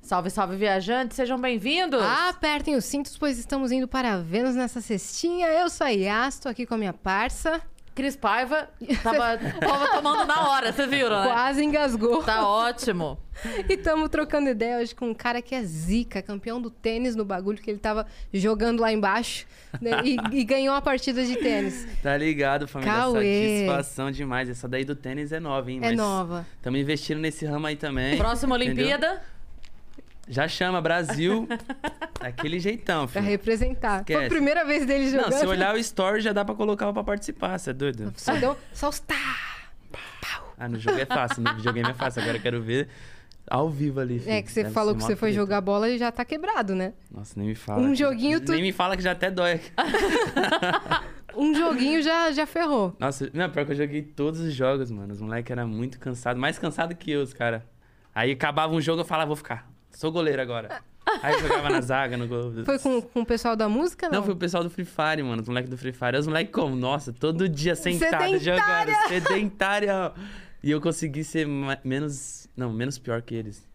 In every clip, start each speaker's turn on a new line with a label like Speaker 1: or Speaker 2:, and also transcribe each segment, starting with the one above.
Speaker 1: Salve, salve, viajantes, sejam bem-vindos!
Speaker 2: Apertem os cintos, pois estamos indo para Vênus nessa cestinha. Eu sou a Yas, tô aqui com a minha parça.
Speaker 1: Cris Paiva tava, tava tomando na hora, você viu, né?
Speaker 2: Quase engasgou.
Speaker 1: Tá ótimo.
Speaker 2: E estamos trocando ideia hoje com um cara que é zica, campeão do tênis no bagulho que ele tava jogando lá embaixo né? e, e ganhou a partida de tênis.
Speaker 3: Tá ligado, família?
Speaker 2: Cauê.
Speaker 3: Satisfação demais. Essa daí do tênis é nova, hein?
Speaker 2: É nova.
Speaker 3: Estamos investindo nesse ramo aí também.
Speaker 1: Próxima
Speaker 3: entendeu?
Speaker 1: Olimpíada.
Speaker 3: Já chama Brasil. Daquele jeitão,
Speaker 2: Pra
Speaker 3: filho.
Speaker 2: representar. Foi a
Speaker 3: Esquece.
Speaker 2: primeira vez dele
Speaker 3: Não,
Speaker 2: jogando.
Speaker 3: se olhar o story já dá pra colocar pra participar, você é doido?
Speaker 2: Só deu. Só os tá.
Speaker 3: Ah, no jogo é fácil, no videogame é fácil. Agora eu quero ver ao vivo ali, filho.
Speaker 2: É que você
Speaker 3: Deve
Speaker 2: falou
Speaker 3: ser
Speaker 2: que
Speaker 3: mó
Speaker 2: você foi
Speaker 3: treta.
Speaker 2: jogar bola e já tá quebrado, né?
Speaker 3: Nossa, nem me fala.
Speaker 2: Um
Speaker 3: que-
Speaker 2: joguinho tu-
Speaker 3: Nem me fala que já até dói.
Speaker 2: Um joguinho já, já ferrou.
Speaker 3: Nossa, não, pior que eu joguei todos os jogos, mano. Os moleques eram muito cansados, mais cansado que eu, os cara. Aí acabava um jogo, eu falava, vou ficar. Sou goleiro agora. Aí eu jogava na zaga, no gol.
Speaker 2: Foi com, com o pessoal da música, não?
Speaker 3: Não, foi o pessoal do Free Fire, mano. Os moleques do Free Fire. Os moleques como? Nossa, todo dia
Speaker 2: Sedentária!
Speaker 3: sentado, jogando. Sedentária! E eu consegui ser ma- menos. Não, menos pior que eles.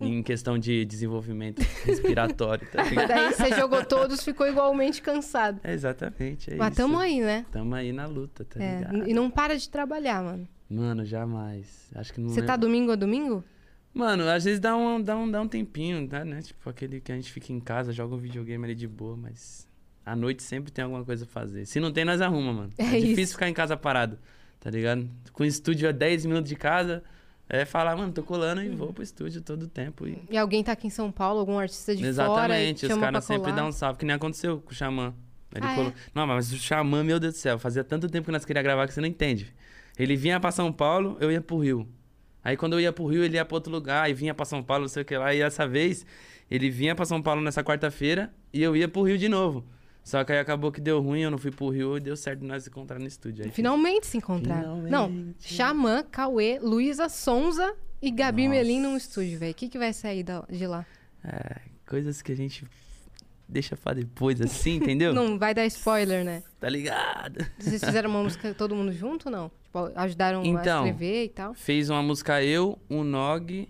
Speaker 2: Hum.
Speaker 3: Em questão de desenvolvimento respiratório, tá ligado?
Speaker 2: Daí você jogou todos, ficou igualmente cansado.
Speaker 3: É, exatamente, é
Speaker 2: Mas
Speaker 3: isso.
Speaker 2: tamo aí, né?
Speaker 3: Tamo aí na luta, tá
Speaker 2: É,
Speaker 3: ligado?
Speaker 2: e não para de trabalhar, mano.
Speaker 3: Mano, jamais. Acho que não é
Speaker 2: Você tá
Speaker 3: lembro-
Speaker 2: domingo a domingo?
Speaker 3: Mano, às vezes dá um, dá um, dá um tempinho, tá, né? Tipo, aquele que a gente fica em casa, joga um videogame ali de boa, mas à noite sempre tem alguma coisa a fazer. Se não tem, nós arruma, mano.
Speaker 2: É
Speaker 3: É, difícil
Speaker 2: isso.
Speaker 3: ficar em casa parado, tá ligado? Com o estúdio a 10 minutos de casa, é falar, mano, tô colando
Speaker 2: Hum.
Speaker 3: e vou pro estúdio todo tempo. E...
Speaker 2: E alguém tá aqui em São Paulo, algum artista de fora e te
Speaker 3: Exatamente, os
Speaker 2: chama pra
Speaker 3: caras sempre
Speaker 2: colar.
Speaker 3: dão um salve, que nem aconteceu com o Xamã. Ele
Speaker 2: Ah, é?
Speaker 3: colou- Não, mas o Xamã, meu Deus do céu, fazia tanto tempo que nós queríamos gravar que você não entende. Ele vinha pra São Paulo, eu ia pro Rio. Aí quando eu ia pro Rio, ele ia pra outro lugar, e vinha pra São Paulo, não sei o que lá. E essa vez, ele vinha pra São Paulo nessa quarta-feira, e eu ia pro Rio de novo. Só que aí acabou que deu ruim, eu não fui pro Rio, e deu certo nós encontrar no estúdio. Aí,
Speaker 2: Finalmente se encontraram. Não,
Speaker 3: Finalmente.
Speaker 2: Xamã, Cauê, Luísa Sonza e Gabi
Speaker 3: Nossa.
Speaker 2: Melim num estúdio, velho. O que, que vai sair da- de lá?
Speaker 3: É, coisas que a gente deixa pra depois, assim, entendeu?
Speaker 2: Não vai dar spoiler, né?
Speaker 3: Tá ligado?
Speaker 2: Vocês fizeram uma música todo mundo junto ou não? Tipo, ajudaram
Speaker 3: Então.
Speaker 2: a escrever e tal?
Speaker 3: Fez uma música eu, o Nog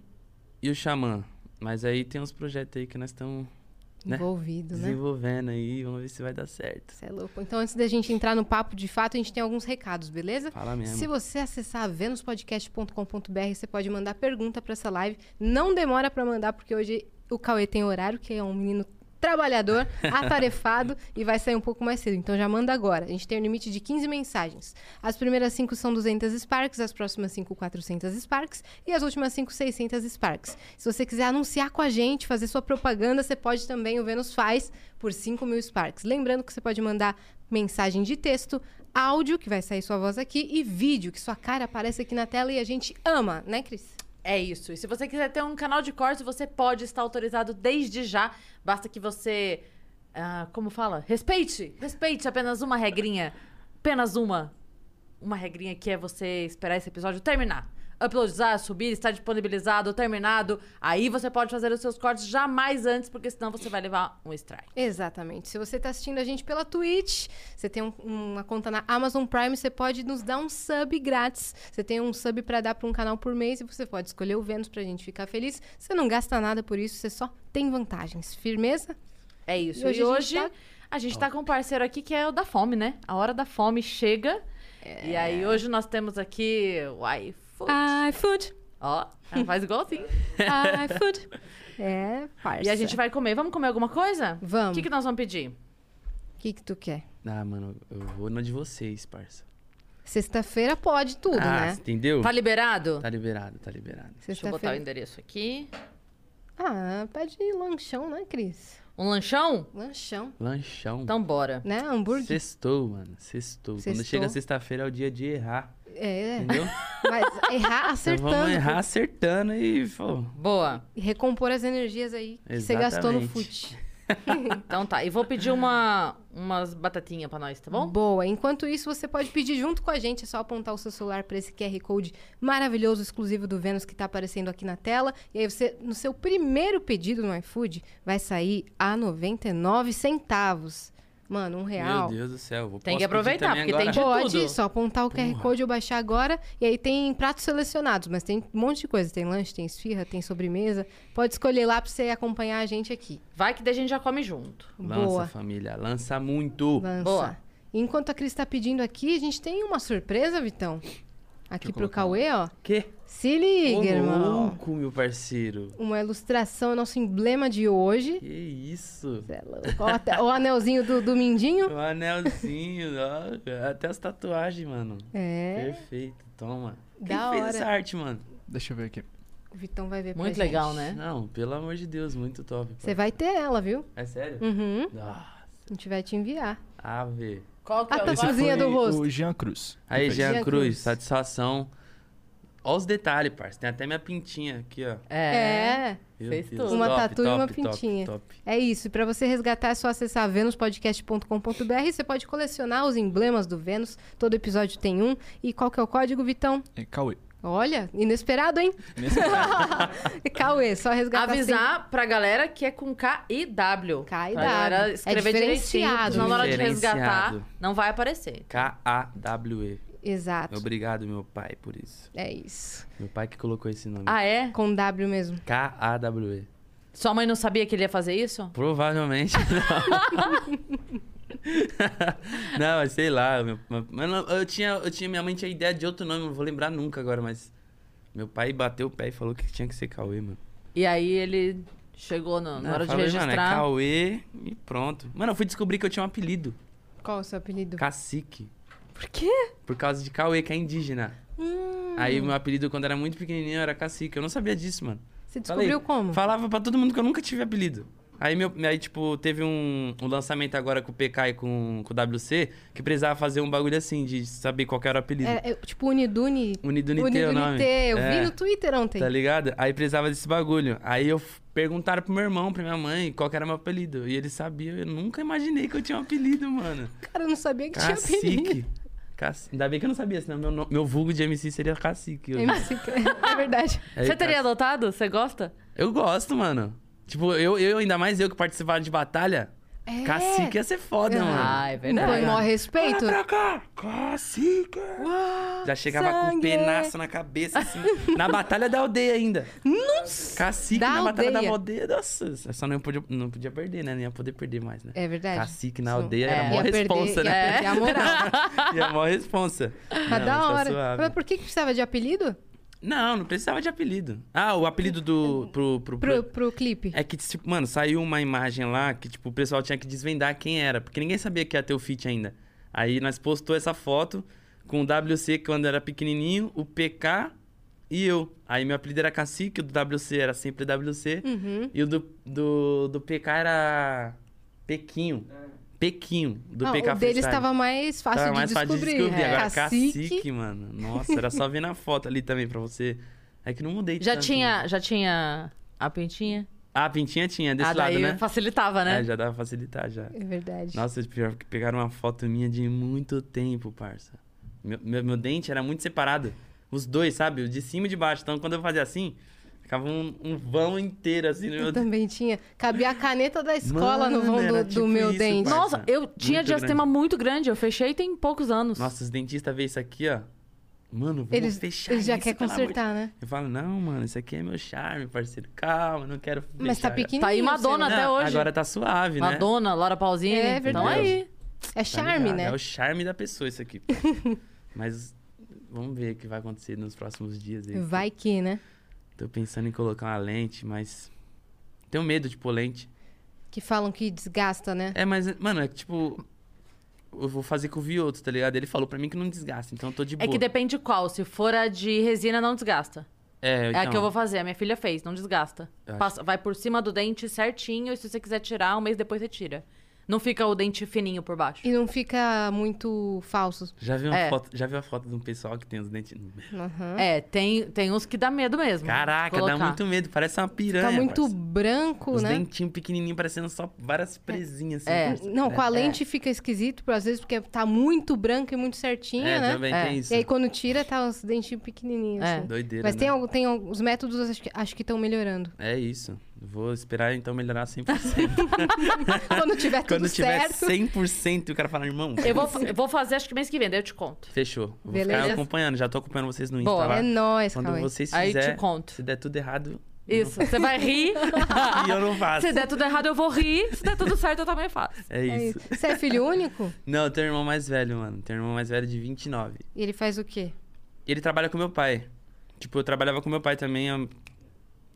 Speaker 3: e o Xamã. Mas aí tem uns projetos aí que nós
Speaker 2: Tá
Speaker 3: estamos Né?
Speaker 2: Envolvido, né?
Speaker 3: desenvolvendo aí, vamos ver se vai dar certo.
Speaker 2: Você é louco. Então, antes da gente entrar no papo de fato, a gente tem alguns recados, beleza?
Speaker 3: Fala mesmo.
Speaker 2: Se você acessar venuspodcast.com.br, você pode mandar pergunta pra essa live. Não demora pra mandar, porque hoje o Cauê tem horário, que é um menino trabalhador, atarefado e vai sair um pouco mais cedo. Então já manda agora. A gente tem um limite de 15 mensagens. As primeiras 5 são 200 Sparks, as próximas 5 400 Sparks e as últimas 5 600 Sparks. Se você quiser anunciar com a gente, fazer sua propaganda, você pode também, o Vênus faz, por 5 mil Sparks. Lembrando que você pode mandar mensagem de texto, áudio, que vai sair sua voz aqui, e vídeo, que sua cara aparece aqui na tela e a gente ama, né, Cris?
Speaker 1: É isso. E se você quiser ter um canal de cortes, você pode estar autorizado desde já. Basta que você. ah, como fala? Respeite! Respeite apenas uma regrinha. Apenas uma. Uma regrinha que é você esperar esse episódio terminar. Uploadizar, subir, estar disponibilizado, terminado. Aí você pode fazer os seus cortes jamais antes, porque senão você vai levar um strike.
Speaker 2: Exatamente. Se você está assistindo a gente pela Twitch, você tem um- uma conta na Amazon Prime, você pode nos dar um sub grátis. Você tem um sub para dar para um canal por mês e você pode escolher o Vênus pra gente ficar feliz. Você não gasta nada por isso, você só tem vantagens. Firmeza?
Speaker 1: É isso.
Speaker 2: E
Speaker 1: E
Speaker 2: hoje
Speaker 1: hoje,
Speaker 2: a gente tá-
Speaker 1: a gente tá com um parceiro aqui que é o da fome, né? A hora da fome chega. E aí hoje nós temos aqui o iFood.
Speaker 2: iFood,
Speaker 1: Ó, ela faz igualzinho.
Speaker 2: iFood. É, parça.
Speaker 1: e a gente vai comer. Vamos comer alguma coisa? O
Speaker 2: Vamos.
Speaker 1: que, que nós vamos pedir?
Speaker 2: O que, que tu quer?
Speaker 3: Ah, mano, eu vou na de vocês, parça.
Speaker 2: Sexta-feira pode tudo,
Speaker 3: ah,
Speaker 2: né?
Speaker 3: cê entendeu?
Speaker 1: Tá liberado?
Speaker 3: Tá liberado, tá liberado.
Speaker 1: Deixa eu botar o
Speaker 2: Sexta-feira.
Speaker 1: endereço aqui.
Speaker 2: Ah, pede lanchão, né, Cris?
Speaker 1: Um lanchão?
Speaker 2: Lanchão,
Speaker 3: Lanchão.
Speaker 1: Então bora.
Speaker 2: né? Hambúrguer.
Speaker 3: Sextou, mano. Sextou.
Speaker 2: Sextou.
Speaker 3: Quando chega sexta-feira é o dia de errar,
Speaker 2: É, é.
Speaker 3: entendeu?
Speaker 2: mas errar
Speaker 3: então
Speaker 2: acertando.
Speaker 3: vamos errar acertando e, pô,
Speaker 1: Boa.
Speaker 2: E recompor as energias aí que você gastou no
Speaker 3: Exatamente.
Speaker 2: fute.
Speaker 1: Então tá. E vou pedir uma, umas batatinhas pra nós, tá bom?
Speaker 2: Boa. Enquanto isso, você pode pedir junto com a gente. É só apontar o seu celular para esse QR Code maravilhoso, exclusivo do Vênus, que tá aparecendo aqui na tela. E aí você, no seu primeiro pedido no iFood, vai sair a 99 centavos. Mano, um real.
Speaker 3: Meu Deus do céu, vou
Speaker 1: Tem que
Speaker 3: posso pedir
Speaker 1: aproveitar,
Speaker 3: também
Speaker 1: porque tem
Speaker 3: agora.
Speaker 1: de
Speaker 2: Pode,
Speaker 1: tudo.
Speaker 2: só apontar o QR
Speaker 3: Porra.
Speaker 2: Code ou baixar agora. E aí tem pratos selecionados, mas tem um monte de coisa. Tem lanche, tem esfirra, tem sobremesa. Pode escolher lá pra você acompanhar a gente aqui.
Speaker 1: Vai que daí a gente já come junto.
Speaker 3: Lança,
Speaker 2: Boa.
Speaker 3: família, lança muito.
Speaker 2: Lança.
Speaker 1: Boa.
Speaker 2: Enquanto a Cris tá pedindo aqui, a gente tem uma surpresa, Vitão. Aqui
Speaker 3: eu
Speaker 2: pro
Speaker 3: colocar.
Speaker 2: Cauê, ó.
Speaker 3: Que?
Speaker 2: Se liga,
Speaker 3: Ô,
Speaker 2: irmão.
Speaker 3: louco, meu parceiro.
Speaker 2: Uma ilustração, é nosso emblema de hoje.
Speaker 3: Que isso?
Speaker 2: Cê é louco. Ó, até- ó o anelzinho do, do mindinho.
Speaker 3: O anelzinho, ó, até as tatuagens, mano.
Speaker 2: É,
Speaker 3: Perfeito, toma.
Speaker 2: Da
Speaker 3: Quem fez
Speaker 2: hora.
Speaker 3: essa arte, mano?
Speaker 4: Deixa eu ver aqui.
Speaker 2: o Vitão vai ver pra
Speaker 1: Muito
Speaker 2: gente.
Speaker 1: legal, né?
Speaker 3: Não, pelo amor de Deus, muito top.
Speaker 2: Você
Speaker 3: Você
Speaker 2: vai ter ela, viu?
Speaker 3: É sério?
Speaker 2: Uhum.
Speaker 3: Ah,
Speaker 2: A gente vai te enviar.
Speaker 3: ave.
Speaker 1: Qual que
Speaker 2: Ah,
Speaker 1: é
Speaker 2: tá
Speaker 1: o
Speaker 2: fazendo. Cozinha do rosto.
Speaker 4: o Jean Cruz.
Speaker 3: Aí,
Speaker 4: Ele fez.
Speaker 3: Jean
Speaker 2: Jean
Speaker 3: Cruz,
Speaker 2: Cruz.
Speaker 3: satisfação. Olha os detalhes, parça. Tem até minha pintinha aqui, ó.
Speaker 1: É.
Speaker 2: É.
Speaker 3: Meu
Speaker 1: Fez
Speaker 3: Deus,
Speaker 1: tudo.
Speaker 2: Uma
Speaker 3: top,
Speaker 2: tatu e
Speaker 3: top,
Speaker 2: uma
Speaker 3: top,
Speaker 2: pintinha.
Speaker 3: top.
Speaker 2: É isso. E pra você resgatar é só acessar venuspodcast.com.br. Você pode colecionar os emblemas do Vênus. Todo episódio tem um. E qual que é o código, Vitão?
Speaker 4: É Cauê.
Speaker 2: Olha, inesperado, hein?
Speaker 4: Nesse caso,
Speaker 2: Cauê, só resgatar
Speaker 1: Avisar pra galera que é com K e W.
Speaker 2: tá K e
Speaker 1: Pra galera
Speaker 2: W.
Speaker 1: escrever
Speaker 2: É
Speaker 1: direitinho,
Speaker 2: diferenciado.
Speaker 1: senão na hora de resgatar
Speaker 3: Diferenciado.
Speaker 1: não vai aparecer.
Speaker 3: K-A-W-E.
Speaker 2: sem- Exato.
Speaker 3: Obrigado, meu pai, por isso.
Speaker 2: É isso.
Speaker 3: Meu pai que colocou esse nome.
Speaker 1: Ah, é?
Speaker 2: Com um W mesmo.
Speaker 3: K-A-W-E.
Speaker 1: Sua mãe não sabia que ele ia fazer isso?
Speaker 3: Provavelmente não. não, mas sei lá. meu- meu- mas não, eu, tinha, eu tinha. Minha mãe tinha ideia de outro nome, não vou lembrar nunca agora, mas. Meu pai bateu o pé e falou que tinha que ser Cauê, mano.
Speaker 1: E aí ele chegou no- na
Speaker 3: Não,
Speaker 1: hora de
Speaker 3: falei,
Speaker 1: registrar.
Speaker 3: Mano, é Cauê e pronto. Mano, eu fui descobrir que eu tinha um apelido.
Speaker 2: Qual o seu apelido?
Speaker 3: Cacique.
Speaker 2: Por quê?
Speaker 3: Por causa de Cauê, que é indígena. Aí o meu apelido, quando era muito pequenininho, era Cacique. Eu não sabia disso, mano.
Speaker 2: Você
Speaker 3: Falei,
Speaker 2: descobriu como?
Speaker 3: Falava pra todo mundo que eu nunca tive apelido. Aí, meu, aí tipo, teve um, um lançamento agora com o PK e com, com o WC que precisava fazer um bagulho assim, de saber qual que era o apelido.
Speaker 2: É, é, tipo Uniduni.
Speaker 3: Unido Unidunite é o nome.
Speaker 2: Eu
Speaker 3: É,
Speaker 2: vi no Twitter ontem.
Speaker 3: Tá ligado? Aí precisava desse bagulho. Aí eu f- perguntaram pro meu irmão, pra minha mãe, qual que era meu apelido. E ele sabia. Eu nunca imaginei que eu tinha um apelido, mano.
Speaker 2: Cara, eu não sabia que tinha um apelido.
Speaker 3: Cacique. Caci... Ainda bem que eu não sabia, senão meu, no- meu vulgo de MC seria Cacique. hoje.
Speaker 2: MC, é verdade.
Speaker 3: Aí,
Speaker 1: Você teria adotado? Você gosta?
Speaker 3: Eu gosto, mano. Tipo, eu, eu ainda mais eu que participava de batalha.
Speaker 2: É.
Speaker 3: Cacique ia ser foda,
Speaker 2: Ah,
Speaker 3: mano.
Speaker 1: Ah, é
Speaker 2: Não põe
Speaker 1: verdade.
Speaker 2: maior
Speaker 3: Olha
Speaker 2: respeito?
Speaker 3: pra cá! Cacique! Já chegava com
Speaker 2: sangue.
Speaker 3: o penaço na cabeça, assim. na batalha da aldeia ainda. Nossa! Cacique
Speaker 2: Da
Speaker 3: na batalha da
Speaker 2: aldeia.
Speaker 3: aldeia. Nossa, eu só não podia, não podia perder, né? Não ia poder perder mais, né?
Speaker 2: É verdade.
Speaker 3: Cacique na
Speaker 2: Sim.
Speaker 3: aldeia era
Speaker 1: É.
Speaker 3: a
Speaker 2: Ia
Speaker 3: maior
Speaker 2: perder-
Speaker 3: responsa,
Speaker 2: ia
Speaker 3: né?
Speaker 2: perder a moral.
Speaker 3: Ia a maior responsa.
Speaker 2: Mas
Speaker 3: Não,
Speaker 2: da
Speaker 3: tá
Speaker 2: hora.
Speaker 3: suave.
Speaker 2: Mas por que, que precisava de apelido?
Speaker 3: Não, não precisava de apelido. Ah, o apelido do... Pro, pro,
Speaker 2: Pro, pro clipe.
Speaker 3: É que, tipo, mano, saiu uma imagem lá que, tipo, o pessoal tinha que desvendar quem era, porque ninguém sabia que ia ter o feat ainda. Aí nós postou essa foto com o WC quando era pequenininho, o PK e eu. Aí meu apelido era Cacique, o do WC era sempre WC,
Speaker 2: Uhum.
Speaker 3: e o do, do, do PK era Pequinho. Pequinho, do
Speaker 2: Não,
Speaker 3: PK
Speaker 2: o deles
Speaker 3: Freestyle.
Speaker 2: estava mais fácil
Speaker 3: Tava
Speaker 2: de
Speaker 3: mais
Speaker 2: descobrir.
Speaker 3: fácil de descobrir.
Speaker 2: É.
Speaker 3: Agora,
Speaker 2: Cacique.
Speaker 3: cacique. mano. Nossa, era só ver na foto ali também pra você. É que não mudei
Speaker 1: Já
Speaker 3: tanto,
Speaker 1: tinha,
Speaker 3: né?
Speaker 1: já tinha a pintinha?
Speaker 3: Ah, pintinha tinha, desse
Speaker 1: ah,
Speaker 3: lado,
Speaker 1: daí
Speaker 3: né?
Speaker 1: facilitava, né?
Speaker 3: É, já dá pra facilitar, já.
Speaker 2: É verdade.
Speaker 3: Nossa, pior que pegaram uma foto minha de muito tempo, parça. Meu, meu, meu dente era muito separado. Os dois, sabe? O de cima e de baixo. Então, quando eu fazia assim, ficava um, um vão inteiro, assim, no
Speaker 2: eu
Speaker 3: meu dente.
Speaker 2: também tinha. Cabia a caneta da escola no vão
Speaker 3: Mano,
Speaker 2: do,
Speaker 3: era
Speaker 2: do
Speaker 3: tipo
Speaker 2: meu
Speaker 3: isso,
Speaker 2: dente.
Speaker 3: parça.
Speaker 1: Nossa, eu tinha
Speaker 3: Muito
Speaker 1: diastema muito grande, eu fechei tem poucos anos.
Speaker 3: Nossa, os dentistas veem isso aqui, ó. Mano, vamos
Speaker 2: Eles,
Speaker 3: fechar
Speaker 2: eles já
Speaker 3: isso,
Speaker 2: querem
Speaker 3: pelo amor de-
Speaker 2: consertar, né?
Speaker 3: Eu falo, não, mano, isso aqui é meu charme, parceiro. Calma, não quero fechar.
Speaker 2: Mas tá pequenininho.
Speaker 1: Tá aí
Speaker 2: o
Speaker 1: Madonna
Speaker 2: seu, né?
Speaker 1: até
Speaker 3: Não,
Speaker 1: hoje.
Speaker 3: Agora tá suave, né?
Speaker 1: Madonna, Laura Pausini.
Speaker 2: É
Speaker 1: então
Speaker 3: verdade.
Speaker 1: aí.
Speaker 2: É
Speaker 3: Tá
Speaker 2: charme,
Speaker 3: ligado?
Speaker 2: né?
Speaker 3: É o charme da pessoa isso aqui. Mas vamos ver o que vai acontecer nos próximos dias. Aí.
Speaker 2: Vai que, né?
Speaker 3: Tô pensando em colocar uma lente, mas. Tenho medo de pôr lente.
Speaker 2: Que falam que desgasta, né?
Speaker 3: É, mas, mano, é que tipo. Eu vou fazer com o Vioto, tá ligado? Ele falou pra mim que não desgasta, então eu tô de
Speaker 1: É
Speaker 3: boa.
Speaker 1: que depende qual. Se for a de resina, não desgasta.
Speaker 3: É,
Speaker 1: É a que
Speaker 3: então,
Speaker 1: eu vou fazer. A minha filha fez, não desgasta.
Speaker 3: Eu acho-
Speaker 1: Passa- vai por cima do dente certinho e se você quiser tirar, um mês depois você tira. Não fica o dente fininho por baixo.
Speaker 2: E não fica muito falso.
Speaker 3: Já vi, uma
Speaker 1: É.
Speaker 3: foto, já vi uma foto de um pessoal que tem os dentes.
Speaker 2: Aham.
Speaker 1: É, tem, tem uns que dá medo mesmo.
Speaker 3: Caraca,
Speaker 1: Colocar.
Speaker 3: dá muito medo, parece uma piranha.
Speaker 2: Fica Tá muito
Speaker 3: parça.
Speaker 2: branco,
Speaker 3: É, Os
Speaker 2: né?
Speaker 3: dentinhos pequenininhos parecendo só várias presinhas assim.
Speaker 1: É.
Speaker 3: parça.
Speaker 2: Não, com a
Speaker 3: é.
Speaker 2: lente fica esquisito, às vezes, porque tá muito branca e muito certinha,
Speaker 3: É,
Speaker 2: né?
Speaker 3: também
Speaker 1: É.
Speaker 3: tem isso.
Speaker 2: E aí quando tira, tá os dentinhos pequenininhos,
Speaker 1: É.
Speaker 2: assim.
Speaker 3: Doideira.
Speaker 2: Mas tem,
Speaker 3: né?
Speaker 2: algu- tem alguns métodos, acho que acho que estão melhorando.
Speaker 3: É isso. Vou esperar então melhorar 100%.
Speaker 2: Quando tiver tudo
Speaker 3: Quando tiver
Speaker 2: certo.
Speaker 3: 100% e o cara falar, irmão,
Speaker 1: Eu vou, eu vou fazer acho que mês que vem, daí eu te conto.
Speaker 3: fechou. Eu Vou
Speaker 2: Beleza.
Speaker 3: ficar acompanhando, já tô acompanhando vocês no Insta
Speaker 1: Boa.
Speaker 3: lá.
Speaker 2: É nóis,
Speaker 3: Quando
Speaker 2: Cauê.
Speaker 3: vocês
Speaker 1: Aí
Speaker 3: fizer,
Speaker 1: te conto.
Speaker 3: se der tudo errado,
Speaker 1: Isso, você vai rir.
Speaker 3: e eu não faço.
Speaker 1: Se der tudo errado, eu vou rir. Se der tudo certo, eu também faço.
Speaker 3: É
Speaker 2: É
Speaker 3: isso.
Speaker 2: isso. Você é filho único?
Speaker 3: Não, eu tenho um irmão mais velho, mano. Tenho um irmão mais velho de 29.
Speaker 2: E ele faz o quê?
Speaker 3: Ele trabalha com meu pai. Tipo, eu trabalhava com meu pai também há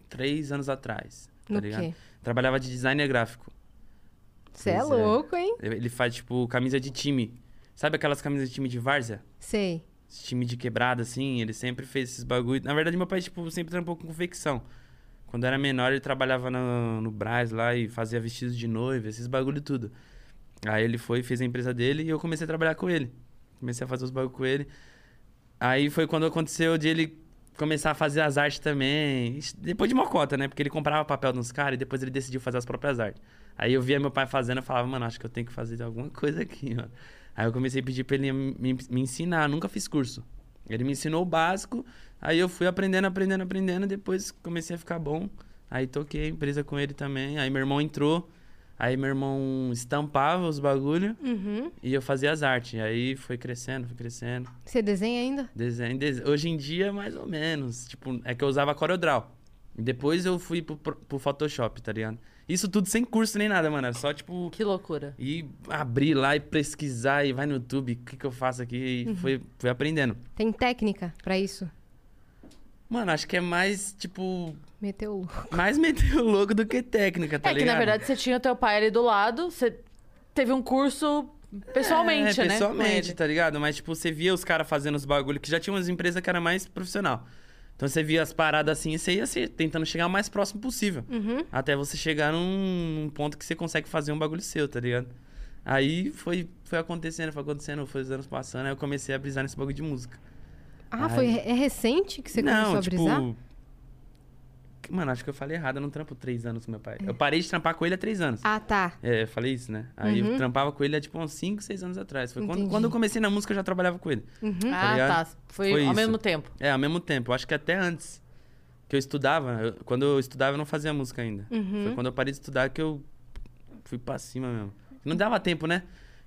Speaker 3: três anos atrás. Tá
Speaker 2: No
Speaker 3: ligado?
Speaker 2: quê?
Speaker 3: Trabalhava de designer gráfico.
Speaker 2: Você é
Speaker 3: Pois é.
Speaker 2: louco, hein?
Speaker 3: Ele faz, tipo, camisa de time. Sabe aquelas camisas de time de várzea?
Speaker 2: Sei.
Speaker 3: Esse time de quebrada, assim, ele sempre fez esses bagulho. Na verdade, meu pai, tipo, sempre trampou com confecção. Quando eu era menor, ele trabalhava no, no Brás lá e fazia vestidos de noiva, esses bagulho tudo. Aí ele foi, fez a empresa dele e eu comecei a trabalhar com ele. Comecei a fazer os bagulho com ele. Aí foi quando aconteceu de ele começar a fazer as artes também. Isso Depois de mocota, né? Porque ele comprava papel nos caras e depois ele decidiu fazer as próprias artes. Aí eu via meu pai fazendo e falava, mano, acho que eu tenho que fazer alguma coisa aqui, mano. Aí eu comecei a pedir pra ele me, me ensinar, nunca fiz curso. Ele me ensinou o básico, aí eu fui aprendendo, aprendendo, aprendendo, depois comecei a ficar bom. Aí toquei a empresa com ele também, aí meu irmão entrou, aí meu irmão estampava os bagulho
Speaker 2: Uhum.
Speaker 3: e eu fazia as artes. Aí foi crescendo, foi crescendo.
Speaker 2: Você desenha ainda?
Speaker 3: Desenho, desenho. Hoje em dia, mais ou menos. Tipo, é que eu usava CorelDRAW. Depois eu fui pro, pro- pro Photoshop, tá ligado? Isso tudo sem curso nem nada, mano. É só, tipo,
Speaker 1: Que loucura.
Speaker 3: e abrir lá e pesquisar e vai no YouTube, o que, que eu faço aqui?
Speaker 1: Uhum.
Speaker 3: E fui, fui aprendendo.
Speaker 2: Tem técnica pra isso?
Speaker 3: Mano, acho que é mais, tipo,
Speaker 2: Meteu o louco.
Speaker 3: mais meter o louco do que técnica, tá
Speaker 1: é que
Speaker 3: ligado?
Speaker 1: na verdade você tinha o teu pai ali do lado, você teve um curso pessoalmente,
Speaker 3: é,
Speaker 1: né?
Speaker 3: Pessoalmente,
Speaker 1: com
Speaker 3: tá ligado? Mas, tipo, você via os caras fazendo os bagulho, que já tinha umas empresas que era mais profissional. Então você via as paradas assim e você ia se tentando chegar o mais próximo possível.
Speaker 1: Uhum.
Speaker 3: Até você chegar num, num ponto que você consegue fazer um bagulho seu, tá ligado? Aí foi, foi acontecendo, foi acontecendo, foi os anos passando, aí eu comecei a brisar nesse bagulho de música.
Speaker 2: Ah, foi, é recente que você começou a brisar?
Speaker 3: Mano, acho tipo, que eu falei errado, eu não trampo três anos com meu pai. Eu parei de trampar com ele há três anos.
Speaker 2: É. Ah, tá.
Speaker 3: É, eu falei isso, né? Aí eu trampava com ele há tipo uns 5, 6 anos atrás. Foi quando,
Speaker 2: Entendi.
Speaker 3: quando eu comecei na música, eu já trabalhava com ele.
Speaker 1: ele.
Speaker 3: tá
Speaker 1: Ah, tá.
Speaker 3: ligado?
Speaker 1: Foi,
Speaker 3: Foi
Speaker 1: ao
Speaker 3: isso.
Speaker 1: mesmo tempo.
Speaker 3: É, ao mesmo tempo. Eu acho que até antes que eu estudava. eu- quando eu estudava, eu não fazia música ainda.
Speaker 2: Uhum.
Speaker 3: Foi quando eu parei de estudar que eu fui pra cima mesmo. Não dava tempo, né?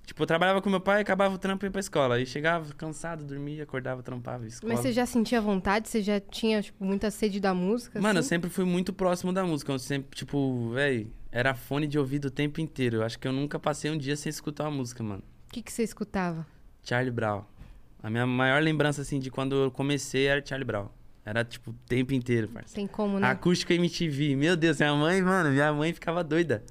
Speaker 3: Tipo, eu trabalhava com meu pai, acabava o trampo e ia pra escola. Aí chegava cansado, dormia, acordava, trampava, escola.
Speaker 2: Mas você já sentia vontade? Você já tinha, tipo, muita sede da música?
Speaker 3: Mano, eu
Speaker 2: assim?
Speaker 3: sempre fui muito próximo da música. Eu sempre, tipo, véi, era fone de ouvido o tempo inteiro. Eu acho que eu nunca passei um dia sem escutar uma música, mano.
Speaker 2: O que, que você escutava?
Speaker 3: Charlie Brown. A minha maior lembrança, assim, de quando eu comecei era Charlie Brown. Era, tipo, o tempo inteiro, parceiro.
Speaker 2: Tem como, né?
Speaker 3: Acústica MTV. Meu Deus, minha mãe, mano, minha mãe ficava doida.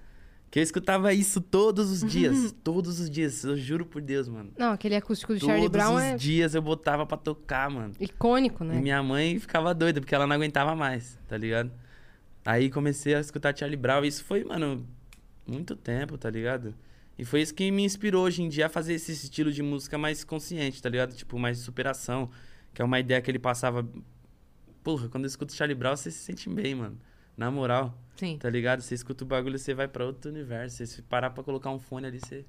Speaker 3: Que eu escutava isso todos os dias. todos os dias, eu juro por Deus, mano.
Speaker 2: Não, aquele acústico do
Speaker 3: Todos
Speaker 2: Charlie Brown
Speaker 3: os
Speaker 2: é
Speaker 3: dias eu botava pra tocar, mano.
Speaker 2: icônico, né?
Speaker 3: E minha mãe ficava doida, porque ela não aguentava mais, tá ligado? Aí comecei a escutar Charlie Brown. E isso foi, mano, muito tempo, tá ligado? E foi isso que me inspirou hoje em dia a fazer esse estilo de música mais consciente, tá ligado? Tipo, mais superação. Que é uma ideia que ele passava. Porra, quando eu escuto Charlie Brown, você se sente bem, mano. Na moral,
Speaker 1: Sim.
Speaker 3: tá ligado? Você escuta o bagulho, você vai pra outro universo. Você se parar pra colocar um fone ali, você.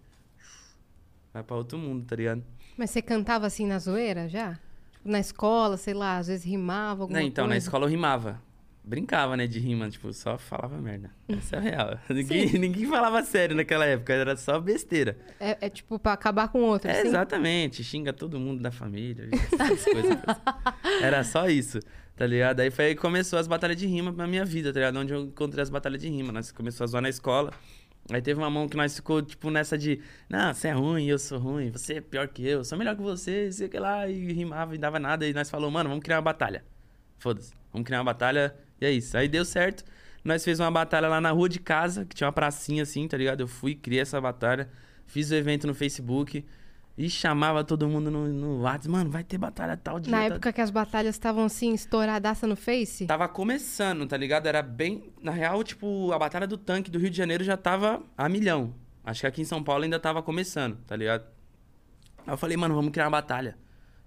Speaker 3: Vai pra outro mundo, tá ligado?
Speaker 2: Mas você cantava assim na zoeira já? Tipo, na escola, sei lá, às vezes rimava alguma
Speaker 3: Não, então,
Speaker 2: coisa.
Speaker 3: na escola eu rimava. Brincava, né, de rima, tipo, só falava merda.
Speaker 2: Hum.
Speaker 3: Essa é a real. ninguém, ninguém falava sério naquela época, era só besteira.
Speaker 2: É, é tipo pra acabar com o outro,
Speaker 3: É,
Speaker 2: assim?
Speaker 3: exatamente, xinga todo mundo da família, essas coisas. Era só isso, tá ligado? Aí foi aí que começou as batalhas de rima na minha vida, tá ligado? Onde eu encontrei as batalhas de rima. Nós começou a zoar na escola. Aí teve uma mão que nós ficou, tipo, nessa de... Não, você é ruim, eu sou ruim, você é pior que eu, sou melhor que você, sei o que lá. E rimava e dava nada. E nós falou, mano, vamos criar uma batalha. Foda-se, vamos criar uma batalha. E é isso. Aí deu certo. Nós fez uma batalha lá na rua de casa, que tinha uma pracinha assim, tá ligado? Eu fui, criei essa batalha. Fiz o evento no Facebook. E chamava todo mundo no, no WhatsApp. Mano, vai ter batalha tal dia.
Speaker 2: Na
Speaker 3: tal
Speaker 2: época que as batalhas estavam assim, estouradaça no Face?
Speaker 3: Tava começando, tá ligado? Era bem. Na real, tipo, a Batalha do Tanque do Rio de Janeiro já tava a milhão. Acho que aqui em São Paulo ainda tava começando, tá ligado? Aí eu falei, mano, vamos criar uma batalha.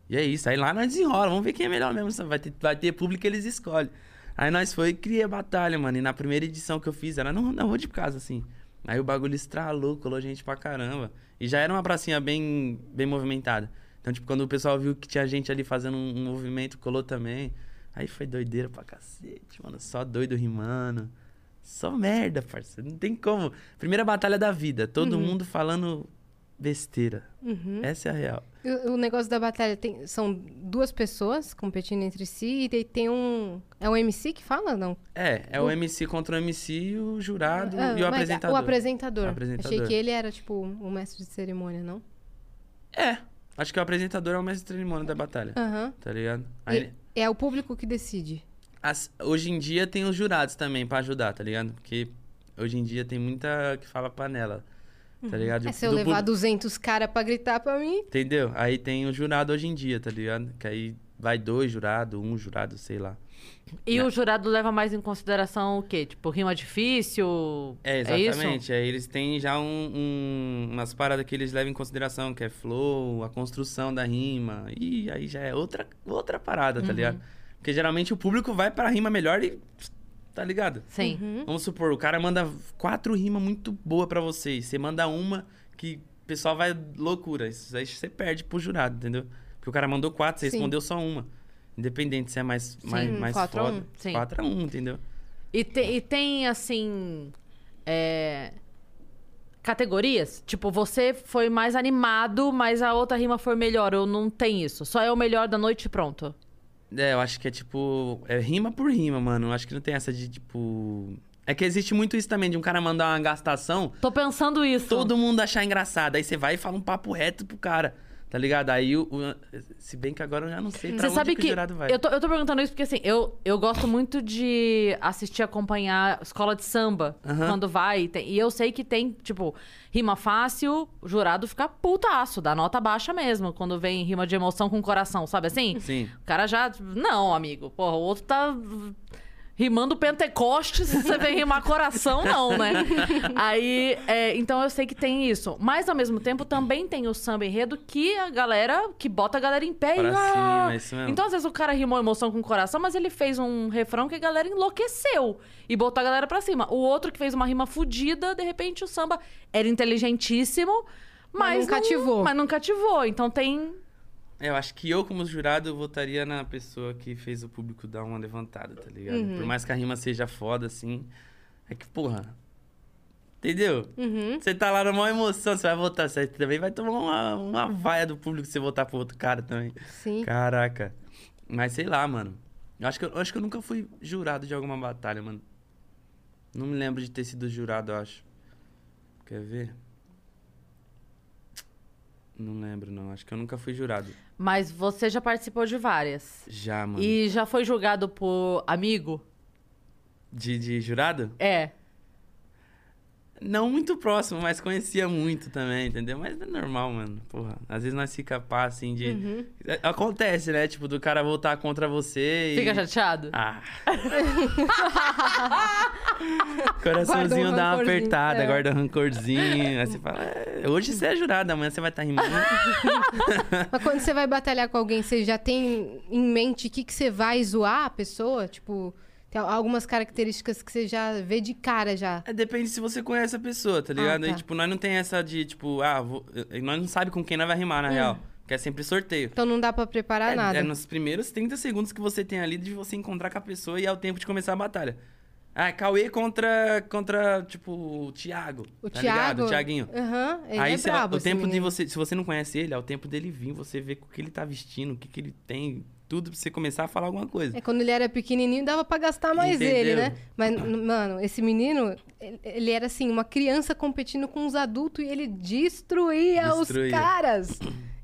Speaker 3: E é isso. Aí lá nós desenrola, vamos ver quem é melhor mesmo. sabe? Vai ter, vai ter público, eles escolhem. Aí nós foi e criei a batalha, mano. E na primeira edição que eu fiz, era no- na rua de casa, assim. Aí o bagulho estralou, colou gente pra caramba. E já era uma pracinha bem, bem movimentada. Então, tipo, quando o pessoal viu que tinha gente ali fazendo um, um movimento, colou também. Aí foi doideira pra cacete, mano. Só doido rimando. Só merda, parceiro. Não tem como. Primeira batalha da vida. Todo mundo falando besteira.
Speaker 2: Hum?
Speaker 3: Essa é a real.
Speaker 2: O- O negócio da batalha tem- são duas pessoas competindo entre si e daí tem um. É o MC que fala? Não.
Speaker 3: É, é o MC contra o MC, e o jurado
Speaker 2: Ah,
Speaker 3: e
Speaker 2: Hum.
Speaker 3: o
Speaker 2: mas-
Speaker 3: apresentador.
Speaker 2: O apresentador.
Speaker 3: Apresentador.
Speaker 2: Achei que ele era, tipo, um mestre de cerimônia, não?
Speaker 3: É. Acho que o apresentador é o mestre de cerimônia da batalha.
Speaker 2: Aham.
Speaker 3: Tá ligado?
Speaker 2: Ah. E
Speaker 3: Aí,
Speaker 2: É o público que decide.
Speaker 3: as- hoje em dia tem os jurados também pra ajudar, tá ligado? Porque hoje em dia tem muita que fala panela. Tá ligado?
Speaker 2: é se eu
Speaker 3: Do bu-
Speaker 2: levar 200 caras pra gritar pra mim.
Speaker 3: Entendeu? Aí tem o jurado hoje em dia, tá ligado? Que aí vai dois jurados, um jurado, sei lá.
Speaker 1: E
Speaker 3: Né?
Speaker 1: o jurado leva mais em consideração o quê? Tipo, rima difícil?
Speaker 3: É,
Speaker 1: isso?
Speaker 3: exatamente. Aí eles têm já um, um- umas paradas que eles levam em consideração, que é flow, a construção da rima. E aí já é outra, outra parada,
Speaker 2: Uhum.
Speaker 3: tá ligado? Porque geralmente o público vai pra rima melhor e. Tá ligado?
Speaker 1: Sim.
Speaker 2: Uhum.
Speaker 3: Vamos supor, o cara manda quatro rimas muito boas pra você. e Você manda uma que o pessoal vai loucura. Isso aí você perde pro jurado, entendeu? Porque o cara mandou quatro, você
Speaker 2: Sim.
Speaker 3: respondeu só uma. Independente se é mais, mais, mais
Speaker 2: quatro a
Speaker 3: foda.
Speaker 2: um,
Speaker 1: sim.
Speaker 3: 4 a 1, entendeu?
Speaker 1: E, te- e tem, assim. é, Categorias? Tipo, você foi mais animado, mas a outra rima foi melhor. Ou não tem isso. Só é o melhor da noite e pronto.
Speaker 3: É, eu acho que é tipo. É rima por rima, mano. Eu acho que não tem essa de tipo. É que existe muito isso também, de um cara mandar uma gastação,
Speaker 1: Tô pensando isso.
Speaker 3: todo mundo achar engraçado. Aí você vai e fala um papo reto pro cara, tá ligado? Aí o. o- se bem que agora eu já não sei pra
Speaker 1: Você
Speaker 3: onde é
Speaker 1: sabe
Speaker 3: que,
Speaker 1: que.
Speaker 3: o jurado vai.
Speaker 1: Eu, tô, eu tô perguntando isso porque, assim, eu, eu gosto muito de assistir, acompanhar escola de samba
Speaker 3: Aham.
Speaker 1: quando vai. E, tem- e eu sei que tem, tipo, rima fácil, o jurado fica putaço, dá nota baixa mesmo, quando vem rima de emoção com coração, sabe assim?
Speaker 3: Sim.
Speaker 1: O cara já. tipo, Não, amigo, porra, o outro tá. Rimando Pentecostes, você vem rimar coração, não, né? Aí, é, então eu sei que tem isso. Mas, ao mesmo tempo, também tem o samba enredo que a galera, que bota a galera em pé
Speaker 3: Pra
Speaker 1: e...
Speaker 3: cima, é isso mesmo.
Speaker 1: ah, Então, às vezes, o cara rimou emoção com o coração, mas ele fez um refrão que a galera enlouqueceu e botou a galera pra cima. O outro que fez uma rima fudida, de repente, o samba era inteligentíssimo, mas,
Speaker 2: Mas não cativou.
Speaker 1: Mas não cativou. Então, tem...
Speaker 3: É, Eu acho que eu, como jurado, votaria na pessoa que fez o público dar uma levantada, tá ligado?
Speaker 1: Uhum.
Speaker 3: Por mais que a rima seja foda, assim. É que, porra. Entendeu?
Speaker 2: uhum,
Speaker 3: Você tá lá na maior emoção, você vai votar. Você também vai tomar uma, uma vaia do público se você votar pro outro cara também.
Speaker 2: Sim.
Speaker 3: Caraca. Mas sei lá, mano. Eu acho que eu, eu acho que eu nunca fui jurado de alguma batalha, mano. Não me lembro de ter sido jurado, eu acho. Quer ver? Não lembro, não. Acho que eu nunca fui jurado.
Speaker 1: Mas você já participou de várias.
Speaker 3: Já, mano.
Speaker 1: E já foi julgado por amigo?
Speaker 3: De, de jurado?
Speaker 1: É.
Speaker 3: Não muito próximo, mas conhecia muito também, entendeu? Mas é normal, mano. Porra, às vezes nós fica pá, assim, de...
Speaker 2: Uhum.
Speaker 3: É, Acontece, né? Tipo, do cara voltar contra você e...
Speaker 1: Fica chateado?
Speaker 3: Ah.
Speaker 2: Guarda
Speaker 3: Coraçãozinho
Speaker 2: um
Speaker 3: dá uma
Speaker 2: rancorzinho,
Speaker 3: apertada,
Speaker 2: é.
Speaker 3: guarda um rancorzinho. Aí você fala, "É, hoje você é jurado, amanhã você vai estar rimando.
Speaker 2: Mas quando você vai batalhar com alguém, você já tem em mente o que, que você vai zoar a pessoa? Tipo, tem algumas características que você já vê de cara já.
Speaker 3: É, depende se você conhece a pessoa, tá ligado?
Speaker 2: Ah, tá.
Speaker 3: E, tipo, nós não tem essa de, tipo, ah, vou... nós não sabe com quem nós vai rimar, na
Speaker 2: Hum.
Speaker 3: real. Porque é sempre sorteio.
Speaker 2: Então não dá pra preparar
Speaker 3: É,
Speaker 2: nada.
Speaker 3: é nos primeiros 30 segundos que você tem ali de você encontrar com a pessoa e é o tempo de começar a batalha. Ah, Cauê contra, contra tipo, o Thiago.
Speaker 2: O
Speaker 3: tá
Speaker 2: Thiago.
Speaker 3: Ligado? O Thiaguinho.
Speaker 2: Aham, ele
Speaker 3: Aí
Speaker 2: é
Speaker 3: você-
Speaker 2: brabo.
Speaker 3: o
Speaker 2: esse
Speaker 3: tempo de
Speaker 2: menino.
Speaker 3: você, se você não conhece ele, é o tempo dele vir, você ver o que ele tá vestindo, o que, que ele tem, tudo pra você começar a falar alguma coisa.
Speaker 2: É, quando ele era pequenininho, dava pra gastar mais
Speaker 3: Entendeu?
Speaker 2: ele, né? Mas, n- mano, esse menino, ele- ele era assim, uma criança competindo com os adultos e ele destruía, os
Speaker 3: Destruía.
Speaker 2: caras.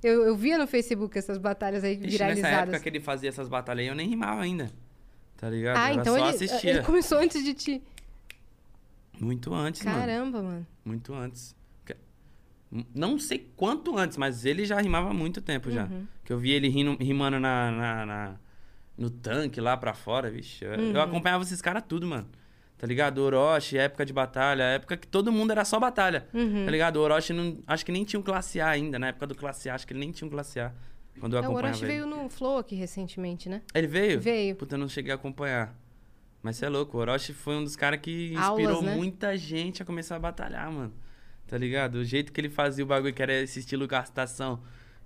Speaker 2: Eu, eu via no Facebook essas batalhas aí
Speaker 3: Ixi, nessa época
Speaker 2: viralizadas.
Speaker 3: que ele fazia essas batalhas aí, eu nem rimava ainda. Tá ligado?
Speaker 2: assim. Ah,
Speaker 3: eu
Speaker 2: então
Speaker 3: só
Speaker 2: ele,
Speaker 3: assistia.
Speaker 2: ele começou antes de ti.
Speaker 3: Muito antes, mano.
Speaker 2: Caramba, mano.
Speaker 3: Muito antes. Que- Não sei quanto antes, mas ele já rimava há muito tempo já.
Speaker 2: Uhum.
Speaker 3: Que eu vi ele rindo- rimando na, na- na- no tanque lá pra fora, vixe. Eu,
Speaker 2: Uhum.
Speaker 3: eu acompanhava esses caras tudo, mano. Tá ligado? Orochi, época de batalha, época que todo mundo era só batalha.
Speaker 2: Uhum.
Speaker 3: Tá ligado? O Orochi não, acho que nem tinha um classe A ainda, na época do classe A, acho que ele nem tinha um classe A. Quando eu
Speaker 2: É, o
Speaker 3: acompanhava
Speaker 2: Orochi
Speaker 3: ele.
Speaker 2: veio no Flow aqui recentemente, né?
Speaker 3: Ele veio?
Speaker 2: Veio.
Speaker 3: Puta, eu não cheguei a acompanhar. Mas você é louco, o Orochi foi um dos caras que inspirou
Speaker 2: Aulas, né?
Speaker 3: muita gente a começar a batalhar, mano. Tá ligado? O jeito que ele fazia o bagulho, que era esse estilo gastação.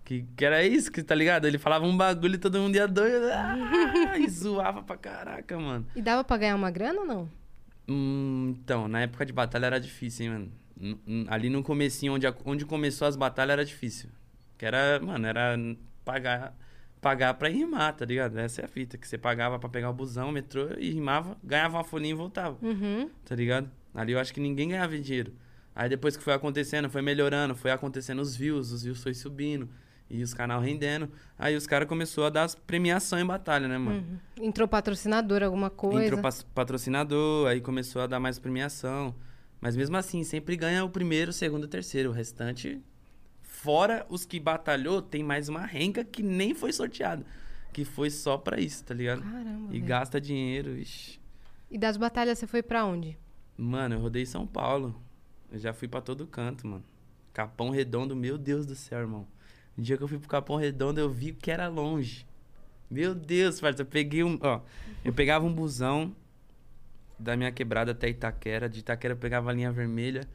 Speaker 3: Que, que era isso, que, tá ligado? Ele falava um bagulho e todo mundo ia doido. Ah, e zoava pra caraca, mano.
Speaker 2: E dava pra ganhar uma grana ou não?
Speaker 3: Hum, então, na época de batalha era difícil, hein, mano. N- n- Ali no comecinho, onde, a- onde começou as batalhas, era difícil. Que era, mano, era n- pagar, pagar pra ir rimar, tá ligado? Essa é a fita, que você pagava pra pegar o busão, o metrô, e rimava, ganhava uma folhinha e voltava,
Speaker 2: Uhum.
Speaker 3: tá ligado? Ali eu acho que ninguém ganhava dinheiro. Aí depois que foi acontecendo, foi melhorando, foi acontecendo os views, os views foi subindo, e os canal rendendo. Aí os caras começou a dar as premiação em batalha, né, mano?
Speaker 2: Entrou patrocinador, alguma coisa.
Speaker 3: Entrou pas- patrocinador, aí começou a dar mais premiação. Mas mesmo assim, sempre ganha o primeiro, o segundo, o terceiro. O restante, fora os que batalhou, tem mais uma renca que nem foi sorteada. Que foi só pra isso, tá ligado?
Speaker 2: Caramba.
Speaker 3: E
Speaker 2: velho.
Speaker 3: gasta dinheiro, ixi.
Speaker 2: E das batalhas você foi pra onde?
Speaker 3: Mano, eu rodei São Paulo. Eu já fui pra todo canto, mano. Capão Redondo, meu Deus do céu, irmão. O dia que eu fui pro Capão Redondo, eu vi que era longe. Meu Deus, parça, eu peguei um. Ó, eu pegava um busão da minha quebrada até Itaquera. De Itaquera eu pegava a linha vermelha,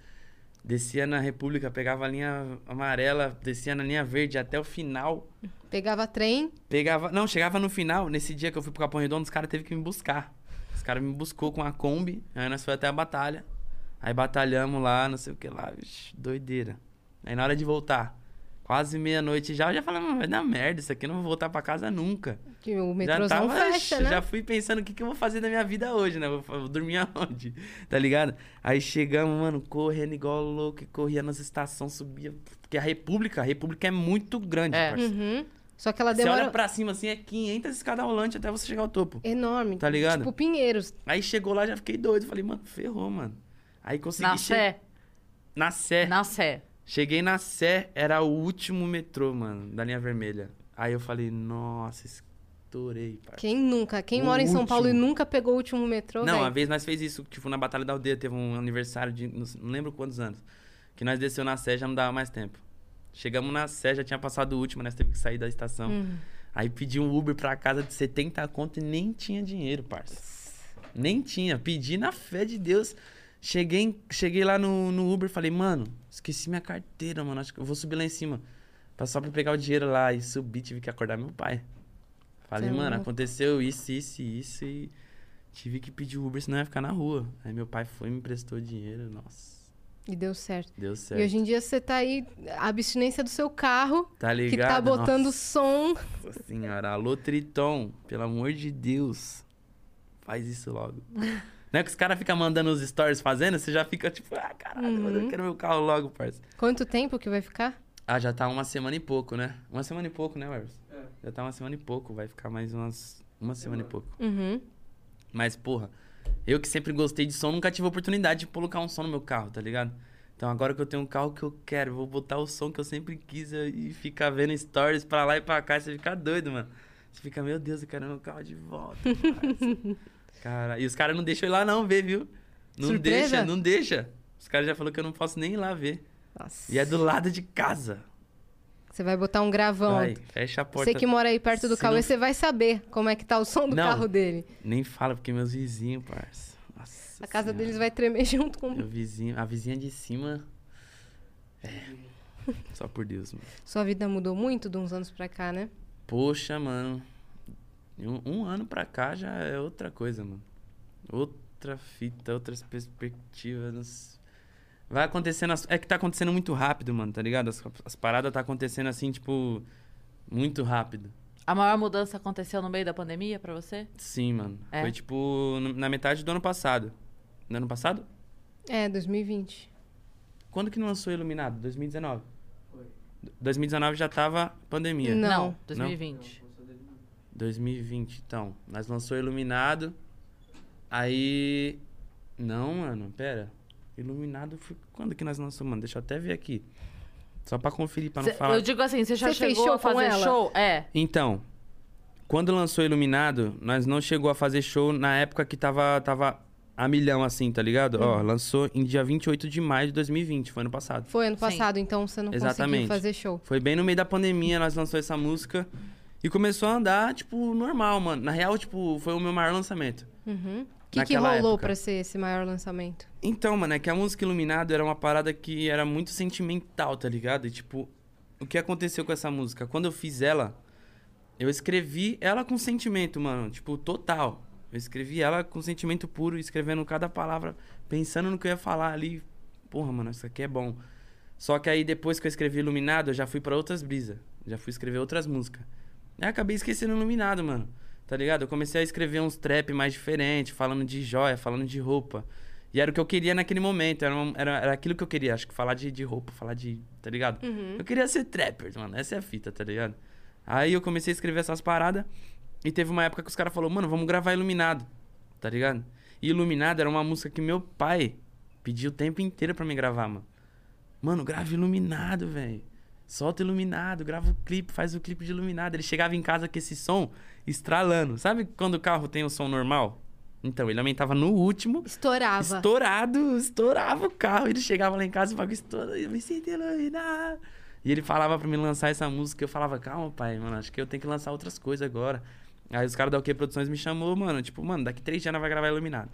Speaker 3: descia na República, pegava a linha amarela, descia na linha verde até o final.
Speaker 2: Pegava trem,
Speaker 3: Pegava. Não, chegava no final. Nesse dia que eu fui pro Capão Redondo, os caras teve que me buscar. Os caras me buscou com a Kombi. Aí nós foi até a batalha. Aí batalhamos lá, não sei o que lá. Ixi, doideira. Aí na hora de voltar, quase meia-noite já, eu já falei, mano, vai dar merda, isso aqui eu não vou voltar pra casa nunca.
Speaker 2: que o metrôzão fecha,
Speaker 3: ixi,
Speaker 2: né?
Speaker 3: já fui pensando o que, que eu vou fazer da minha vida hoje, né? Vou, vou dormir aonde? Tá ligado? Aí chegamos, mano, correndo igual louco, corria nas estações, subia. Porque a República, a República é muito grande,
Speaker 1: É.
Speaker 3: parceiro.
Speaker 2: Uhum. Só que ela
Speaker 3: Você
Speaker 2: demora
Speaker 3: olha pra cima assim, é 500 escada rolante até você chegar ao topo.
Speaker 2: enorme.
Speaker 3: Tá ligado?
Speaker 2: Tipo Pinheiros.
Speaker 3: Aí chegou lá, já fiquei doido. Falei, mano, ferrou, mano. Aí consegui.
Speaker 1: Na
Speaker 3: che-
Speaker 1: Sé.
Speaker 3: Na Sé.
Speaker 1: Na Sé.
Speaker 3: Cheguei na Sé, era o último metrô, mano, da linha vermelha. Aí eu falei, nossa, estourei, parça.
Speaker 2: Quem nunca? Quem
Speaker 3: O
Speaker 2: mora em São Paulo e
Speaker 3: último.
Speaker 2: nunca pegou o último metrô,
Speaker 3: Não, uma
Speaker 2: velho?
Speaker 3: vez nós fez isso, tipo, na Batalha da Aldeia, teve um aniversário de não sei- não lembro quantos anos. Que nós desceu na Sé, já não dava mais tempo. Chegamos na Sé, já tinha passado o último, nós teve que sair da estação. Aí pedi um Uber pra casa de 70 conto e nem tinha dinheiro, parça. Nem tinha. Pedi na fé de Deus. Cheguei, em- cheguei lá no, no Uber falei, mano, esqueci minha carteira, mano. Acho que eu vou subir lá em cima. pra- Só pra pegar o dinheiro lá. E subi, tive que acordar meu pai. Falei,
Speaker 2: Tá
Speaker 3: mano,
Speaker 2: louco.
Speaker 3: aconteceu isso, isso, e isso e tive que pedir Uber, senão eu ia ficar na rua. Aí meu pai foi, me emprestou dinheiro, nossa,
Speaker 2: E deu certo.
Speaker 3: deu certo.
Speaker 2: E hoje em dia você tá aí, a abstinência do seu carro,
Speaker 3: Tá
Speaker 2: que
Speaker 3: ligado?
Speaker 2: tá botando
Speaker 3: Nossa
Speaker 2: som.
Speaker 3: senhora, alô Triton, pelo amor de Deus, faz isso logo. Não é que os caras ficam mandando os stories fazendo, você já fica tipo, ah, caralho, mano, eu quero meu carro logo, parça.
Speaker 2: Quanto tempo que vai ficar?
Speaker 3: Ah, já tá uma semana e pouco, né? Uma semana e pouco, né, Wervis? Já tá uma semana e pouco, vai ficar mais umas... Uma semana e pouco.
Speaker 2: Uhum.
Speaker 3: Mas, porra, eu que sempre gostei de som, nunca tive oportunidade de colocar um som no meu carro, tá ligado? Então agora que eu tenho um carro que eu quero, vou botar o som que eu sempre quis eh, e ficar vendo stories pra lá e pra cá, você fica doido, mano. Você fica, meu Deus, eu quero meu carro de volta. parça." cara, e os caras não deixam eu ir lá não ver, viu? Não
Speaker 2: Surpresa?
Speaker 3: deixa, não deixa. Os caras já falaram que eu não posso nem ir lá ver.
Speaker 2: Nossa.
Speaker 3: E é do lado de casa.
Speaker 2: Você vai botar um gravão.
Speaker 3: Vai, fecha a porta.
Speaker 2: Você que mora aí perto do
Speaker 3: Se
Speaker 2: Cauê,
Speaker 3: não-
Speaker 2: você vai saber como é que tá o som do
Speaker 3: Não.
Speaker 2: carro dele.
Speaker 3: Nem fala, porque meus vizinhos, parça. Nossa
Speaker 2: A casa
Speaker 3: Senhora.
Speaker 2: deles vai tremer junto com.
Speaker 3: Meu vizinho, a vizinha de cima. É. Só por Deus, mano.
Speaker 2: Sua vida mudou muito de uns anos pra cá, né?
Speaker 3: Poxa, mano. Um, um ano pra cá já é outra coisa, mano. Outra fita, outras perspectivas. não s- Vai acontecendo. as- É que tá acontecendo muito rápido, mano, tá ligado? As, as paradas tá acontecendo assim, tipo. Muito rápido.
Speaker 1: A maior mudança aconteceu no meio da pandemia pra você?
Speaker 3: Sim, mano.
Speaker 1: É?
Speaker 3: Foi tipo no- na metade do ano passado. No ano passado?
Speaker 2: É, 2020.
Speaker 3: Quando que não lançou Iluminado? 2019? Foi. 2019 já tava pandemia.
Speaker 2: Não.
Speaker 1: 2020.
Speaker 3: 2020, então. Nós lançou Iluminado. Aí. Não, mano, pera. Iluminado foi. Quando que nós lançamos, mano? Deixa eu até ver aqui. Só pra conferir, pra não
Speaker 1: Cê-
Speaker 3: falar.
Speaker 1: Eu digo assim, você já
Speaker 2: Você fez
Speaker 1: chegou
Speaker 2: show
Speaker 1: a
Speaker 2: com
Speaker 1: fazer
Speaker 2: ela?
Speaker 1: show? É.
Speaker 3: Então, quando lançou Iluminado, nós não chegou a fazer show na época que tava, tava a milhão, assim, tá ligado? Ó,
Speaker 1: Uhum.
Speaker 3: lançou em dia 28 de maio de 2020, foi ano passado.
Speaker 2: Foi ano
Speaker 1: Sim.
Speaker 2: passado, então você não conseguiu
Speaker 3: Exatamente.
Speaker 2: fazer show.
Speaker 3: Foi bem no meio da pandemia, nós lançou essa música. E começou a andar, tipo, normal, mano. Na real, tipo, foi o meu maior lançamento.
Speaker 2: Uhum. O que, que
Speaker 3: Naquela
Speaker 2: rolou
Speaker 3: época.
Speaker 2: pra ser esse maior lançamento?
Speaker 3: Então, mano, é que a música Iluminado era uma parada que era muito sentimental, tá ligado? E, tipo, o que aconteceu com essa música? Quando eu fiz ela, eu escrevi ela com sentimento, mano. Tipo, total. Eu escrevi ela com sentimento puro, escrevendo cada palavra, pensando no que eu ia falar ali. Porra, mano, isso aqui é bom. Só que aí depois que eu escrevi Iluminado, eu já fui pra outras brisas. Já fui escrever outras músicas. Aí acabei esquecendo Iluminado, mano. Tá ligado? Eu comecei a escrever uns trap mais diferentes, falando de joia, falando de roupa. E era o que eu queria naquele momento, era, um- era, era aquilo que eu queria, acho que falar de, de roupa, falar de. tá ligado? Eu queria ser trapper, mano, essa é a fita, tá ligado? Aí eu comecei a escrever essas paradas e teve uma época que os caras falaram, mano, vamos gravar Iluminado, tá ligado? E Iluminado era uma música que meu pai pediu o tempo inteiro pra me gravar, mano. Mano, grava Iluminado, velho. Solta Iluminado, grava o clipe, faz o clipe de Iluminado. Ele chegava em casa com esse som estralando. Sabe quando o carro tem o som normal? Então, ele aumentava no último
Speaker 2: Estourava.
Speaker 3: Estourado, estourava o carro. Ele chegava lá em casa e o bagulho estourava. Eu me senti iluminado. E ele falava pra mim lançar essa música. Eu falava, calma, pai, mano, acho que eu tenho que lançar outras coisas agora. Aí os caras da OK Produções me chamou, mano. Tipo, mano, daqui três dias nós vai gravar Iluminado.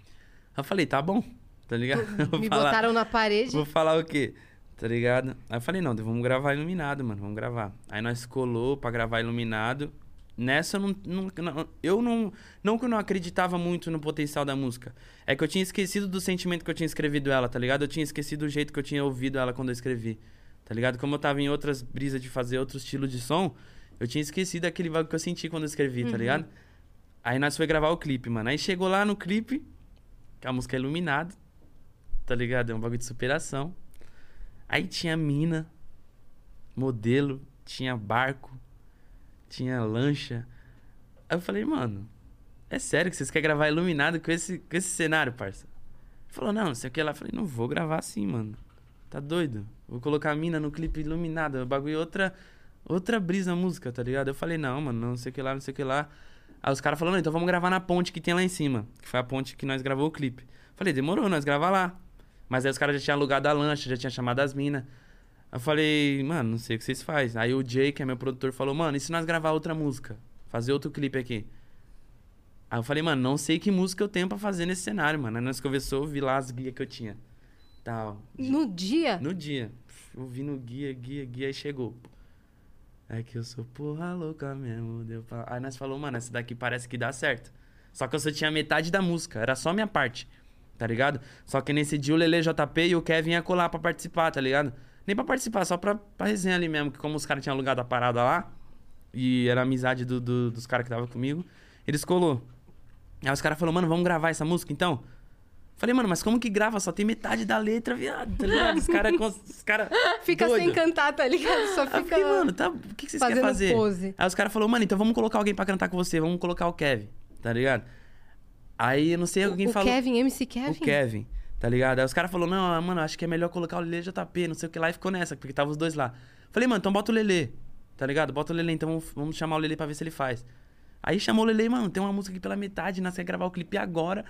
Speaker 3: Aí eu falei, tá bom, tá ligado? Eu vou
Speaker 2: Me
Speaker 3: falar-
Speaker 2: botaram na parede.
Speaker 3: Vou falar o quê? Tá ligado? Aí eu falei, não, vamos gravar iluminado, mano, vamos gravar. Aí nós colou pra gravar iluminado. Nessa eu não, não- não- Eu não. Não que eu não acreditava muito no potencial da música. É que eu tinha esquecido do sentimento que eu tinha escrevido ela, tá ligado? Eu tinha esquecido do jeito que eu tinha ouvido ela quando eu escrevi. Tá ligado? Como eu tava em outras brisas de fazer outro estilo de som, eu tinha esquecido aquele bagulho que eu senti quando eu escrevi, tá ligado? Aí nós foi gravar o clipe, mano. Aí chegou lá no clipe, que a música é iluminado, tá ligado? É um bagulho de superação. Aí tinha mina, modelo, tinha barco, tinha lancha. Aí eu falei, mano, é sério que vocês querem gravar iluminado com esse, com esse cenário, parça? Ele falou, não, não sei o que lá. Eu falei, não vou gravar assim, mano. Tá doido? Vou colocar a mina no clipe iluminado. O bagulho é outra, outra brisa a música, tá ligado? Eu falei, não, mano, não sei o que lá, não sei o que lá. Aí os caras falaram, "Não, então vamos gravar na ponte que tem lá em cima. Que foi a ponte que nós gravou o clipe. Falei, demorou, nós gravar lá. Mas aí os caras já tinham alugado a lancha, já tinham chamado as minas. Eu falei, mano, não sei o que vocês fazem. Aí o Jay, que é meu produtor, falou, mano, e se nós gravar outra música? Fazer outro clipe aqui? Aí eu falei, mano, não sei que música eu tenho pra fazer nesse cenário, mano. Aí nós conversou, eu vi lá as guias que eu tinha. Tal.
Speaker 2: No dia.
Speaker 3: No dia. Eu vi no guia, guia, guia e chegou. É que eu sou porra louca mesmo. Deu pra... Aí nós falou, mano, essa daqui parece que dá certo. Só que eu só tinha metade da música, era só minha parte, tá ligado? Só que nesse dia o Lele JP e o Kevin ia colar pra participar, tá ligado? Nem pra participar, só pra, pra resenha ali mesmo, que como os caras tinham alugado a parada lá, e era a amizade do- do- dos caras que tava comigo, eles colou. Aí os caras falaram, mano, vamos gravar essa música então? Falei, mano, mas como que grava? Só tem metade da letra, viado, tá ligado? Os caras. Os cara
Speaker 2: Fica
Speaker 3: doido.
Speaker 2: sem cantar, tá ligado? Só
Speaker 3: Aí eu
Speaker 2: fica.
Speaker 3: fiquei, mano, tá, o que, que vocês querem
Speaker 2: fazendo
Speaker 3: fazer?
Speaker 2: pose.
Speaker 3: Aí os caras falaram, mano, então vamos colocar alguém pra cantar com você, vamos colocar o Kevin, tá ligado? Aí eu não sei, alguém
Speaker 2: o
Speaker 3: falou.
Speaker 2: Kevin, é assim?" MC Kevin?
Speaker 3: O Kevin, tá ligado? Aí os caras falaram, não, mano, acho que é melhor colocar o Lele JP, não sei o que lá, e ficou nessa, porque tava os dois lá. Falei, mano, então bota o Lele, tá ligado? Bota o Lele, então vamos, vamos chamar o Lele pra ver se ele faz. Aí chamou o Lele, mano, tem uma música aqui pela metade, nós queremos gravar o clipe agora.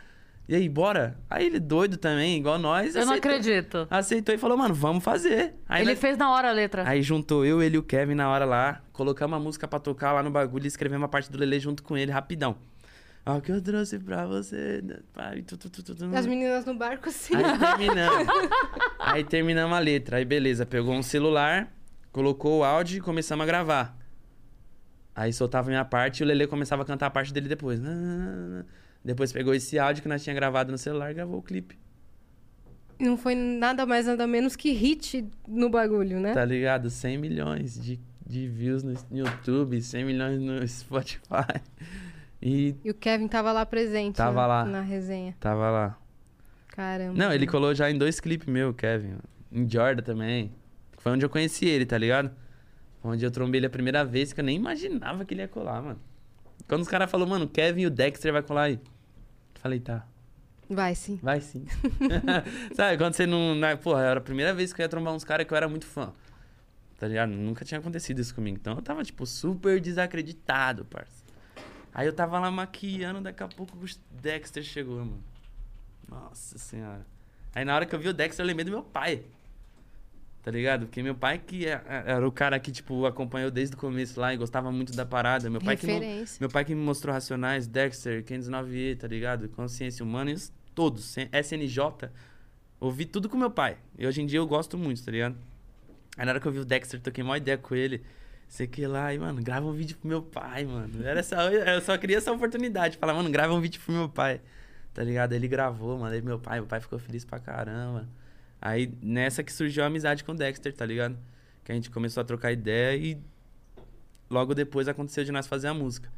Speaker 3: E aí, bora? Aí ele doido também, igual nós.
Speaker 1: Eu não
Speaker 3: aceitou-
Speaker 1: acredito.
Speaker 3: Aceitou e falou, mano, vamos fazer. Aí
Speaker 1: Ele
Speaker 3: nós-
Speaker 1: fez na hora a letra.
Speaker 3: Aí juntou eu, ele e o Kevin na hora lá, colocamos a música pra tocar lá no bagulho e escrevemos a parte do Lele junto com ele, rapidão. Ó, o que eu trouxe pra você. né, pai, tu, tu, tu, tu, tu.
Speaker 2: As meninas no barco, assim. sim.
Speaker 3: Aí terminamos. aí terminamos a letra. Aí beleza, pegou um celular, colocou o áudio e começamos a gravar. Aí soltava a minha parte e o Lele começava a cantar a parte dele depois. Nã, nã, nã, nã. Depois pegou esse áudio que nós tinha gravado no celular e gravou o clipe.
Speaker 2: Não foi nada mais, nada menos que hit no bagulho, né?
Speaker 3: Tá ligado? 100 milhões de, de views no YouTube, 100 milhões no Spotify. E
Speaker 2: E o Kevin tava lá presente.
Speaker 3: Tava
Speaker 2: né?
Speaker 3: lá.
Speaker 2: Na resenha.
Speaker 3: tava lá.
Speaker 2: Caramba.
Speaker 3: Não, ele colou já em dois clipes meu, o Kevin. Em Jordan também. Foi onde eu conheci ele, tá ligado? Foi onde eu trombei ele a primeira vez, que eu nem imaginava que ele ia colar, mano. Quando os caras falaram, mano, o Kevin e o Dexter vai colar aí. Eu Falei, tá,
Speaker 2: Vai sim.
Speaker 3: vai sim. Sabe, quando você não. na- Porra, era a primeira vez que eu ia trombar uns caras que eu era muito fã. Tá ligado? Nunca tinha acontecido isso comigo. Então eu tava, tipo, super desacreditado, parça. Aí eu tava lá maquiando, daqui a pouco o Dexter chegou, mano. Nossa senhora. Aí na hora que eu vi o Dexter, eu lembrei do meu pai. Tá ligado? Porque meu pai que é- era o cara que, tipo, acompanhou desde o começo lá e gostava muito da parada. Meu pai que não,
Speaker 2: Referência.
Speaker 3: meu pai que me mostrou Racionais, Dexter, 509E, tá ligado? Consciência Humana e os- todos. C- SNJ. Ouvi tudo com meu pai. E hoje em dia eu gosto muito, tá ligado? Aí na hora que eu vi o Dexter, toquei maior ideia com ele. sei o que lá. E, mano, grava um vídeo pro meu pai, mano. Era só, eu só queria essa oportunidade. Falar, mano, grava um vídeo pro meu pai. Tá ligado? Ele gravou, mano. Aí meu pai, meu pai ficou feliz pra caramba. Aí nessa que surgiu a amizade com o Dexter, tá ligado? Que a gente começou a trocar ideia e logo depois aconteceu de nós fazer a música.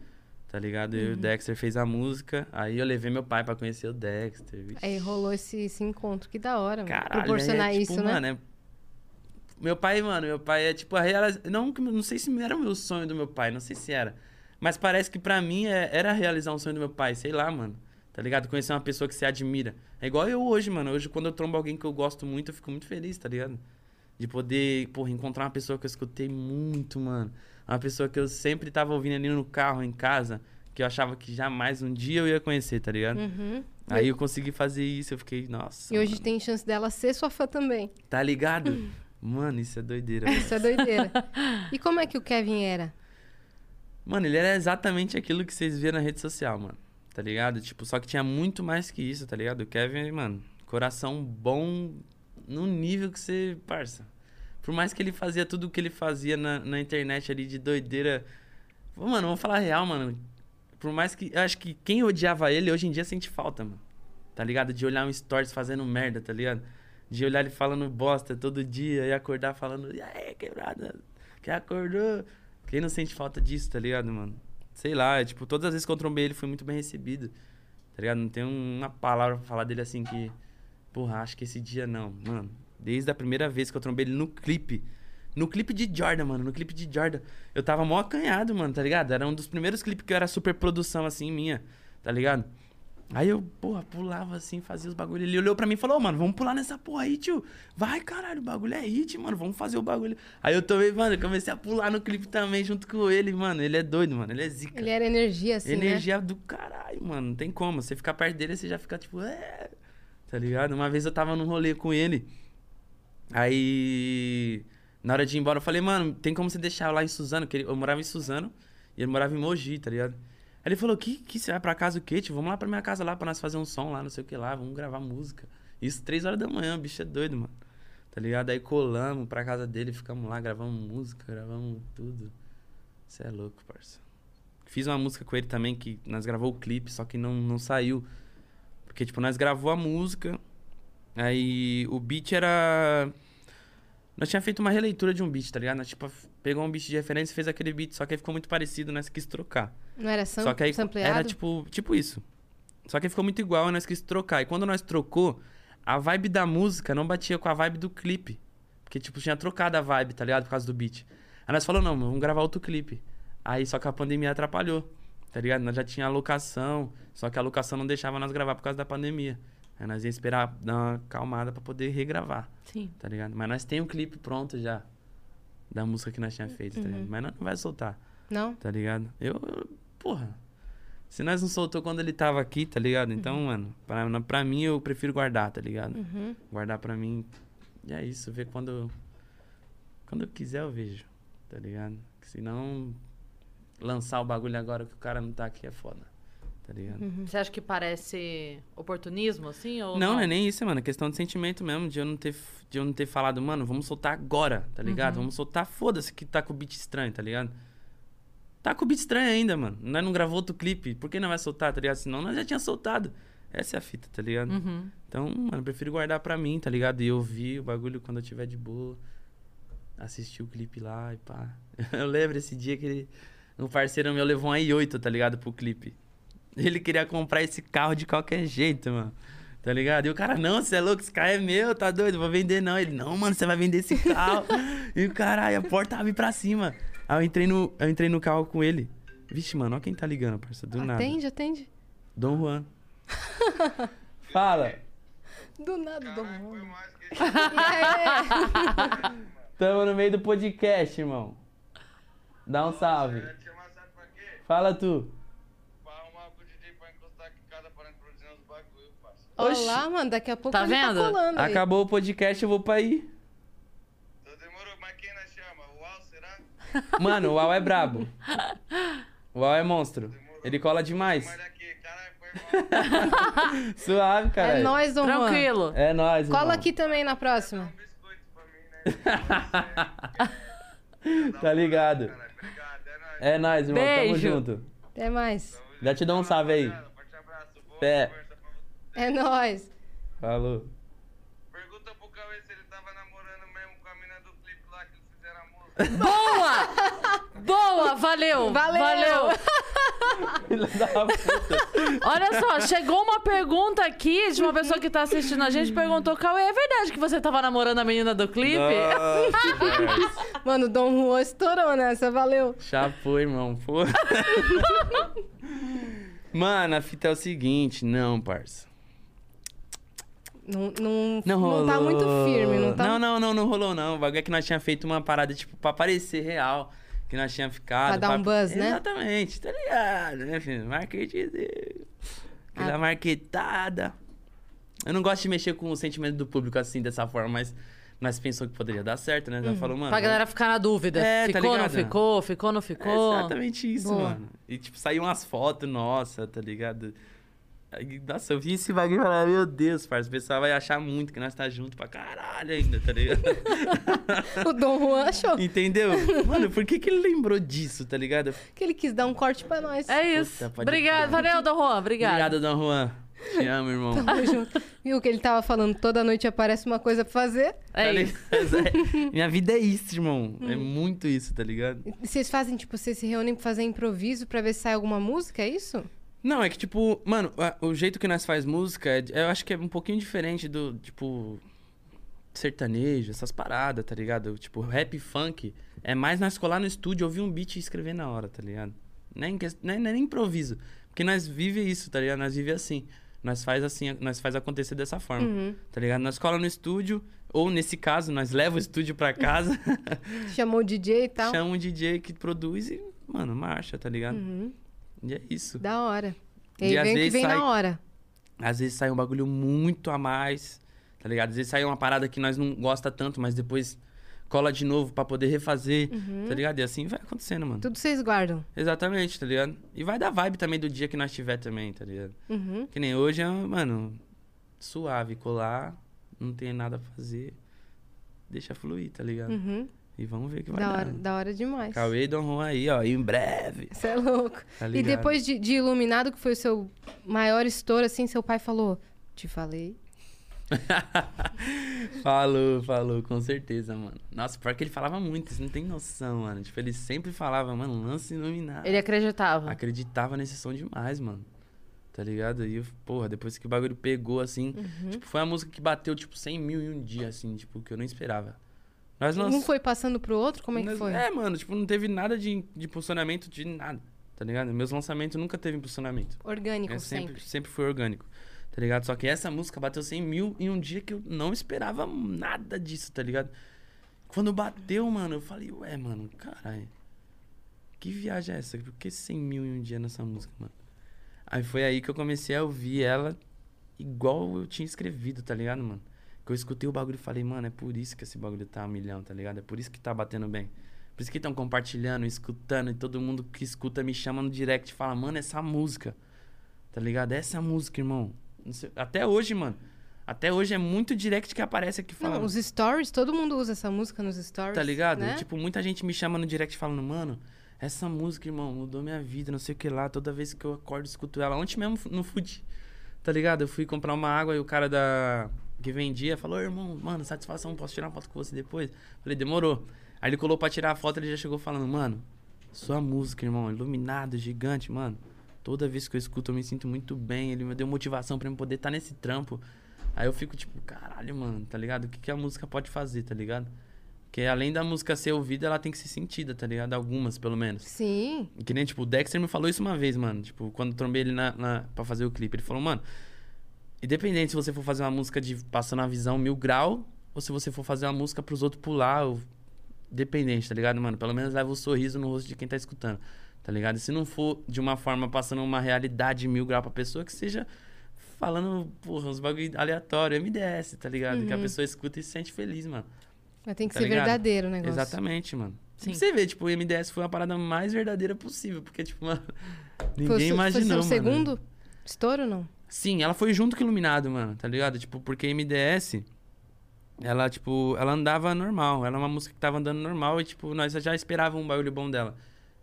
Speaker 3: Tá ligado? Eu e o Dexter fez a música, aí eu levei meu pai pra conhecer o Dexter. vixe.
Speaker 2: Aí rolou esse, esse encontro, que da hora. mano.
Speaker 3: Caralho,
Speaker 2: proporcionar
Speaker 3: é, tipo,
Speaker 2: isso, né?
Speaker 3: mano, é- Meu pai, mano, meu pai é tipo a realização. Não, que- não sei se era o meu sonho do meu pai, não sei se era. Mas parece que pra mim é- era realizar um sonho do meu pai, sei lá, mano. Tá ligado? Conhecer uma pessoa que você admira. É igual eu hoje, mano. Hoje, quando eu trombo alguém que eu gosto muito, eu fico muito feliz, tá ligado? De poder, porra, encontrar uma pessoa que eu escutei muito, mano. Uma pessoa que eu sempre tava ouvindo ali no carro, em casa, que eu achava que jamais um dia eu ia conhecer, tá ligado?
Speaker 2: Uhum.
Speaker 3: Aí eu consegui fazer isso, eu fiquei, nossa.
Speaker 2: E hoje
Speaker 3: mano.
Speaker 2: tem chance dela ser sua fã também.
Speaker 3: Tá ligado? Mano, isso é doideira. velho.
Speaker 2: Isso é doideira. e como é que o Kevin era?
Speaker 3: Mano, ele era exatamente aquilo que vocês viram na rede social, mano. Tá ligado? Tipo, só que tinha muito mais que isso, tá ligado? O Kevin, mano, coração bom no nível que você, parça. Por mais que ele fazia tudo o que ele fazia na, na internet ali de doideira. Pô, Mano, vamos falar a real, mano. Por mais que. Eu acho que quem odiava ele hoje em dia sente falta, mano. Tá ligado? De olhar um stories fazendo merda, tá ligado? De olhar ele falando bosta todo dia e acordar falando. E aí, quebrada? Quem acordou? Quem não sente falta disso, tá ligado, mano? Sei lá, é, tipo, todas as vezes que eu trombei ele foi muito bem recebido. Tá ligado? Não tem uma palavra pra falar dele assim que. Porra, acho que esse dia não, mano. Desde a primeira vez que eu trombei ele no clipe. No clipe de Jordan, mano. No clipe de Jordan. Eu tava mó acanhado, mano, tá ligado? Era um dos primeiros clipes que eu era super produção, assim, minha. Tá ligado? Aí eu, porra, pulava assim, fazia os bagulho. Ele olhou pra mim e falou, ô, mano, vamos pular nessa porra aí, tio. Vai, caralho, o bagulho é hit, mano, vamos fazer o bagulho. Aí eu também, mano, comecei a pular no clipe também junto com ele, mano. Ele é doido, mano, ele é zica.
Speaker 2: Ele era energia, assim,
Speaker 3: Energia do caralho, mano. Não tem como. Você ficar perto dele, você já fica tipo. "É", Tá ligado? Uma vez eu tava num rolê com ele. Aí. Na hora de ir embora, eu falei, mano, tem como você deixar eu lá em Suzano? Que ele- eu morava em Suzano e ele morava em Mogi, tá ligado? Aí ele falou, que, que você vai pra casa o quê? Tipo, vamos lá pra minha casa lá pra nós fazer um som lá, não sei o que lá, vamos gravar música. Isso três horas da manhã, o bicho é doido, mano. Tá ligado? Aí colamos pra casa dele, ficamos lá, gravamos música, gravamos tudo. Você é louco, parça. Fiz uma música com ele também, que nós gravou o clipe, só que não, não saiu. Porque, tipo, nós gravou a música, aí o beat era... Nós tinha feito uma releitura de um beat, tá ligado? Nós, tipo, f- pegou um beat de referência e fez aquele beat, só que aí ficou muito parecido, nós quis trocar.
Speaker 2: né? Não era sam
Speaker 3: só que aí
Speaker 2: sampleado?
Speaker 3: era, tipo, tipo isso. Só que aí ficou muito igual e nós quis trocar. E quando nós trocou, a vibe da música não batia com a vibe do clipe. Porque, tipo, tinha trocado a vibe, tá ligado? Por causa do beat. Aí nós falamos, não, mano, vamos gravar outro clipe. Aí só que a pandemia atrapalhou, tá ligado? Nós já tinha alocação, só que a alocação não deixava nós gravar por causa da pandemia. Aí nós ia esperar dar uma calmada pra poder regravar,
Speaker 1: Sim.
Speaker 3: tá ligado? Mas nós tem um clipe pronto já da música que nós tinha feito, tá ligado? Mas nós não vai soltar
Speaker 2: Não?
Speaker 3: tá ligado? Eu, eu- porra. Se nós não soltou quando ele tava aqui, tá ligado? Então, mano, pra, na- pra mim eu prefiro guardar, tá ligado?
Speaker 2: Uhum.
Speaker 3: Guardar pra mim. E é isso, ver quando eu, quando eu quiser eu vejo, tá ligado? Que se não lançar o bagulho agora que o cara não tá aqui é foda, tá ligado?
Speaker 1: Você acha que parece oportunismo, assim? Ou
Speaker 3: Não, não é nem isso, mano. É questão de sentimento mesmo, de eu não ter, de eu não ter falado, mano, vamos soltar agora, tá ligado? Vamos soltar, foda-se que tá com o beat estranho, tá ligado? Tá com o beat estranho ainda, mano. Nós não gravou outro clipe, por que não vai soltar, tá ligado? Senão nós já tinha soltado. Essa é a fita, tá ligado?
Speaker 1: Uhum.
Speaker 3: Então, mano, eu prefiro guardar pra mim, tá ligado? E ouvir o bagulho quando eu tiver de boa. Assistir o clipe lá e pá. Eu lembro esse dia que ele- um parceiro meu levou um i8, tá ligado? Pro clipe. Ele queria comprar esse carro de qualquer jeito, mano. Tá ligado? E o cara, não, você é louco, esse carro é meu, tá doido? Vou vender não. Ele, não, mano, você vai vender esse carro. e o caralho, a porta abre pra cima. Aí eu entrei no, eu entrei no carro com ele. Vixe, mano, olha quem tá ligando, parça. Do nada.
Speaker 2: atende, atende.
Speaker 3: Dom Juan. Fala.
Speaker 2: Do É. nada, Dom Juan.
Speaker 3: Tamo no meio do podcast, irmão. Dá um salve.
Speaker 5: É, te chamar sabe pra quê?
Speaker 3: Fala tu.
Speaker 5: Pra arrumar pro DJ pra encostar aqui em casa pra nós produzir uns bagulho, parceiro.
Speaker 2: Olha lá, mano, daqui a pouco
Speaker 1: Tá
Speaker 2: ele
Speaker 1: vendo?
Speaker 2: tá colando aí.
Speaker 3: Acabou o podcast, eu vou pra aí.
Speaker 5: Então demorou, mas quem nós chama? O Al, será?
Speaker 3: Mano, o Uau é brabo. O Uau é monstro. Ele cola demais.
Speaker 5: Mas daqui, caralho, foi mal.
Speaker 3: Suave, cara.
Speaker 2: É nóis, Dom Juan.
Speaker 1: Tranquilo.
Speaker 3: É nóis,
Speaker 2: Cola
Speaker 3: irmão.
Speaker 2: aqui também na
Speaker 5: Dá
Speaker 2: próxima.
Speaker 5: um biscoito pra mim, né? Dá um
Speaker 3: Tá ligado.
Speaker 5: caralho.
Speaker 3: É nóis, irmão. Tamo
Speaker 1: Beijo.
Speaker 3: junto.
Speaker 2: Até mais.
Speaker 3: Já te dou um salve aí.
Speaker 5: Rapaziada, Forte abraço. Boa
Speaker 3: Pé.
Speaker 5: conversa pra você.
Speaker 2: É nóis.
Speaker 3: Falou.
Speaker 5: Pergunta pro Cauê se ele tava namorando mesmo com a mina do clipe lá que eles fizeram a música.
Speaker 1: Boa! Boa, valeu!
Speaker 2: Valeu!
Speaker 3: Filha da puta.
Speaker 1: Olha só, chegou uma pergunta aqui de uma pessoa que tá assistindo a gente, perguntou, Cauê, é verdade que você tava namorando a menina do clipe?
Speaker 3: Nossa, velho.
Speaker 2: Mano, o Dom Juan estourou nessa, valeu.
Speaker 3: Chapô, irmão. Pô. Mano, a fita é o seguinte. Não, parça.
Speaker 2: Não, não,
Speaker 3: Não rolou.
Speaker 2: tá muito firme, não tá
Speaker 3: Não, não, não, não rolou, não. O bagulho é que nós tínhamos feito uma parada, tipo, pra parecer real. Que nós tínhamos ficado.
Speaker 2: Pra dar um buzz, né?
Speaker 3: Exatamente, tá ligado, né, filho? Marketing.
Speaker 2: Ah.
Speaker 3: Aquela marquetada. Eu não gosto de mexer com o sentimento do público assim, dessa forma, mas nós pensamos que poderia dar certo,
Speaker 2: Uhum.
Speaker 3: né? Nós falamos, mano.
Speaker 1: Pra galera ficar na dúvida.
Speaker 3: É, tá
Speaker 1: ficou, não
Speaker 3: ligado?
Speaker 1: ficou, ficou, não
Speaker 3: É
Speaker 1: ficou.
Speaker 3: exatamente isso,
Speaker 2: Boa.
Speaker 3: mano. E, tipo, saiu umas fotos, nossa, tá ligado? Aí, Nossa, eu vi esse bagulho e falei, "Ah, meu Deus, parça, o pessoal vai achar muito que nós tá junto pra caralho ainda, tá ligado?
Speaker 2: O Dom Juan achou
Speaker 3: Entendeu? Mano, por que, que ele lembrou disso, tá ligado?
Speaker 2: que ele quis dar um corte pra nós.
Speaker 1: É isso.
Speaker 3: Puta, pode
Speaker 1: Obrigado,
Speaker 3: crer.
Speaker 1: valeu, Dom Juan. Obrigado. Tá,
Speaker 3: Obrigado, Dom Juan. Te amo, irmão.
Speaker 2: Tamo junto. Viu que ele tava falando? Toda noite aparece uma coisa pra fazer.
Speaker 3: Tá
Speaker 1: É isso. Uhum.
Speaker 3: ligado? É- Minha vida é isso, irmão. É muito isso, tá ligado?
Speaker 2: E Vocês fazem, tipo, vocês se reúnem pra fazer improviso pra ver se sai alguma música, é isso?
Speaker 3: Não, é que, tipo, mano, a- o jeito que nós faz música, é de- eu acho que é um pouquinho diferente do, tipo, sertanejo, essas paradas, tá ligado? Tipo, rap e funk. É mais nós colar no estúdio, ouvir um beat e escrever na hora, tá ligado? Nem, ques- nem, nem é improviso. Porque nós vive isso, tá ligado? Nós vive assim. Nós faz assim, nós faz acontecer dessa forma,
Speaker 2: Uhum.
Speaker 3: tá ligado? Nós cola no estúdio, ou nesse caso, nós leva o estúdio pra casa,
Speaker 2: Chamou o DJ e tal.
Speaker 3: chama um DJ que produz e, mano, marcha, tá ligado?
Speaker 2: Uhum.
Speaker 3: E é isso.
Speaker 2: Da hora. E aí
Speaker 3: E às
Speaker 2: vem o que
Speaker 3: vezes
Speaker 2: vem
Speaker 3: sai-
Speaker 2: na hora.
Speaker 3: Às vezes sai um bagulho muito a mais, tá ligado? Às vezes sai uma parada que nós não gosta tanto, mas depois cola de novo pra poder refazer, tá ligado? E assim vai acontecendo, mano.
Speaker 2: Uhum. Tudo vocês guardam.
Speaker 3: Exatamente, tá ligado? E vai da vibe também do dia que nós tiver também, tá ligado?
Speaker 2: Uhum.
Speaker 3: Que nem hoje é, mano, suave, colar, não tem nada a fazer, deixa fluir, tá ligado?
Speaker 2: Uhum.
Speaker 3: E vamos ver o que vai
Speaker 2: Da hora,
Speaker 3: dar.
Speaker 2: da hora demais.
Speaker 3: Cauê e Dom Juan aí, ó, em breve.
Speaker 2: Você é louco.
Speaker 3: Tá
Speaker 2: e
Speaker 3: ligado?
Speaker 2: depois de, de Iluminado, que foi o seu maior estouro, assim, seu pai falou: Te falei.
Speaker 3: falou, falou, com certeza, mano. Nossa, pior que ele falava muito, você não tem noção, mano. Tipo, ele sempre falava, mano, lance iluminado.
Speaker 1: Ele acreditava.
Speaker 3: Acreditava nesse som demais, mano. Tá ligado? E, porra, depois que o bagulho pegou, assim,
Speaker 2: Uhum.
Speaker 3: tipo, foi uma música que bateu, tipo, 100 mil em um dia, assim, tipo, que eu não esperava. Nós
Speaker 2: Um
Speaker 3: lançamos.
Speaker 2: foi passando pro outro? Como é que
Speaker 3: Mas-
Speaker 2: foi?
Speaker 3: É, mano, tipo, não teve nada de, de impulsionamento de nada, tá ligado? Meus lançamentos nunca teve impulsionamento.
Speaker 2: Orgânico,
Speaker 3: É,
Speaker 2: sempre.
Speaker 3: sempre, sempre foi orgânico, tá ligado? Só que essa música bateu 100 mil em um dia que eu não esperava nada disso, tá ligado? Quando bateu, mano, eu falei, ué, mano, caralho, que viagem é essa? Por que 100 mil em um dia nessa música, mano? Aí foi aí que eu comecei a ouvir ela igual eu tinha escrevido, tá ligado, mano? Que eu escutei o bagulho e falei, mano, é por isso que esse bagulho tá a milhão, tá ligado? É por isso que tá batendo bem. Por isso que estão compartilhando, escutando, e todo mundo que escuta me chama no direct e fala, mano, essa música. Tá ligado? Essa é a música, irmão. Não sei- Até hoje, mano. Até hoje é muito direct que aparece aqui falando.
Speaker 2: Não, os stories, todo mundo usa essa música nos stories.
Speaker 3: Tá ligado?
Speaker 2: Né?
Speaker 3: Tipo, muita gente me chama no direct falando, mano, essa música, irmão, mudou minha vida, não sei o que lá. Toda vez que eu acordo, escuto ela. Ontem mesmo no food, tá ligado? Eu fui comprar uma água e o cara da. que vendia falou, "Ô, irmão, mano, satisfação, posso tirar uma foto com você depois? Falei, demorou. Aí ele colou pra tirar a foto, ele já chegou falando, mano, sua música, irmão, iluminado, gigante, mano. Toda vez que eu escuto, eu me sinto muito bem. Ele me deu motivação pra eu poder estar nesse trampo. Aí eu fico tipo, caralho, mano, tá ligado? O que, que a música pode fazer, tá ligado? Porque além da música ser ouvida, ela tem que ser sentida, tá ligado? Algumas, pelo menos.
Speaker 2: Sim.
Speaker 3: E Que nem, tipo, o Dexter me falou isso uma vez, mano. Tipo, quando eu trombei ele na, na, pra fazer o clipe. Ele falou, mano, independente se você for fazer uma música de passando a visão mil grau, ou se você for fazer uma música pros outros pular, ou... dependente, tá ligado, mano? Pelo menos leva o sorriso no rosto de quem tá escutando, tá ligado? E se não for de uma forma passando uma realidade mil grau pra pessoa, que seja falando, porra, uns bagulho aleatório, MDS, tá ligado? Que a pessoa escuta e se sente feliz, mano.
Speaker 2: Mas tem que
Speaker 3: Tá
Speaker 2: ser
Speaker 3: ligado?
Speaker 2: verdadeiro o negócio.
Speaker 3: Exatamente, mano.
Speaker 1: Sim.
Speaker 3: Você vê, tipo, o MDS foi a parada mais verdadeira possível, porque, tipo, mano, ninguém
Speaker 2: Foi o seu-
Speaker 3: imaginou,
Speaker 2: Foi o
Speaker 3: mano.
Speaker 2: seu segundo estouro, não?
Speaker 3: Sim, ela foi junto com o Iluminado, mano, tá ligado? Tipo, porque MDS, ela, tipo, ela andava normal. Ela é uma música que tava andando normal e, tipo, nós já esperávamos um bagulho bom dela.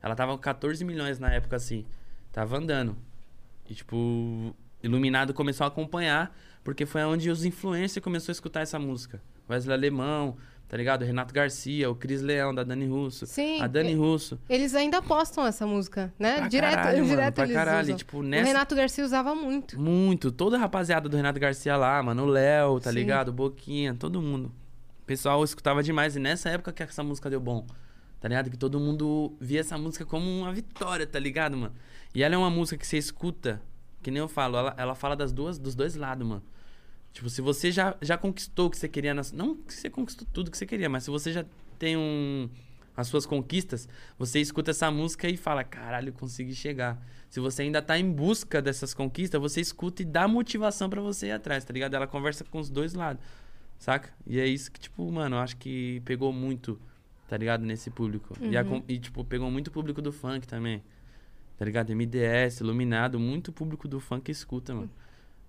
Speaker 3: Ela tava com 14 milhões na época, assim. Tava andando. E, tipo, Iluminado começou a acompanhar, porque foi onde os influencers começaram a escutar essa música. Wesley Alemão, tá ligado? Renato Garcia, o Cris Leão, da Dani Russo.
Speaker 2: Sim,
Speaker 3: A Dani
Speaker 2: é-
Speaker 3: Russo.
Speaker 2: Eles ainda postam essa música, né?
Speaker 3: Pra
Speaker 2: direto,
Speaker 3: caralho, mano,
Speaker 2: direto
Speaker 3: pra
Speaker 2: eles
Speaker 3: caralho.
Speaker 2: usam.
Speaker 3: Tipo, nessa-
Speaker 2: O Renato Garcia usava muito.
Speaker 3: Muito. Toda a rapaziada do Renato Garcia lá, mano. O Léo, tá
Speaker 2: Sim.
Speaker 3: ligado? Boquinha, todo mundo. O pessoal escutava demais. E nessa época que essa música deu bom. Tá ligado? Que todo mundo via essa música como uma vitória, tá ligado, mano? E ela é uma música que você escuta, que nem eu falo, ela, ela fala das duas, dos dois lados, mano. Tipo, se você já, já conquistou o que você queria na, Não que você conquistou tudo que você queria, mas se você já tem um, as suas conquistas, você escuta essa música e fala, caralho, consegui chegar. Se você ainda tá em busca dessas conquistas, você escuta e dá motivação pra você ir atrás, tá ligado? Ela conversa com os dois lados, saca? E é isso que, tipo, mano, eu acho que pegou muito, tá ligado? Nesse público. E, a com- e, tipo, pegou muito o público do funk também. Tá ligado? MDS, Iluminado, muito público do funk escuta, mano.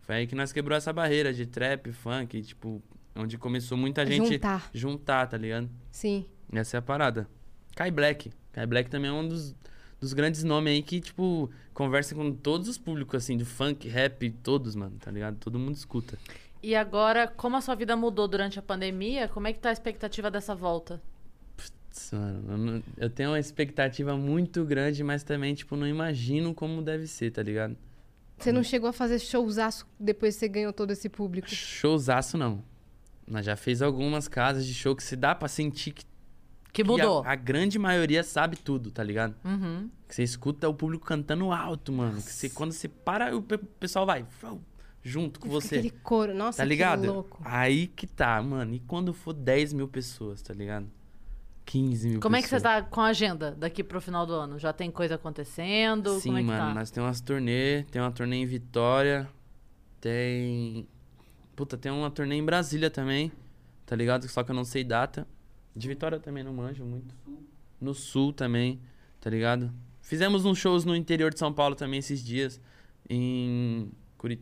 Speaker 3: Foi aí que nós quebrou essa barreira de trap, funk, tipo, onde começou muita gente
Speaker 2: Juntar.
Speaker 3: juntar, tá ligado?
Speaker 2: Sim.
Speaker 3: Essa é a parada. Kai Black. Kai Black também é um dos, dos grandes nomes aí que, tipo, conversa com todos os públicos, assim, de funk, rap, todos, mano, tá ligado? Todo mundo escuta.
Speaker 1: E agora, como a sua vida mudou durante a pandemia, como é que tá a expectativa dessa volta?
Speaker 3: Putz, Mano, eu não- eu tenho uma expectativa muito grande, mas também, tipo, não imagino como deve ser, tá ligado?
Speaker 2: Você
Speaker 3: Hum.
Speaker 2: não chegou a fazer showzaço depois que você ganhou todo esse público.
Speaker 3: Showzaço, não. Nós já fez algumas casas de show que se dá pra sentir que
Speaker 1: Que
Speaker 3: que a-
Speaker 1: mudou.
Speaker 3: a grande maioria sabe tudo, tá ligado?
Speaker 1: Uhum.
Speaker 3: Que você escuta o público cantando alto, mano. Que você, quando você para, o pe- pessoal vai "Frou", junto com
Speaker 2: Fica
Speaker 3: você.
Speaker 2: Aquele coro. Nossa,
Speaker 3: tá ligado?
Speaker 2: que louco.
Speaker 3: Aí que tá, mano. E quando for 10 mil pessoas, tá ligado? 15 mil
Speaker 1: Como é que você
Speaker 3: pessoas.
Speaker 1: tá com a agenda daqui pro final do ano? Já tem coisa acontecendo?
Speaker 3: Sim,
Speaker 1: como é que
Speaker 3: mano.
Speaker 1: tá?
Speaker 3: Nós temos umas turnê. Tem uma turnê em Vitória. Tem. Puta, tem uma turnê em Brasília também. Tá ligado? Só que eu não sei data. De Vitória eu também não manjo muito. No Sul também, tá ligado? Fizemos uns shows no interior de São Paulo também esses dias. Em Curi...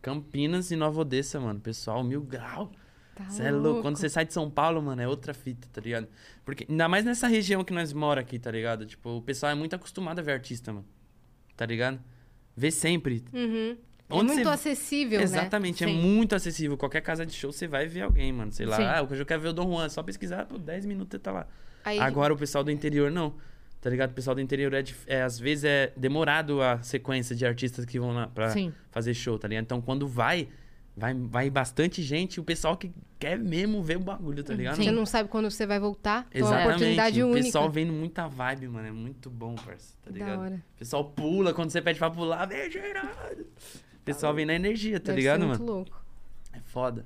Speaker 3: Campinas e Nova Odessa, mano. Pessoal, mil grau.
Speaker 2: Tá
Speaker 3: Você é louco. Quando você sai de São Paulo, mano, é outra fita, tá ligado? Porque ainda mais nessa região que nós mora aqui, tá ligado? Tipo, o pessoal é muito acostumado a ver artista, mano. Tá ligado? Vê sempre.
Speaker 2: Uhum. É
Speaker 3: Onde
Speaker 2: muito
Speaker 3: você-
Speaker 2: acessível, né?
Speaker 3: Exatamente,
Speaker 1: Sim.
Speaker 3: é muito acessível. Qualquer casa de show você vai ver alguém, mano. Sei lá,
Speaker 1: Sim.
Speaker 3: ah, eu quero ver o Dom Juan, é só pesquisar, pô, 10 minutos você tá lá.
Speaker 2: Aí-
Speaker 3: Agora o pessoal do interior não. Tá ligado? O pessoal do interior é, dif- é, às vezes é demorado a sequência de artistas que vão lá pra
Speaker 1: Sim.
Speaker 3: fazer show, tá ligado? Então quando vai, vai, vai bastante gente, o pessoal que quer mesmo ver o bagulho, tá ligado?
Speaker 2: Você não sabe quando você vai voltar. Então é uma
Speaker 3: Exatamente.
Speaker 2: oportunidade
Speaker 3: o
Speaker 2: única.
Speaker 3: pessoal vendo muita vibe, mano. É muito bom, parça. Tá
Speaker 2: Da
Speaker 3: ligado?
Speaker 2: hora.
Speaker 3: O pessoal pula quando você pede pra pular. Vem, Gerardo! O pessoal vem na energia, tá
Speaker 2: Deve
Speaker 3: ligado,
Speaker 2: ser
Speaker 3: mano?
Speaker 2: muito louco.
Speaker 3: É foda.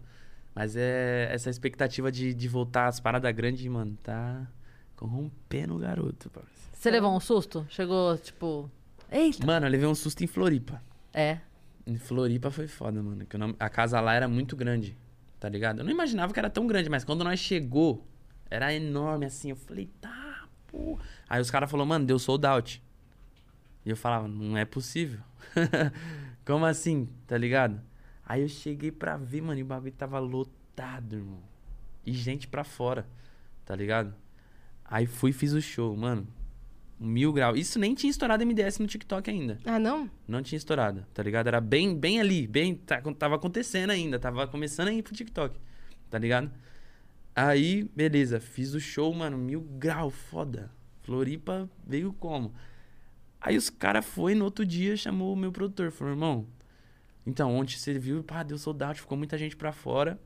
Speaker 3: Mas é essa expectativa de, de voltar às paradas grandes, mano, tá corrompendo o garoto, parça.
Speaker 1: Você levou um susto? Chegou, tipo. Eita!
Speaker 3: Mano, eu levei um susto em Floripa. Ah,
Speaker 1: É.
Speaker 3: Em Floripa foi foda, mano. Que o nome- a casa lá era muito grande, tá ligado? Eu não imaginava que era tão grande, mas quando nós chegou, era enorme assim. Eu falei, tá, pô. Aí os caras falaram, mano, deu sold out. E eu falava, não é possível. Como assim, tá ligado? Aí eu cheguei pra ver, mano, e o bagulho tava lotado, irmão. E gente pra fora, tá ligado? Aí fui e fiz o show, mano. Mil graus. Isso nem tinha estourado MDS no TikTok ainda.
Speaker 2: Ah, não?
Speaker 3: Não tinha estourado, tá ligado? Era bem, bem ali, bem. tá- tava acontecendo ainda, tava começando a ir pro TikTok, tá ligado? Aí, beleza, fiz o show, mano, mil grau, foda. Floripa veio como? Aí os caras foi no outro dia, chamou o meu produtor, falou, irmão, então, ontem você viu, pá, deu soldado, ficou muita gente pra fora.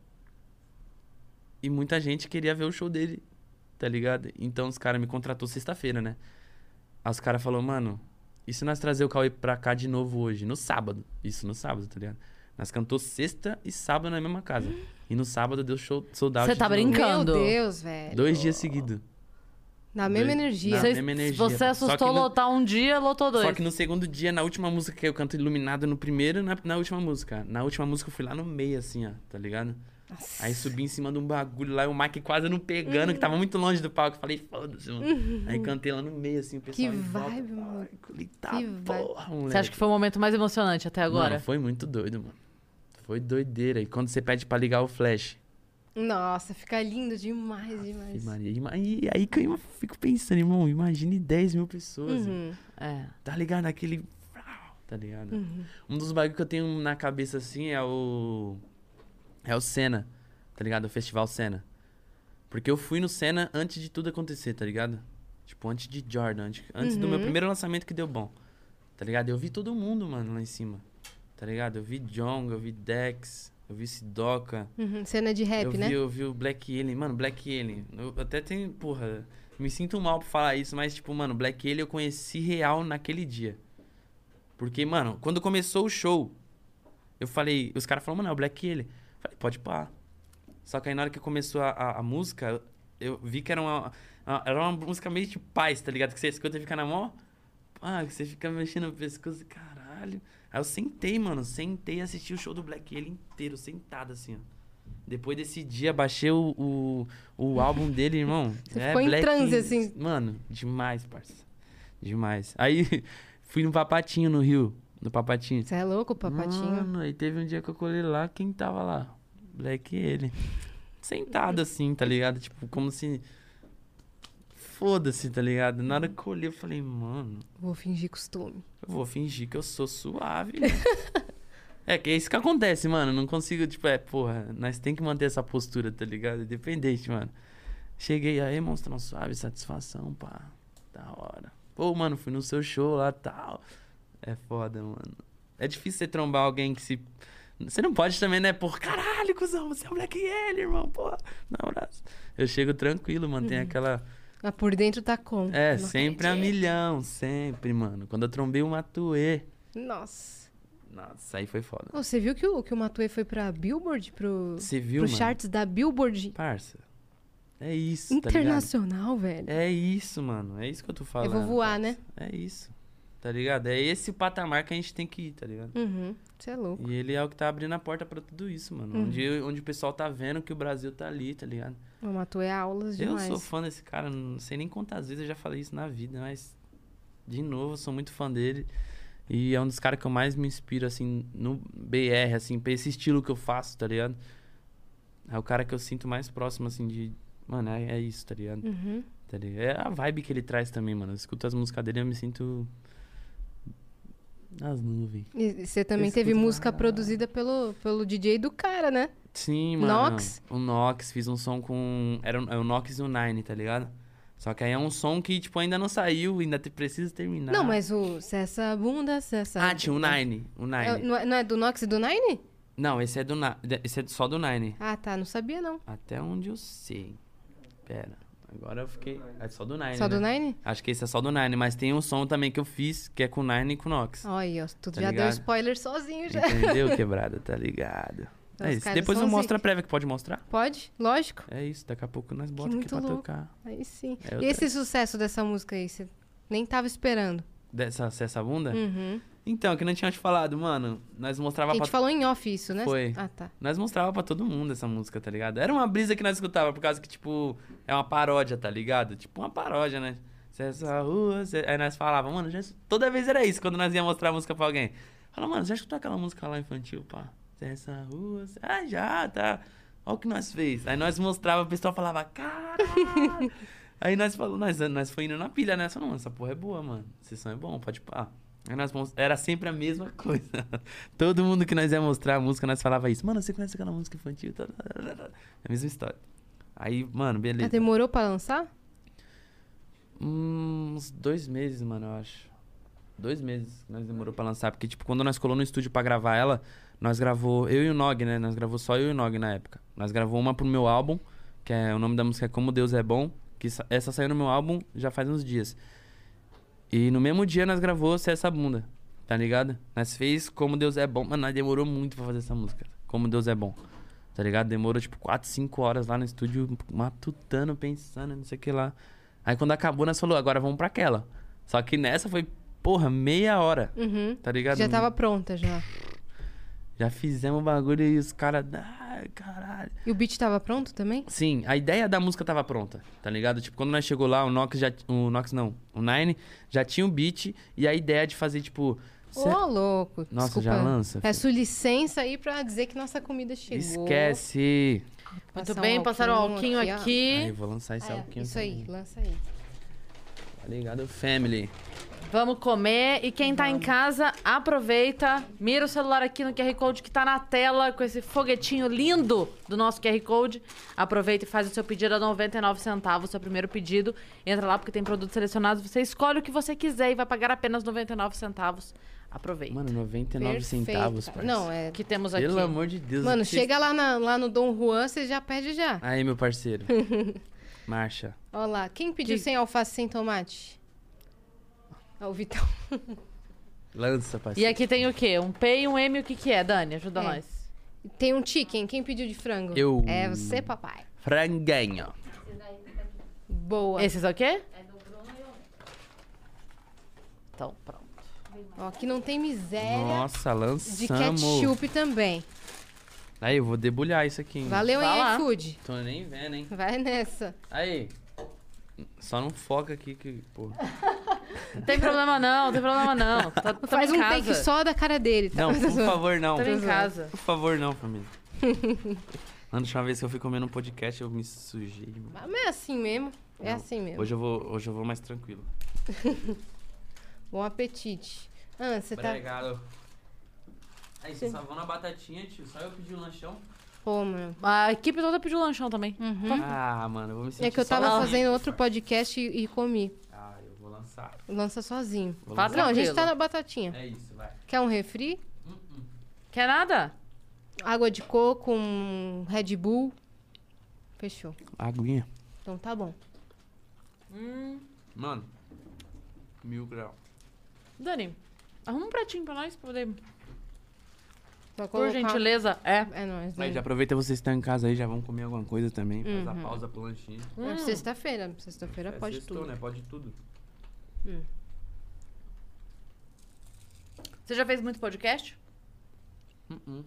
Speaker 3: E muita gente queria ver o show dele, tá ligado? Então os caras me contratou sexta-feira, né? Aí os caras falaram, mano, e se nós trazer o Cauê pra cá de novo hoje? No sábado. Isso, no sábado, tá ligado? Nós cantou sexta e sábado na mesma casa. E no sábado deu show, soldado.
Speaker 1: Você tá brincando? Brincando.
Speaker 2: Meu Deus, velho.
Speaker 3: Dois dias seguidos.
Speaker 2: Na mesma
Speaker 3: Dois-
Speaker 2: energia.
Speaker 3: Na
Speaker 1: Você,
Speaker 3: mesma energia.
Speaker 1: você
Speaker 3: Só que
Speaker 1: assustou
Speaker 3: no-
Speaker 1: lotar um dia, lotou dois.
Speaker 3: Só que no segundo dia, na última música que eu canto iluminado no primeiro, na, na última música. Na última música eu fui lá no meio, assim, ó, tá ligado? Aí subi em cima de um bagulho lá e o Mike quase não pegando, que
Speaker 2: Uhum.
Speaker 3: tava muito longe do palco. Eu Falei, foda-se, mano. Aí cantei lá no meio, assim, o pessoal.
Speaker 2: Que
Speaker 3: em volta.
Speaker 2: vibe, mano.
Speaker 3: Ai, falei, tá
Speaker 2: Que vibe.
Speaker 3: porra, moleque.
Speaker 1: Você acha que foi o momento mais emocionante até agora?
Speaker 3: Mano, foi muito doido, mano. Foi doideira. E quando você pede pra ligar o flash,
Speaker 2: Nossa, fica lindo demais,
Speaker 3: Ave
Speaker 2: demais.
Speaker 3: Maria, ima- E aí que eu fico pensando, irmão, imagine 10 mil pessoas.
Speaker 2: Uhum.
Speaker 1: É.
Speaker 3: Tá ligado? Aquele. Tá ligado? Um dos bagulhos que eu tenho na cabeça assim é o. É o Senna, tá ligado? O Festival Senna. Porque eu fui no Senna antes de tudo acontecer, tá ligado? Tipo, antes de Jordan, antes, antes do meu
Speaker 2: Uhum.
Speaker 3: primeiro lançamento que deu bom. Tá ligado? Eu vi todo mundo, mano, lá em cima. Tá ligado? Eu vi Jong, eu vi Dex, eu vi Sidoca.
Speaker 2: Uhum. Cena de rap,
Speaker 3: eu
Speaker 2: né?
Speaker 3: vi, eu vi o Black Alien, mano, Black Alien. Eu até tenho, porra, me sinto mal por falar isso, mas tipo, mano, Black Alien eu conheci real naquele dia. Porque, mano, quando começou o show, eu falei, os caras falaram, mano, é o Black Alien. Eu falei, pode pá. Só que aí na hora que começou a, a, a música, eu vi que era uma, a- era uma música meio de paz, tá ligado? Que você escuta e fica na mão, ah, que você fica mexendo no pescoço, caralho. Aí eu sentei, mano, sentei e assisti o show do Black Alien inteiro, sentado assim, ó. Depois desse dia, baixei o, o, o álbum dele, irmão. É
Speaker 2: Você ficou em transe, assim.
Speaker 3: Mano, demais, parça. Demais. Aí fui no Papatinho, no Rio. No Papatinho.
Speaker 2: Você é louco, papatinho?
Speaker 3: Mano, aí teve um dia que eu colei lá, quem tava lá? Black e ele. Sentado assim, tá ligado? Tipo, como se. Foda-se, tá ligado? Na hora que eu colhei, eu falei, mano,
Speaker 2: Vou fingir costume.
Speaker 3: eu vou fingir que eu sou suave. mano. é que é isso que acontece, mano. Não consigo, tipo, é, porra, nós tem que manter essa postura, tá ligado? Independente, mano. Cheguei aí, monstrão suave, satisfação, pá. Da hora. Pô, mano, fui no seu show lá tal. É foda, mano. É difícil você trombar alguém que se. Você não pode também, né? Por caralho, cuzão, você é o Black ele, irmão, porra. Dá um abraço. Eu chego tranquilo, mantém aquela.
Speaker 2: Mas por dentro tá como?
Speaker 3: É,
Speaker 2: Uhum. Não
Speaker 3: sempre a
Speaker 2: acredito.
Speaker 3: milhão, sempre, mano. Quando eu trombei o Matuê.
Speaker 2: Nossa.
Speaker 3: Nossa, aí foi foda.
Speaker 2: Ô, Você viu que o, que o Matuê foi pra Billboard? Pro,
Speaker 3: Você viu,
Speaker 2: pro
Speaker 3: mano?
Speaker 2: charts da Billboard
Speaker 3: Parça. É isso, tá
Speaker 2: internacional, velho.
Speaker 3: ligado? É isso, mano. É isso que eu tô falando.
Speaker 2: voar,
Speaker 3: parça.
Speaker 2: né?
Speaker 3: É isso. Tá ligado? É esse o patamar que a gente tem que ir, tá ligado?
Speaker 2: Uhum. Você é louco.
Speaker 3: E ele é o que tá abrindo a porta pra tudo isso, mano.
Speaker 2: Uhum.
Speaker 3: Onde, onde o pessoal tá vendo que o Brasil tá ali, tá ligado?
Speaker 2: O Matuê é aulas demais.
Speaker 3: Eu sou fã desse cara, não sei nem quantas vezes eu já falei isso na vida, mas de novo, eu sou muito fã dele. E é um dos caras que eu mais me inspiro, assim, no BR, assim, pra esse estilo que eu faço, tá ligado? É o cara que eu sinto mais próximo, assim, de. Mano, é, é isso, tá ligado?
Speaker 2: Uhum.
Speaker 3: Tá ligado? É a vibe que ele traz também, mano. Eu escuto as músicas dele e eu me sinto. Nas nuvens.
Speaker 2: E e você também
Speaker 3: Eu
Speaker 2: teve
Speaker 3: escuto
Speaker 2: música
Speaker 3: pra
Speaker 2: produzida pelo, pelo DJ do cara, né?
Speaker 3: Sim, mano.
Speaker 2: Nox?
Speaker 3: O Nox, fiz um som com. Era o é o Nox e o Nine, tá ligado? Só que aí é um som que, tipo, ainda não saiu, ainda te, precisa terminar.
Speaker 2: Não, mas o Cessa Bunda, Cessa...
Speaker 3: Ah, tinha o Nine. O Nine.
Speaker 2: É, não, é, não é do Nox e do Nine?
Speaker 3: Não, esse é do Na- Esse é só do Nine.
Speaker 2: Ah, tá. Não sabia, não.
Speaker 3: Até onde eu sei. Pera. Agora eu fiquei. É só do Nine.
Speaker 2: Só do
Speaker 3: né?
Speaker 2: Nine?
Speaker 3: Acho que esse é só do Nine, mas tem um som também que eu fiz, que é com o Nine e com o Nox.
Speaker 2: Olha aí, ó. Tu
Speaker 3: Tá
Speaker 2: já
Speaker 3: ligado?
Speaker 2: deu spoiler sozinho Ah, já.
Speaker 3: Entendeu, quebrada? Tá ligado.
Speaker 2: Então,
Speaker 3: é
Speaker 2: os
Speaker 3: isso.
Speaker 2: caras
Speaker 3: Depois
Speaker 2: são
Speaker 3: eu mostro a
Speaker 2: zica.
Speaker 3: prévia que pode mostrar.
Speaker 2: Pode? Lógico.
Speaker 3: É isso, daqui a pouco nós bota aqui
Speaker 2: muito
Speaker 3: pra
Speaker 2: louco.
Speaker 3: tocar.
Speaker 2: Aí sim.
Speaker 3: É
Speaker 2: e
Speaker 3: outra-
Speaker 2: esse sucesso dessa música aí? Você nem tava esperando.
Speaker 3: Dessa essa bunda?
Speaker 2: Uhum.
Speaker 3: Então, que não tinha te falado, mano. Nós
Speaker 2: A
Speaker 3: mostrava
Speaker 2: gente
Speaker 3: pra
Speaker 2: falou em off isso, né?
Speaker 3: Foi.
Speaker 2: Ah, tá.
Speaker 3: Nós mostrava pra todo mundo essa música, tá ligado? Era uma brisa que nós escutava, por causa que, tipo, é uma paródia, tá ligado? Tipo, uma paródia, né? Se essa rua. se- Aí nós falava, mano, já... es- toda vez era isso quando nós ia mostrar a música pra alguém. Fala, mano, já escutou aquela música lá infantil, pá? Se essa rua. se- Ah, já, tá. Olha o que nós fez. Aí nós mostrava, o pessoal falava, caralho. Aí nós falou, nós, nós foi indo na pilha, né? Falou, mano, essa porra é boa, mano. Esse som é bom, pode pá. Aí nós mos- era sempre a mesma coisa. Todo mundo que nós ia mostrar a música, nós falava isso. Mano, você conhece aquela música infantil? Tá, tá, tá, tá. É a mesma história. Aí, mano,
Speaker 2: Ah,
Speaker 3: beleza.
Speaker 2: demorou pra lançar?
Speaker 3: Hum, Uns dois meses, mano, eu acho. Dois meses que nós demorou pra lançar. Porque, tipo, quando nós colou no estúdio pra gravar ela, nós gravou... Eu e o Nog, né? Nós gravou só eu e o Nog na época. Nós gravou uma pro meu álbum, que é... O nome da música é Como Deus é Bom. Que sa- essa saiu no meu álbum já faz uns dias. E no mesmo dia nós gravou Se Essa Bunda, tá ligado? Nós fez Como Deus é Bom, mano, nós demorou muito pra fazer essa música. Como Deus é Bom, tá ligado? Demorou tipo 4, 5 horas lá no estúdio, matutando, pensando, não sei o que lá. Aí quando acabou, nós falou, agora vamos pra aquela. Só que nessa foi, porra, meia hora,
Speaker 2: Uhum.
Speaker 3: tá ligado?
Speaker 2: Já tava pronta já.
Speaker 3: Já fizemos o bagulho e os caras, ai, caralho.
Speaker 2: E o beat tava pronto também?
Speaker 3: Sim, a ideia da música tava pronta, tá ligado? Tipo, quando nós chegou lá, o Nox já. O Nox não, o Nine já tinha o beat e a ideia de fazer, tipo.
Speaker 2: Ô,
Speaker 3: cê-
Speaker 2: louco.
Speaker 3: Nossa,
Speaker 2: Desculpa.
Speaker 3: já lança?
Speaker 2: Peço licença aí pra dizer que nossa comida chegou.
Speaker 3: Esquece!
Speaker 1: Muito bem, passaram o alquinho um aqui.
Speaker 3: Aí, vou lançar esse
Speaker 2: ó. Ah, é,
Speaker 3: alquinho.
Speaker 2: isso aí,
Speaker 3: também.
Speaker 2: lança aí.
Speaker 3: Tá ligado? Family.
Speaker 1: Vamos comer. E quem tá em casa, aproveita. Mira o celular aqui no QR Code que tá na tela com esse foguetinho lindo do nosso QR Code. Aproveita e faz o seu pedido a 99 centavos, seu primeiro pedido. Entra lá porque tem produtos selecionados. Você escolhe o que você quiser e vai pagar apenas 99 centavos. Aproveita.
Speaker 3: Mano, 99 centavos,
Speaker 2: Perfeita.
Speaker 3: parceiro.
Speaker 2: Não, é.
Speaker 1: O que temos aqui?
Speaker 3: Pelo amor de Deus.
Speaker 2: Mano,
Speaker 3: o que-
Speaker 2: chega lá, na- lá no Dom Juan, você já pede já.
Speaker 3: Aí, meu parceiro. Marcha.
Speaker 2: Ó lá, quem pediu
Speaker 1: Que-
Speaker 2: sem alface, sem tomate? Ó, o Vitão.
Speaker 3: Lança,
Speaker 1: E
Speaker 3: parceiro.
Speaker 1: aqui tem o quê? Um P e um M. O que que é, Dani? Ajuda
Speaker 2: É.
Speaker 1: nós.
Speaker 2: Tem um chicken, quem pediu de frango?
Speaker 3: Eu.
Speaker 2: É você, papai.
Speaker 3: Franguinho.
Speaker 2: Boa.
Speaker 1: Esses é o quê? É do Bruno e Então, pronto.
Speaker 2: Ó, aqui não tem miséria
Speaker 3: Nossa,
Speaker 2: de
Speaker 3: lançamos.
Speaker 2: ketchup também.
Speaker 3: Aí, eu vou debulhar isso aqui. Hein?
Speaker 2: Valeu,
Speaker 1: Vai lá.
Speaker 2: hein, iFood.
Speaker 3: Tô nem vendo, hein.
Speaker 2: Vai nessa.
Speaker 3: Aí. Só não foca aqui que, pô.
Speaker 1: Não tem problema não, não tem problema não. Tá, tamo
Speaker 2: Faz
Speaker 1: em
Speaker 2: um
Speaker 1: casa.
Speaker 2: take só da cara dele, tá?
Speaker 3: Não, por favor, não.
Speaker 1: Tamo em casa.
Speaker 3: Por favor, não, família. Mano, deixa uma vez que eu fui comendo um podcast, eu me sujei. mano.
Speaker 2: Mas é assim mesmo. É
Speaker 3: Não,
Speaker 2: assim mesmo.
Speaker 3: Hoje eu vou, hoje eu vou mais tranquilo.
Speaker 2: Bom apetite. Ah, você tá.
Speaker 3: Obrigado. Aí, vocês só vão na batatinha, tio. Só eu pedi o lanchão.
Speaker 2: Pô, mano.
Speaker 1: A equipe toda pediu lanchão também.
Speaker 2: Hum.
Speaker 3: Ah, mano, eu vou me sentir
Speaker 2: Uhum. É que eu tava
Speaker 3: sozinho.
Speaker 2: fazendo outro podcast e, e comi.
Speaker 3: Ah, eu vou lançar.
Speaker 2: Lança sozinho.
Speaker 3: Vou
Speaker 1: Faz
Speaker 2: Não,
Speaker 3: lançar.
Speaker 2: a gente
Speaker 1: tranquilo.
Speaker 2: tá na batatinha.
Speaker 3: É isso, vai. Hum,
Speaker 2: Quer um refri?
Speaker 1: Quer nada?
Speaker 2: Água de coco, um Red Bull. Fechou.
Speaker 3: Aguinha.
Speaker 2: Então tá bom. Hum.
Speaker 3: Mano, mil graus.
Speaker 1: Dani, arruma um pratinho pra nós pra poder.
Speaker 2: Só
Speaker 1: Por
Speaker 2: colocar-
Speaker 1: gentileza. É.
Speaker 2: É nóis, né?
Speaker 3: Aí, já aproveita vocês que estão em casa aí, já vão comer alguma coisa também. Faz a pausa pro lanchinho.
Speaker 2: É sexta-feira. Sexta-feira
Speaker 3: É,
Speaker 2: Uhum. pode
Speaker 3: sextou,
Speaker 2: tudo.
Speaker 3: né? Pode tudo.
Speaker 1: Você já fez muito podcast?
Speaker 2: Uhum.
Speaker 3: Uh-uh.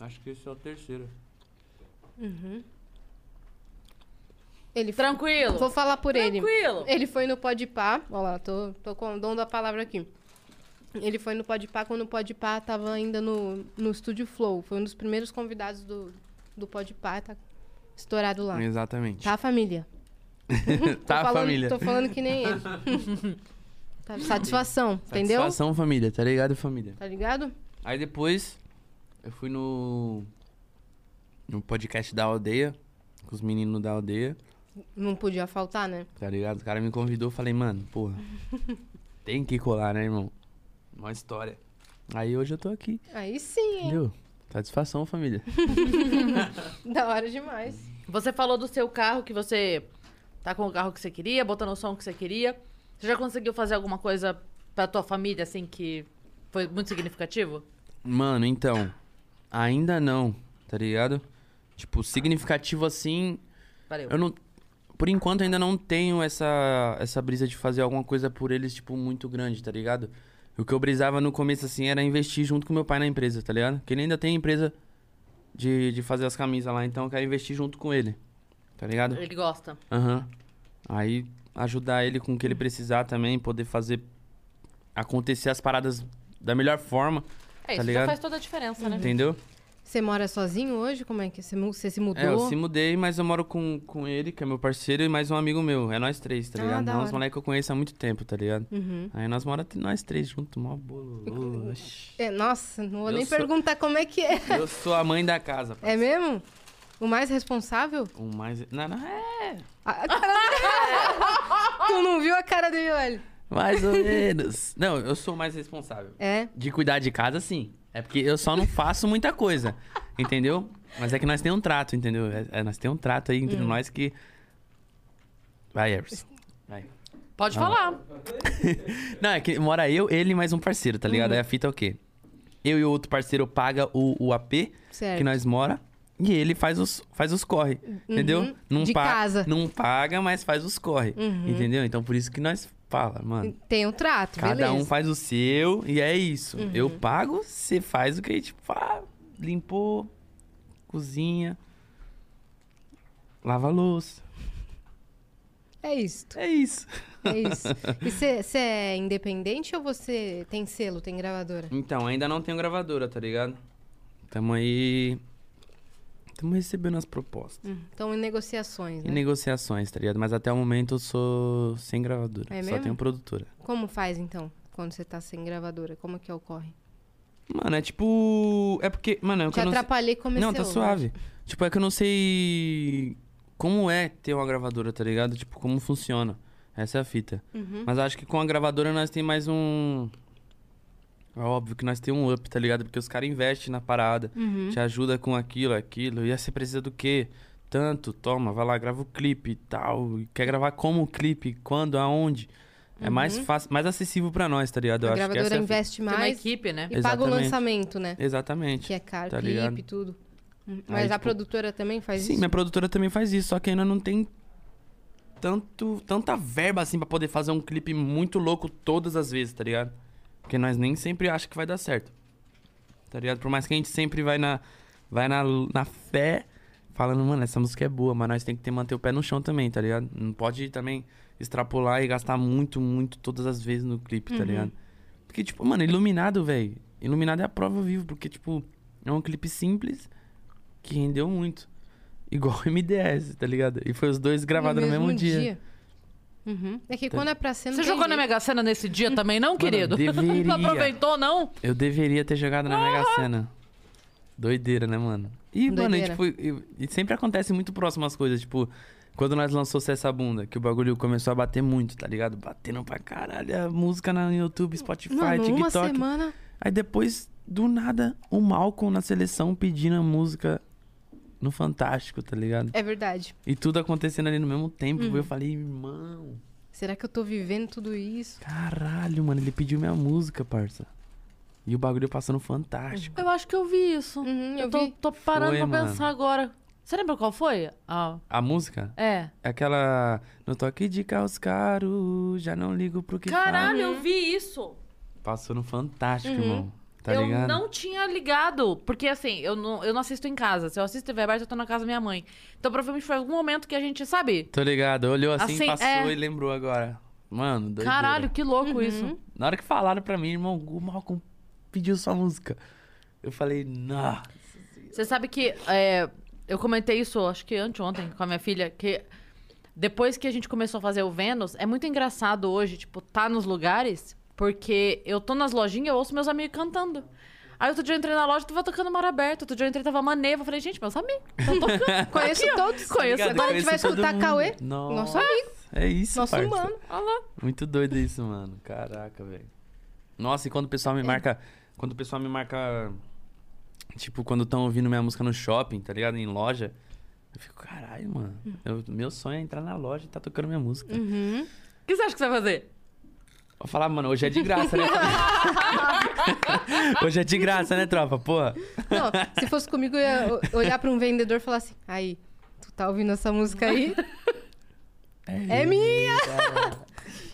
Speaker 3: Acho que esse é o terceiro.
Speaker 2: Ele foi-
Speaker 1: Tranquilo.
Speaker 2: Vou falar por ele. É.
Speaker 1: Tranquilo.
Speaker 2: Ele foi no Podpah. Olha lá, tô, tô com o dom da palavra aqui. Ele foi no Podpah quando o Podpah tava ainda no, no Estúdio Flow. Foi um dos primeiros convidados do, do Podpah. Tá estourado lá.
Speaker 3: Exatamente.
Speaker 2: Tá, família?
Speaker 3: Tá,
Speaker 2: falando,
Speaker 3: família.
Speaker 2: Tô falando que nem ele. Tá, satisfação, entendeu?
Speaker 3: Satisfação, família. Tá ligado, família?
Speaker 2: Tá ligado?
Speaker 3: Aí depois, eu fui no... No podcast da aldeia. Com os meninos da aldeia.
Speaker 2: Não podia faltar, né?
Speaker 3: Tá ligado? O cara me convidou, eu falei, mano, porra. tem que colar, né, irmão? Uma história. Aí hoje eu tô aqui,
Speaker 2: Aí sim, hein?
Speaker 3: entendeu? Satisfação, família.
Speaker 2: Da hora demais.
Speaker 1: Você falou do seu carro que você tá com o carro que você queria, botando o som que você queria. Você já conseguiu fazer alguma coisa pra tua família, assim, que foi muito significativo?
Speaker 3: Mano, então, ainda não, tá ligado? Tipo, significativo assim,
Speaker 1: Valeu.
Speaker 3: eu não. Por enquanto ainda não tenho essa, essa brisa de fazer alguma coisa por eles, tipo, muito grande, tá ligado? O que eu brisava no começo, assim, era investir junto com meu pai na empresa, tá ligado? Que ele ainda tem empresa de, de fazer as camisas lá, então eu quero investir junto com ele, tá ligado?
Speaker 1: Ele gosta.
Speaker 3: Aham. Aí ajudar ele com o que ele precisar também, poder fazer acontecer as paradas da melhor forma,
Speaker 1: É isso, já
Speaker 3: Tá ligado?
Speaker 1: faz toda a diferença, né?
Speaker 3: entendeu?
Speaker 2: Você mora sozinho hoje? Como é que você, mu- você se mudou?
Speaker 3: É, eu se mudei, mas eu moro com, com ele, que é meu parceiro, e mais um amigo meu. É nós três, tá
Speaker 2: Ah,
Speaker 3: ligado?
Speaker 2: da
Speaker 3: É uns
Speaker 2: hora.
Speaker 3: moleques que eu conheço há muito tempo, tá ligado?
Speaker 2: Uhum.
Speaker 3: Aí nós mora nós três juntos, mó bolo. Oxi.
Speaker 2: É, nossa, não vou
Speaker 3: Eu
Speaker 2: nem
Speaker 3: sou-
Speaker 2: perguntar como é que é.
Speaker 3: eu sou a mãe da casa,
Speaker 2: É mesmo? O mais responsável?
Speaker 3: O mais. Não, não, é.
Speaker 2: A- a cara dele- tu não viu a cara dele, olha.
Speaker 3: Mais ou menos. Não, eu sou o mais responsável.
Speaker 2: É.
Speaker 3: De cuidar de casa, sim. É porque eu só não faço muita coisa, entendeu? Mas é que nós temos um trato, entendeu? É- é, nós temos um trato aí
Speaker 2: Hum.
Speaker 3: entre nós que. Vai, Everson. Vai.
Speaker 1: Pode
Speaker 3: Ah.
Speaker 1: falar.
Speaker 3: Não, é que mora eu, ele e mais um parceiro, tá
Speaker 2: Hum.
Speaker 3: ligado? Aí a fita é o quê? Eu e o outro parceiro paga o, o AP
Speaker 2: Certo. Uhum.
Speaker 3: que nós mora e ele faz os, faz os corre, entendeu? Não
Speaker 2: De
Speaker 3: pa-
Speaker 2: casa. Uhum.
Speaker 3: Não paga, mas faz os corre, entendeu? Então por isso que nós fala, mano.
Speaker 2: Tem um trato,
Speaker 3: Cada
Speaker 2: beleza. Uhum.
Speaker 3: um faz o seu e é isso. Eu pago, você faz o que tipo, ah, limpou, cozinha, lava a louça.
Speaker 2: É isto,
Speaker 3: É isso.
Speaker 2: é isso. E você você é independente ou você tem selo, tem gravadora?
Speaker 3: Então, ainda não tenho gravadora, tá ligado? Tamo aí Estamos recebendo as propostas.
Speaker 2: Hum, Então, em negociações,
Speaker 3: E
Speaker 2: né?
Speaker 3: negociações, tá ligado? Mas até o momento eu sou sem gravadora.
Speaker 2: É
Speaker 3: só
Speaker 2: mesmo?
Speaker 3: tenho produtora.
Speaker 2: Como faz, então, quando você tá sem gravadora? Como que ocorre?
Speaker 3: Mano, é tipo. É porque. Mano, é que
Speaker 2: Te
Speaker 3: eu não sei-
Speaker 2: atrapalhei e comecei
Speaker 3: Não, tá
Speaker 2: hoje.
Speaker 3: suave. Tipo, é que eu não sei como é ter uma gravadora, tá ligado? Tipo, como funciona. Essa é a fita.
Speaker 2: Uhum.
Speaker 3: Mas acho que com a gravadora nós tem mais um. É óbvio que nós tem um up, tá ligado? Porque os caras investem na parada.
Speaker 2: Uhum.
Speaker 3: Te ajuda com aquilo, aquilo. E aí você precisa do quê? Tanto, toma, vai lá, grava o clipe e tal. E Quer gravar como o clipe? Quando? Aonde? É mais fácil, mais acessível pra nós, tá ligado? Eu
Speaker 2: Uhum. A
Speaker 3: acho que essa
Speaker 2: gravadora
Speaker 3: é a fita.
Speaker 2: investe
Speaker 1: Tem uma
Speaker 2: mais
Speaker 1: equipe, né?
Speaker 2: e paga o
Speaker 3: Exatamente.
Speaker 2: lançamento, né?
Speaker 3: Exatamente.
Speaker 2: Que é caro,
Speaker 3: tá
Speaker 2: clipe,
Speaker 3: ligado?
Speaker 2: tudo. Hum, Mas a
Speaker 3: tipo,
Speaker 2: produtora também faz
Speaker 3: Sim,
Speaker 2: isso?
Speaker 3: minha produtora também faz isso, só que ainda não tem tanto, tanta verba assim pra poder fazer um clipe muito louco todas as vezes, tá ligado? Porque nós nem sempre acha que vai dar certo. Tá ligado? Por mais que a gente sempre vai na vai na, na fé, falando, mano, essa música é boa, mas nós tem que ter manter o pé no chão também, tá ligado? Não pode também extrapolar e gastar muito, muito todas as vezes no clipe, tá ligado? Porque tipo, mano, Iluminado, velho. Iluminado é a prova viva, porque tipo, é um clipe simples que rendeu muito. Igual o MDS, tá ligado? E foi os dois gravados no mesmo, dia.
Speaker 2: Uhum. É que
Speaker 3: Tá.
Speaker 2: quando é pra ser, não
Speaker 1: Você
Speaker 2: tem
Speaker 1: jogou na
Speaker 2: jeito.
Speaker 1: Mega Sena nesse dia também, não, querido?
Speaker 3: deveria.
Speaker 1: Não aproveitou, não?
Speaker 3: Eu deveria ter jogado na Mega Sena. Doideira, né, mano? E, mano, e,
Speaker 2: Doideira.
Speaker 3: tipo, e, e sempre acontece muito próximo as coisas. Tipo, quando nós lançou Se Essa Bunda, que o bagulho começou a bater muito, tá ligado? Batendo pra caralho a música na- no YouTube, Spotify,
Speaker 2: Mano,
Speaker 3: TikTok.
Speaker 2: uma semana...
Speaker 3: Aí depois, do nada, o Malcolm na seleção pedindo a música no Fantástico, tá ligado?
Speaker 2: É verdade.
Speaker 3: E tudo acontecendo ali no mesmo tempo.
Speaker 2: Uhum.
Speaker 3: Eu falei, irmão,
Speaker 2: Será que eu tô vivendo tudo isso?
Speaker 3: caralho, mano, ele pediu minha música, parça. E o bagulho passando fantástico.
Speaker 1: Eu acho que eu vi isso.
Speaker 2: Uhum, eu
Speaker 1: eu tô,
Speaker 2: vi.
Speaker 1: tô parando
Speaker 3: Foi,
Speaker 1: pra
Speaker 3: mano.
Speaker 1: pensar agora. Você lembra qual foi? Ah,
Speaker 2: Uhum.
Speaker 3: A música?
Speaker 1: é.
Speaker 3: É aquela. No toque de carros caros, já não ligo pro que
Speaker 1: Caralho, eu vi isso.
Speaker 3: fala. Passou no
Speaker 2: Uhum.
Speaker 3: fantástico, irmão. Tá
Speaker 1: eu
Speaker 3: ligado?
Speaker 1: não tinha ligado. Porque assim, eu não, eu não assisto em casa. Se eu assisto TV aberta, eu tô na casa da minha mãe. Então provavelmente foi algum momento que a gente, sabe?
Speaker 3: Tô ligado, olhou assim,
Speaker 1: Assim,
Speaker 3: passou
Speaker 1: é.
Speaker 3: e lembrou agora. Mano, doideira.
Speaker 1: Caralho, que louco
Speaker 2: Uhum.
Speaker 1: isso.
Speaker 3: Na hora que falaram pra mim, irmão, o Malcolm pediu sua música. Eu falei, nah.
Speaker 1: Você sabe que é, eu comentei isso, acho que anteontem, com a minha filha, que depois que a gente começou a fazer o Vênus, é muito engraçado hoje, tipo, tá nos lugares, porque eu tô nas lojinhas e eu ouço meus amigos cantando. Aí outro dia eu entrei na loja e tava tocando Mar Aberto. Outro dia eu entrei tava Maneva. Eu falei, gente, meus amigos. tão tocando.
Speaker 2: Conheço todos.
Speaker 1: Conheço
Speaker 3: Obrigado,
Speaker 2: Agora a gente vai
Speaker 3: Tá conheço todo
Speaker 2: escutar
Speaker 3: mundo.
Speaker 2: Cauê.
Speaker 3: Nossa.
Speaker 2: Nosso amigo,
Speaker 3: É isso,
Speaker 2: nosso
Speaker 3: parça.
Speaker 2: humano.
Speaker 1: Olha lá.
Speaker 3: Muito doido isso, mano. Caraca, velho. Nossa, e quando o pessoal me marca. Quando o pessoal me marca. Tipo, quando estão ouvindo minha música no shopping, tá ligado? Em loja. Eu fico, caralho, mano. eu- meu sonho é entrar na loja e tá tocando minha música.
Speaker 2: Uhum.
Speaker 1: O que você acha que você vai fazer?
Speaker 3: Vou falar, mano, hoje é de graça, né? hoje é de graça, né, tropa? Porra.
Speaker 2: Não, se fosse comigo, eu ia o- olhar pra um vendedor e falar assim: aí, tu tá ouvindo essa música aí? É minha!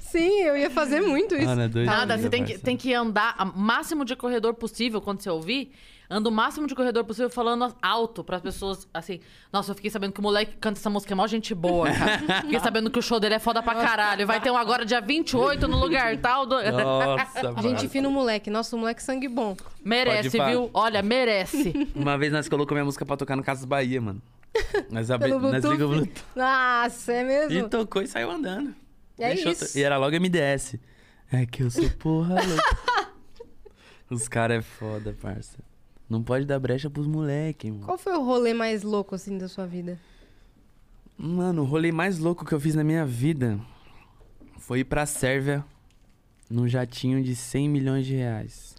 Speaker 2: Sim, eu ia fazer muito isso.
Speaker 3: Mano, é doido.
Speaker 1: Nada, você tem que, tem que andar o máximo de corredor possível quando você ouvir. Anda o máximo de corredor possível falando alto pras pessoas, assim... Nossa, eu fiquei sabendo que o moleque que canta essa música é mó gente boa, cara. Fiquei sabendo que o show dele é foda pra caralho. Vai ter um agora dia 28 no lugar tal. do-
Speaker 3: Nossa, mano.
Speaker 2: Gente fina o moleque. Nossa, o moleque é sangue bom.
Speaker 1: Merece,
Speaker 3: Pode pá.
Speaker 1: viu? Olha, merece.
Speaker 3: Uma vez nós colocamos minha música pra tocar no Casas Bahia, mano. Nós, abri...
Speaker 2: Pelo
Speaker 3: nós
Speaker 2: Bluetooth.
Speaker 3: ligamos o Bluetooth. Então-
Speaker 2: Nossa, é
Speaker 3: E
Speaker 2: mesmo?
Speaker 3: tocou e saiu andando.
Speaker 2: É
Speaker 3: Deixou
Speaker 2: isso.
Speaker 3: to- E era logo MDS. É que eu sou porra louca. Os caras é foda, parça. Não pode dar brecha pros moleque, mano.
Speaker 2: Qual foi o rolê mais louco, assim, da sua vida?
Speaker 3: Mano, o rolê mais louco que eu fiz na minha vida foi ir pra Sérvia num jatinho de 100 milhões de reais.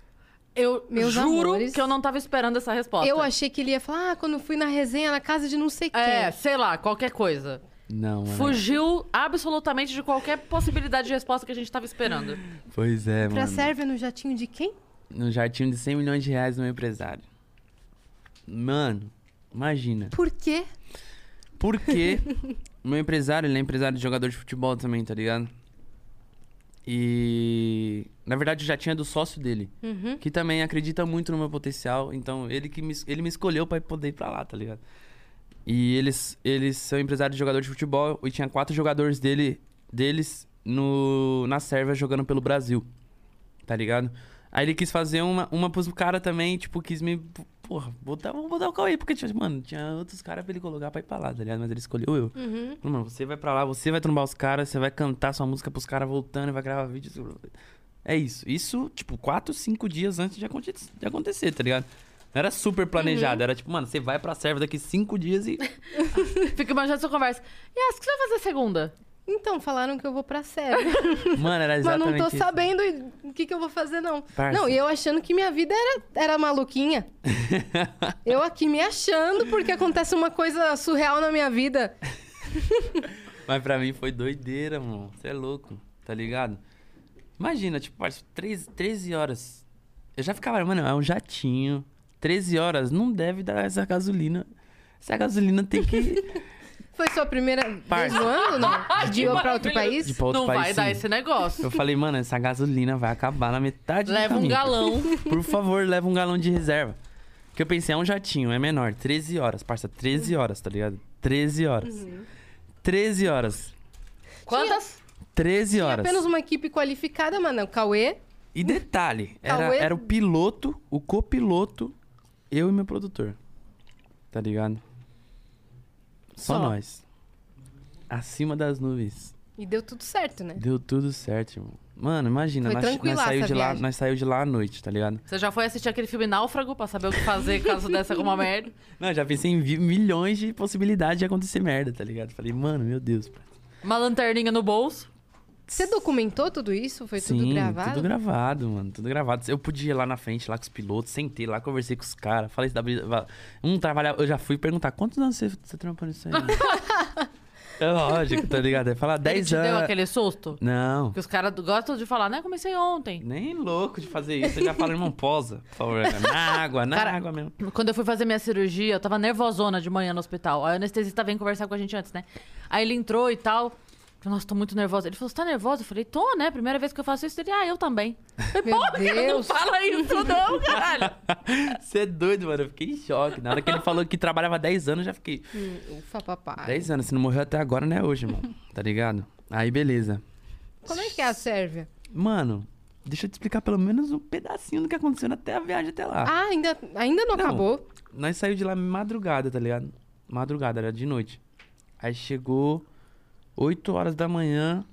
Speaker 1: Eu
Speaker 2: Meus
Speaker 1: juro
Speaker 2: amores.
Speaker 1: que eu não tava esperando essa resposta.
Speaker 2: Eu achei que ele ia falar, ah, quando fui na resenha na casa de não sei quem.
Speaker 1: É, sei lá, qualquer coisa.
Speaker 3: Não, é. mano.
Speaker 1: Fugiu absolutamente de qualquer possibilidade de resposta que a gente tava esperando.
Speaker 3: Pois é,
Speaker 2: Pra
Speaker 3: mano.
Speaker 2: Sérvia no jatinho de quem?
Speaker 3: Num jatinho de 100 milhões de reais no meu empresário. Mano, imagina.
Speaker 2: Por quê?
Speaker 3: Porque o meu empresário, ele é empresário de jogador de futebol também, tá ligado? E na verdade já tinha do sócio dele, que também acredita muito no meu potencial, então ele que me, es- ele me escolheu pra poder ir pra lá, tá ligado? E eles eles são empresários de jogador de futebol e tinha quatro jogadores dele deles no na Sérvia jogando pelo Brasil. Tá ligado? Aí ele quis fazer uma uma pros cara também, tipo, quis me porra, botar, vamos botar o Cauê. Porque, tinha, mano, tinha outros caras pra ele colocar pra ir pra lá, tá ligado? Mas ele escolheu eu.
Speaker 2: Uhum.
Speaker 3: Falou, mano, você vai pra lá, você vai trombar os caras, você vai cantar sua música pros caras voltando e vai gravar vídeo. É isso. Isso, tipo, quatro, cinco dias antes de, aconte- de acontecer, tá ligado? Não era super planejado,
Speaker 2: Uhum.
Speaker 3: era tipo, mano, você vai pra serva daqui cinco dias e.
Speaker 1: Fico imaginando essa conversa. Yas, o que você vai fazer segunda?
Speaker 2: Então, falaram que eu vou pra série.
Speaker 3: Mano, era
Speaker 2: Mas
Speaker 3: exatamente.
Speaker 2: não tô
Speaker 3: isso.
Speaker 2: sabendo o que, que eu vou fazer, não.
Speaker 3: Parça.
Speaker 2: Não, e eu achando que minha vida era, era maluquinha. eu aqui me achando, porque acontece uma coisa surreal na minha vida.
Speaker 3: Mas pra mim foi doideira, mano. Você é louco, tá ligado? Imagina, tipo, parceiro, 13, 13 horas. Eu já ficava, mano, é um jatinho. 13 horas não deve dar essa gasolina. Essa gasolina tem que.
Speaker 2: Foi sua primeira vez
Speaker 3: Parça.
Speaker 2: no ano, não? De ir pra outro país?
Speaker 3: De pra outro
Speaker 1: não
Speaker 3: país,
Speaker 1: vai dar
Speaker 3: sim.
Speaker 1: esse negócio.
Speaker 3: Eu falei, mano, essa gasolina vai acabar na metade do
Speaker 1: Leva um
Speaker 3: caminho.
Speaker 1: galão.
Speaker 3: Por favor, leva um galão de reserva. Porque eu pensei, é um jatinho, é menor. 13 horas, parça. 13 horas, tá ligado? 13 horas.
Speaker 1: Uhum.
Speaker 3: 13 horas.
Speaker 1: Quantas?
Speaker 3: 13
Speaker 2: Tinha
Speaker 3: horas.
Speaker 2: apenas uma equipe qualificada, mano. é O Cauê.
Speaker 3: E detalhe, era,
Speaker 2: Cauê-
Speaker 3: era o piloto, o copiloto, eu e meu produtor. Tá ligado? Só,
Speaker 2: Só.
Speaker 3: nós. Acima das nuvens.
Speaker 2: E deu tudo certo, né?
Speaker 3: Deu tudo certo, irmão. Mano, imagina,
Speaker 2: Foi
Speaker 3: nós, nós,
Speaker 2: tranquilaça
Speaker 3: saiu
Speaker 2: a
Speaker 3: de lá,
Speaker 2: viagem.
Speaker 3: nós saiu de lá à noite, tá ligado?
Speaker 1: Você já foi assistir aquele filme Náufrago pra saber o que fazer caso desse alguma merda?
Speaker 3: Não, já pensei em vi- milhões de possibilidades de acontecer merda, tá ligado? Falei, mano, meu Deus. pô.
Speaker 1: Uma lanterninha no bolso.
Speaker 2: Você documentou tudo isso? Foi
Speaker 3: Sim,
Speaker 2: tudo gravado?
Speaker 3: tudo gravado, mano. Tudo gravado. Eu podia ir lá na frente, lá com os pilotos, sentei lá, conversei com os caras. Falei isso da brisa. va- Um trabalhava. Eu já fui perguntar quantos anos você, você trampa nisso aí? mano?" é lógico, tá ligado? É falar
Speaker 1: Ele
Speaker 3: 10
Speaker 1: te deu
Speaker 3: anos.
Speaker 1: aquele susto?
Speaker 3: Não.
Speaker 1: Que os caras gostam de falar, né? Comecei ontem.
Speaker 3: Nem louco de fazer isso. Eu já falo, irmão, posa, por favor. né? Na água, na
Speaker 1: Cara,
Speaker 3: água mesmo.
Speaker 1: Quando eu fui fazer minha cirurgia, eu tava nervosona de manhã no hospital. Aí o anestesista vem conversar com a gente antes, né? Aí ele entrou e tal. Eu, Nossa, tô muito nervosa. Ele falou, você tá nervosa? Eu falei, tô, né? Primeira vez que eu faço isso. Ele, ah, eu também.
Speaker 2: Meu
Speaker 1: Não
Speaker 2: Deus!
Speaker 1: fala isso não, caralho.
Speaker 3: Você é doido, mano. Eu fiquei em choque. Na hora que ele falou que trabalhava 10 anos, eu já fiquei.
Speaker 2: Hum, Ufa, papai.
Speaker 3: 10 anos, se não morreu até agora, não é hoje, irmão. Tá ligado? Aí, beleza.
Speaker 2: Como é que é a Sérvia?
Speaker 3: Mano, deixa eu te explicar pelo menos um pedacinho do que aconteceu até a viagem até lá.
Speaker 2: Ah, ainda, ainda não,
Speaker 3: Não.
Speaker 2: acabou.
Speaker 3: Nós saímos de lá madrugada, tá ligado? Madrugada, era de noite. Aí chegou 8 horas da manhã,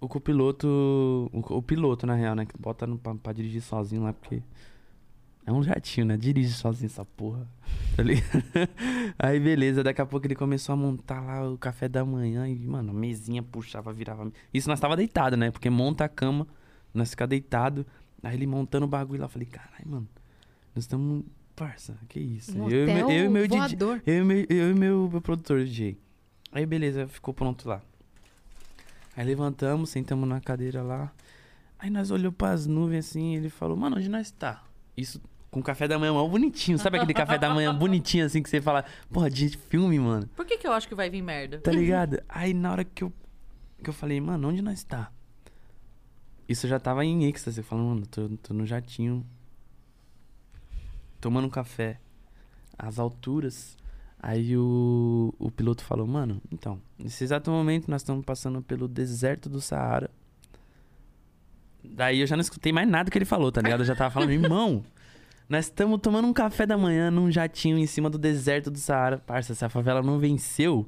Speaker 3: o copiloto. O, co- o piloto, na real, né? Que bota no, pra, pra dirigir sozinho lá, porque. É um jatinho, né? Dirige sozinho essa porra. Tá ligado? Aí beleza, daqui a pouco ele começou a montar lá o café da manhã e, mano, mesinha puxava, virava. Isso nós tava deitado, né? Porque monta a cama, nós fica deitado. Aí ele montando o bagulho lá, eu falei, caralho, mano, nós estamos. Parça, que isso? né?"
Speaker 2: Um
Speaker 3: eu, e meu-
Speaker 2: hotel
Speaker 3: eu e meu DJ.
Speaker 2: voador.
Speaker 3: Eu e meu, eu e meu, meu produtor, DJ. Aí beleza, ficou pronto lá. Aí levantamos, sentamos na cadeira lá. Aí nós olhou pras nuvens assim, ele falou, mano, onde nós tá? Isso com café da manhã é mó bonitinho. Sabe aquele café da manhã bonitinho assim que você fala, porra, de filme, mano.
Speaker 1: Por que que eu acho que vai vir merda?
Speaker 3: Tá ligado? Aí na hora que eu, que eu falei, mano, onde nós tá? Isso eu já tava em êxtase, falando, mano, tô, tô no jatinho, tomando um café, às alturas. Aí o, o piloto falou, mano, então, nesse exato momento nós estamos passando pelo deserto do Saara. Daí eu já não escutei mais nada que ele falou, tá ligado? Eu já tava falando, irmão, nós estamos tomando um café da manhã num jatinho em cima do deserto do Saara. Parça, se a favela não venceu,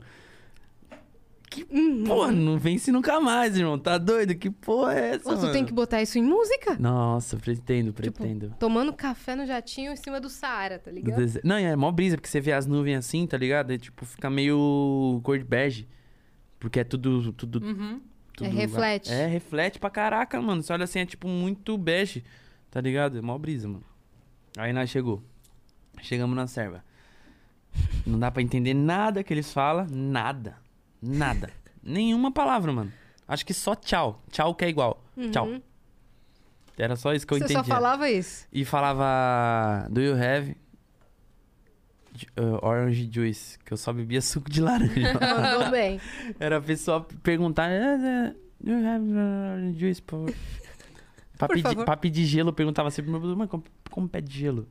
Speaker 2: Uhum.
Speaker 3: Porra, não vence nunca mais, irmão. Tá doido? Que porra é essa?
Speaker 2: Ou tu
Speaker 3: mano?
Speaker 2: tem que botar isso em música?
Speaker 3: Nossa, pretendo, pretendo.
Speaker 2: Tomando café no jatinho em cima do Saara, tá
Speaker 3: Do
Speaker 2: ligado?
Speaker 3: dese- Não, é mó brisa, porque você vê as nuvens assim, tá ligado? E, tipo, fica meio cor de bege. Porque é tudo. tudo,
Speaker 1: Uhum.
Speaker 3: tudo-
Speaker 2: Hum, reflete.
Speaker 3: É, reflete pra caraca, mano. Você olha assim, é tipo muito bege, tá ligado? É mó brisa, mano. Aí nós chegou. Chegamos na serva. Não dá pra entender nada que eles falam, nada. Nada. Nenhuma palavra, mano. Acho que só tchau. Tchau que é igual. Tchau. Era só isso que eu
Speaker 2: Uhum. Você
Speaker 3: entendia.
Speaker 2: só falava isso.
Speaker 3: E falava Do you have ju- uh, orange juice? Que eu só bebia suco de laranja.
Speaker 2: Mandou bem.
Speaker 3: Era a pessoa perguntar "Eh, eh, Do you have orange juice? Por... pra,
Speaker 2: Por
Speaker 3: pedir,
Speaker 2: favor.
Speaker 3: pra pedir gelo, eu perguntava sempre pro meu produtor, mano, como, como pede gelo?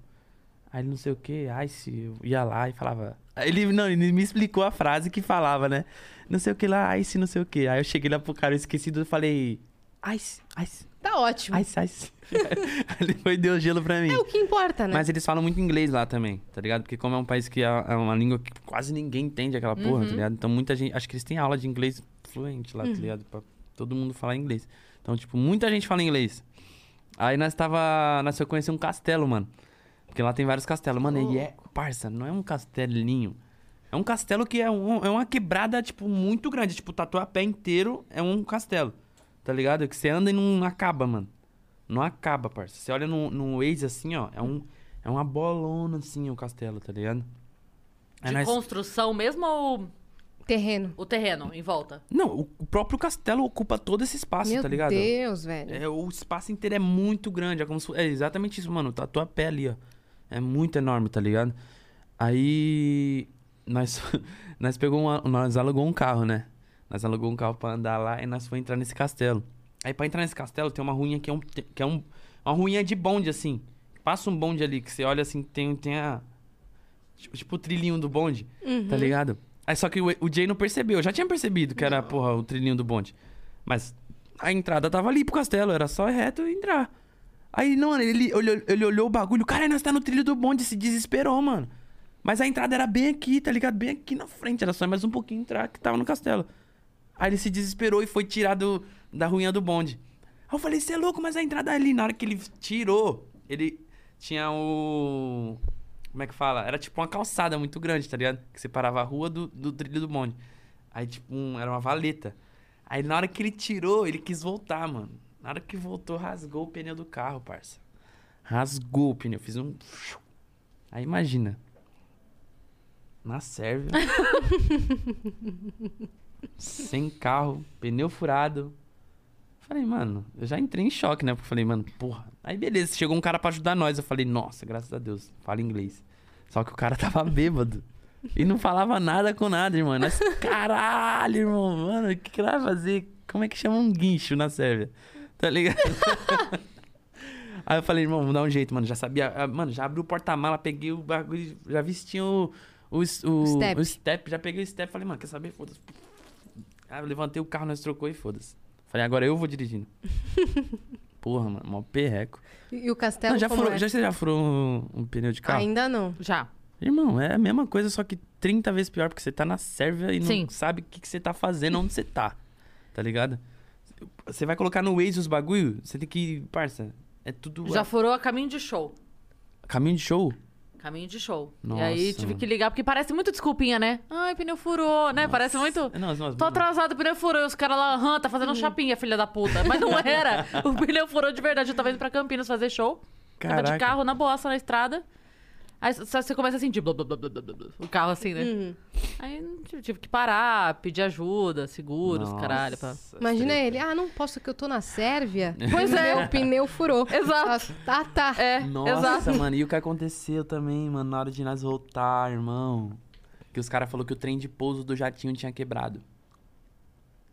Speaker 3: Aí ele não sei o que, ice, eu ia lá e falava. Aí Ele, não, ele me explicou a frase que falava, né? Não sei o que lá, ice, não sei o que. Aí eu cheguei lá pro cara eu esquecido e falei, ice, ice.
Speaker 2: Tá ótimo.
Speaker 3: Ai, sai. Ele foi deu gelo pra mim.
Speaker 2: É o que importa, né?
Speaker 3: Mas eles falam muito inglês lá também, tá ligado? Porque como é um país que é é uma língua que quase ninguém entende aquela porra, tá ligado? Então muita gente. Acho que eles têm aula de inglês fluente lá, tá ligado? Pra todo mundo falar inglês. Então, tipo, muita gente fala inglês. Aí nós tava. Nós foi conhecer um castelo, mano. Porque lá tem vários castelos. Mano, e é. Parça, não é um castelinho. É um castelo que é, um- é uma quebrada, tipo, muito grande. Tipo, tatuapé inteiro é um castelo. Tá ligado? Que você anda e não acaba, mano. Não acaba, parça. Você olha no, no Waze assim, ó. É, um, é uma bolona assim o castelo, tá ligado? É Aí
Speaker 1: De
Speaker 3: nós-
Speaker 1: construção mesmo ou
Speaker 2: Terreno.
Speaker 1: o terreno em volta?
Speaker 3: Não, o, o próprio castelo ocupa todo esse espaço,
Speaker 2: Meu
Speaker 3: tá ligado?
Speaker 2: Deus, velho.
Speaker 3: É, o espaço inteiro é muito grande. É, como se- é exatamente isso, mano. Tá a tua pé ali, ó. É muito enorme, tá ligado? Aí. Nós, nós pegou uma- Nós alugou um carro, né? Nós alugou um carro pra andar lá e nós foi entrar nesse castelo. Aí pra entrar nesse castelo tem uma ruinha que é um. Que é um uma ruinha de bonde, assim. Passa um bonde ali que você olha assim, tem, tem a. Tipo, tipo o trilhinho do bonde, tá ligado? Aí só que o, o Jay não percebeu. Eu já tinha percebido que era, porra, o trilhinho do bonde. Mas a entrada tava ali pro castelo, era só ir reto e entrar. Aí, não, mano, ele olhou, ele olhou o bagulho, caralho, nós tá no trilho do bonde, se desesperou, mano. Mas a entrada era bem aqui, tá ligado? Bem aqui na frente, era só mais um pouquinho entrar que tava no castelo. Aí ele se desesperou e foi tirado da ruinha do bonde. Aí eu falei, você é louco, mas a entrada é ali, na hora que ele tirou, ele tinha o. Como é que fala? Era tipo uma calçada muito grande, tá ligado? Que separava a rua do, do trilho do bonde. Aí, tipo, um- era uma valeta. Aí na hora que ele tirou, ele quis voltar, mano. Na hora que voltou, rasgou o pneu do carro, parça. Rasgou o pneu, fiz um. Aí imagina. Na Sérvia. sem carro, pneu furado. Falei, mano, eu já entrei em choque, né? Porque eu falei, mano, porra. Aí beleza, chegou um cara pra ajudar nós. Eu falei, nossa, graças a Deus, fala inglês. Só que o cara tava bêbado. E não falava nada com nada, irmão. Nós, caralho, irmão, mano, o que, que ela vai fazer? Como é que chama um guincho na Sérvia? Tá ligado? Aí eu falei, irmão, vamos dar um jeito, mano. Já sabia. ah, Mano, já abri o porta-mala, peguei o bagulho, já vestia o. O, s- o,
Speaker 2: Step.
Speaker 3: o step, já peguei o step, falei, mano, quer saber? Foda-se. Aí eu levantei o carro, nós trocou e foda-se. Falei, agora eu vou dirigindo. Porra, mano, mó perreco.
Speaker 2: E e o castelo
Speaker 3: Não, já,
Speaker 2: como
Speaker 3: furou,
Speaker 2: é?
Speaker 3: já, você já furou um, um pneu de carro?
Speaker 2: Ainda não.
Speaker 1: Já.
Speaker 3: Irmão, é a mesma coisa, só que 30 vezes pior, porque você tá na Sérvia e não
Speaker 1: Sim.
Speaker 3: sabe o que, que você tá fazendo, onde você tá. Tá ligado? Você vai colocar no Waze os bagulho, você tem que. Parça, é tudo.
Speaker 1: Já furou a caminho de show.
Speaker 3: Caminho de show?
Speaker 1: Caminho de show.
Speaker 3: Nossa,
Speaker 1: e aí tive
Speaker 3: mano.
Speaker 1: que ligar, porque parece muito desculpinha, né? Ai, pneu furou, né? Parece muito.
Speaker 3: Não, não,
Speaker 1: Tô atrasado, o pneu furou. E os caras lá, aham, tá fazendo chapinha, filha da puta. Mas não era. o pneu furou de verdade. Eu tava indo pra Campinas fazer show. Tava de
Speaker 3: Caraca.
Speaker 1: carro na boaça na estrada. Aí só você começa assim, a sentir blá, blá, blá, blá, blá, blá, blá, o carro assim, né? Aí eu tive que parar, pedir ajuda, seguros,
Speaker 3: Nossa, tá
Speaker 1: caralho. pra-
Speaker 2: Imagina
Speaker 3: treta.
Speaker 2: ele. Ah, não posso que eu tô na Sérvia.
Speaker 1: Pois é.
Speaker 2: Meu pneu furou.
Speaker 1: Exato.
Speaker 2: Ah, tá.
Speaker 1: É,
Speaker 3: Nossa,
Speaker 1: exato.
Speaker 3: mano, e o que aconteceu também, mano, na hora de nós voltar, irmão? Que os caras falaram que o trem de pouso do jatinho tinha quebrado.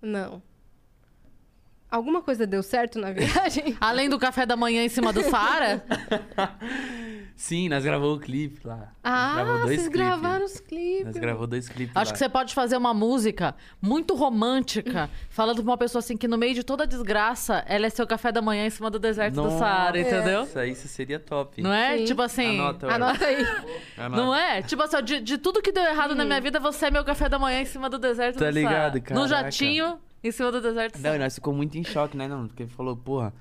Speaker 2: Não. Alguma coisa deu certo na viagem?
Speaker 1: Além do café da manhã em cima do Saara,
Speaker 3: Sim, nós gravou o clipe lá. Nós
Speaker 2: Ah,
Speaker 3: gravou dois
Speaker 2: vocês
Speaker 3: clipes.
Speaker 2: gravaram os clipes.
Speaker 3: Nós gravou dois clipes
Speaker 1: acho
Speaker 3: lá.
Speaker 1: que você pode fazer uma música muito romântica, falando pra uma pessoa assim que no meio de toda a desgraça, ela é seu café da manhã em cima do deserto do Saara, entendeu?
Speaker 3: Nossa, isso seria top.
Speaker 1: Não é?
Speaker 2: Sim.
Speaker 1: Tipo assim.
Speaker 3: É. Anota, ué.
Speaker 2: Anota aí.
Speaker 3: Anota.
Speaker 1: Não é? Tipo assim, ó, de, de tudo que deu errado na minha vida, você é meu café da manhã em cima do deserto
Speaker 3: Tá
Speaker 1: do Saara.
Speaker 3: ligado,
Speaker 1: No
Speaker 3: caraca.
Speaker 1: jatinho, em cima do deserto do
Speaker 3: Não, e
Speaker 1: Saara.
Speaker 3: nós ficou muito em choque, né? Não, porque ele falou, porra.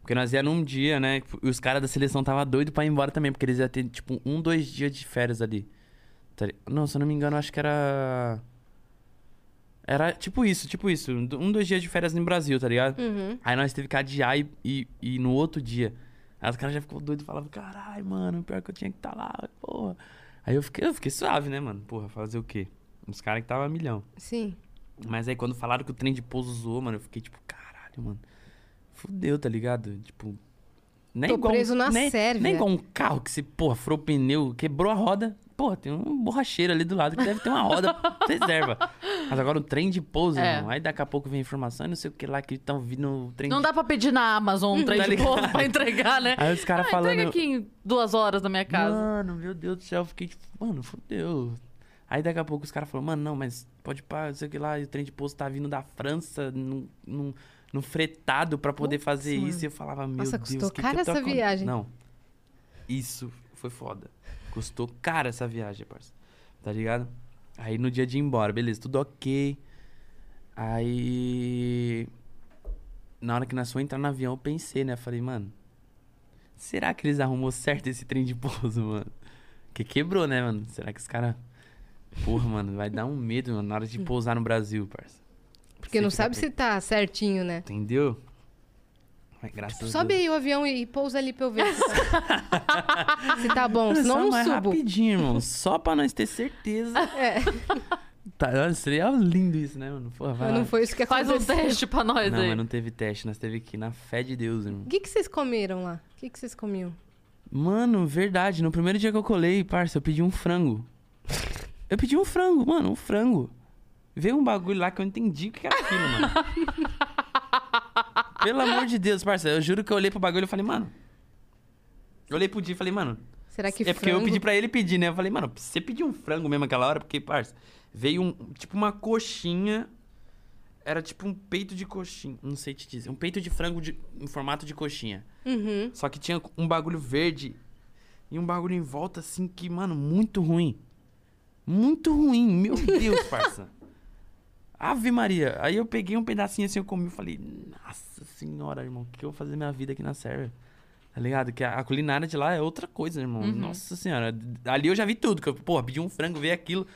Speaker 3: Porque nós ia num dia, né? E os caras da seleção tava doido pra ir embora também, porque eles iam ter, tipo, um, dois dias de férias ali. Tá li- Não, se eu não me engano, acho que era. Era tipo isso, tipo isso. Um, dois dias de férias no Brasil, tá ligado?
Speaker 2: Uhum.
Speaker 3: Aí nós teve que adiar e, e, e no outro dia. Aí os caras já ficou doido e falavam, caralho, mano, pior que eu tinha que estar lá, porra. Aí eu fiquei, eu fiquei suave, né, mano? Porra, fazer o quê? Os caras que tava milhão.
Speaker 2: Sim.
Speaker 3: Mas aí quando falaram que o trem de pouso zoou, mano, eu fiquei tipo, caralho, mano. Fudeu, tá ligado? Tipo. Nem
Speaker 2: Tô
Speaker 3: igual, um
Speaker 2: preso na
Speaker 3: nem,
Speaker 2: Sérvia.
Speaker 3: Nem igual um carro que se, porra, furou o pneu, quebrou a roda. Porra, tem um borracheiro ali do lado que deve ter uma roda reserva. Mas agora o trem de pouso,
Speaker 1: É.
Speaker 3: irmão. Aí daqui a pouco vem informação e não sei o que lá que estão vindo o trem
Speaker 1: Não
Speaker 3: de
Speaker 1: dá pra pedir na Amazon um trem
Speaker 3: Tá
Speaker 1: de
Speaker 3: ligado?
Speaker 1: povo pra entregar, né?
Speaker 3: Aí os caras
Speaker 1: ah,
Speaker 3: falando-
Speaker 1: Entrega aqui em duas horas na minha casa.
Speaker 3: Mano, meu Deus do céu, eu fiquei tipo, mano, fudeu. Aí daqui a pouco os caras falaram, mano, não, mas pode pá, não sei o que lá, e o trem de pouso tá vindo da França, não, não, no fretado pra poder fazer
Speaker 2: mano.
Speaker 3: isso. E eu falava, meu
Speaker 2: Nossa,
Speaker 3: Deus,
Speaker 2: custou
Speaker 3: que que
Speaker 2: cara
Speaker 3: eu tô
Speaker 2: essa
Speaker 3: acon-
Speaker 2: viagem.
Speaker 3: Não. Isso foi foda. Custou cara essa viagem, parça. Tá ligado? Aí no dia de ir embora, beleza, tudo ok. Aí. Na hora que nós fomos entrar no avião, eu pensei, né? Falei, mano, será que eles arrumou certo esse trem de pouso, mano? Que quebrou, né, mano? Será que os caras. Porra, mano, vai dar um medo, mano, na hora de pousar no Brasil, parça.
Speaker 2: Porque não sabe
Speaker 3: se
Speaker 2: se tá certinho, né?
Speaker 3: Entendeu? Mas graças a
Speaker 2: Tipo, Sobe
Speaker 3: Deus.
Speaker 2: aí o avião e pousa ali pra eu ver se tá, se tá bom.
Speaker 3: Mano,
Speaker 2: Senão eu
Speaker 3: só
Speaker 2: não
Speaker 3: mais
Speaker 2: subo.
Speaker 3: rapidinho, irmão. Só pra nós ter certeza.
Speaker 2: É,
Speaker 3: Tá, olha, seria lindo isso, né, mano? Porra, vai
Speaker 2: mas não
Speaker 3: lá.
Speaker 2: foi isso que
Speaker 1: Faz
Speaker 2: aconteceu.
Speaker 1: um teste pra nós
Speaker 3: Não,
Speaker 1: aí.
Speaker 3: mas não teve teste. Nós teve que ir na fé de Deus, irmão.
Speaker 2: O que, que vocês comeram lá? O que, que vocês comiam?
Speaker 3: Mano, verdade. No primeiro dia que eu colei, parça, eu pedi um frango. Eu pedi um frango, mano, um frango. Veio um bagulho lá que eu não entendi o que era aquilo, mano. Pelo amor de Deus, parça. Eu juro que eu olhei pro bagulho e falei, mano. Eu olhei pro dia e falei, mano,
Speaker 2: Será que
Speaker 3: é porque eu
Speaker 2: frango?
Speaker 3: pedi pra ele pedir, né? Eu falei, mano, você pediu um frango mesmo aquela hora? Porque, parça, veio um, tipo uma coxinha. Era tipo um peito de coxinha. Não sei te dizer. Um peito de frango de- em formato de coxinha.
Speaker 2: Uhum.
Speaker 3: Só que tinha um bagulho verde e um bagulho em volta, assim, que, mano, muito ruim. Muito ruim, meu Deus, parça. Ave Maria. Aí eu peguei um pedacinho assim, eu comi e falei, nossa senhora, irmão, o que eu vou fazer da minha vida aqui na Sérvia? Tá ligado? Que a, a culinária de lá é outra coisa, irmão. Nossa senhora. Ali eu já vi tudo. Que eu, porra, pedi um frango, veio aquilo.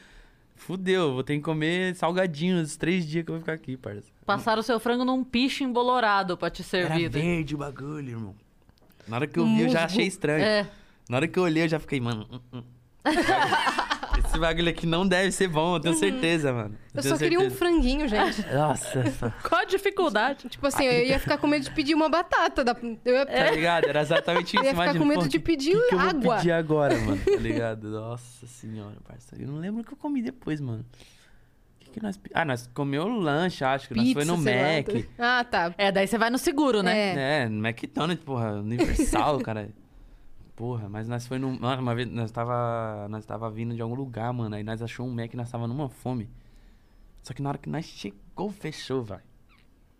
Speaker 3: Fudeu, vou ter que comer salgadinho os três dias que eu vou ficar aqui, parça.
Speaker 1: Passaram o seu frango num picho embolorado pra te
Speaker 3: Era
Speaker 1: servir. daí.
Speaker 3: verde o bagulho, irmão. Na hora que eu vi, eu já achei estranho.
Speaker 1: É.
Speaker 3: Na hora que eu olhei, eu já fiquei, mano. hum, hum. Esse bagulho aqui não deve ser bom, eu tenho certeza, mano.
Speaker 2: Uhum. Eu
Speaker 3: tenho
Speaker 2: só queria um
Speaker 3: certeza.
Speaker 2: franguinho, gente.
Speaker 3: Nossa,
Speaker 1: Qual a dificuldade?
Speaker 2: Tipo assim, eu ia ficar com medo de pedir uma batata. Da... Eu ia...
Speaker 1: É.
Speaker 3: tá ligado? Era exatamente isso.
Speaker 2: Eu ia ficar
Speaker 3: Imagina,
Speaker 2: com medo
Speaker 3: pô,
Speaker 2: de
Speaker 3: que-
Speaker 2: pedir
Speaker 3: que que eu vou
Speaker 2: água.
Speaker 3: pedir agora, mano, tá ligado? Nossa senhora, parceiro. Eu não lembro o que eu comi depois, mano. O que, que nós. pe- Ah, nós comeu lanche, acho que nós foi no
Speaker 2: sei lá.
Speaker 3: Mac.
Speaker 2: Ah, tá.
Speaker 1: É, daí você vai no seguro, né?
Speaker 2: É.
Speaker 3: É, no McDonald's, porra, Universal, cara. Porra, mas nós foi num. Mano, uma vez nós tava. Nós tava vindo de algum lugar, mano. Aí nós achou um Mac e nós tava numa fome. Só que na hora que nós chegou, fechou, vai.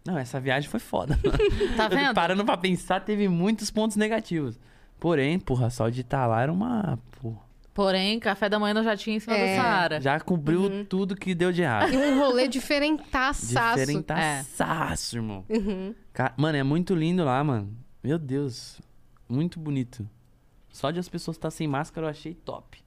Speaker 3: Não, essa viagem foi foda.
Speaker 2: É.
Speaker 3: mano.
Speaker 1: Tá vendo?
Speaker 3: Parando pra pensar, teve muitos pontos negativos. Porém, porra, só de estar lá era uma. Porra,
Speaker 1: Porém, café da manhã não já tinha em cima
Speaker 2: É.
Speaker 1: do Saara.
Speaker 3: já cobriu
Speaker 1: Uhum.
Speaker 3: tudo que deu de errado.
Speaker 2: E um rolê diferentaçaço.
Speaker 1: É.
Speaker 3: Diferentaçaço, irmão.
Speaker 2: Uhum.
Speaker 3: Ca- Mano, é muito lindo lá, mano. Meu Deus. Muito bonito. Só de as pessoas estar sem máscara eu achei top.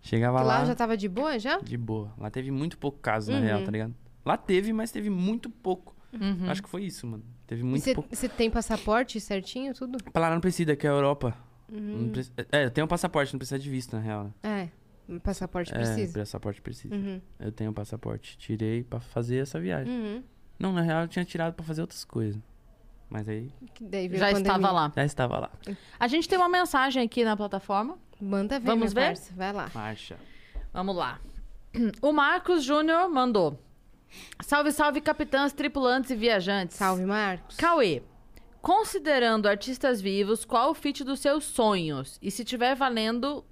Speaker 3: Chegava
Speaker 2: Lá,
Speaker 3: lá,
Speaker 2: já tava de boa, já?
Speaker 3: de boa. Lá teve muito pouco caso, na
Speaker 2: Uhum.
Speaker 3: real, tá ligado? Lá teve, mas teve muito pouco.
Speaker 1: Uhum.
Speaker 3: Acho que foi isso, mano. Teve
Speaker 2: E
Speaker 3: muito pouco.
Speaker 2: você tem passaporte certinho, tudo?
Speaker 3: Pra lá não precisa, que é a Europa.
Speaker 2: Uhum.
Speaker 3: Não preci- É, eu tenho um passaporte, não precisa de visto, na real. né?
Speaker 2: É. Passaporte
Speaker 3: é,
Speaker 2: precisa.
Speaker 3: passaporte precisa.
Speaker 2: Uhum.
Speaker 3: Eu tenho um passaporte. Tirei pra fazer essa viagem.
Speaker 2: Uhum.
Speaker 3: Não, na real eu tinha tirado pra fazer outras coisas. Mas aí
Speaker 2: Que daí veio
Speaker 1: Já
Speaker 2: a
Speaker 1: estava
Speaker 2: pandemia.
Speaker 1: lá.
Speaker 3: já estava lá.
Speaker 1: A gente tem uma mensagem aqui na plataforma.
Speaker 2: Manda ver,
Speaker 1: Vamos
Speaker 2: minha
Speaker 1: ver?
Speaker 2: parça. Vai lá.
Speaker 3: Marcha.
Speaker 1: Vamos lá. O Marcos Júnior mandou. Salve, salve, capitãs, tripulantes e viajantes.
Speaker 2: Salve, Marcos.
Speaker 1: Cauê, considerando artistas vivos, qual o feat dos seus sonhos? E se tiver valendo.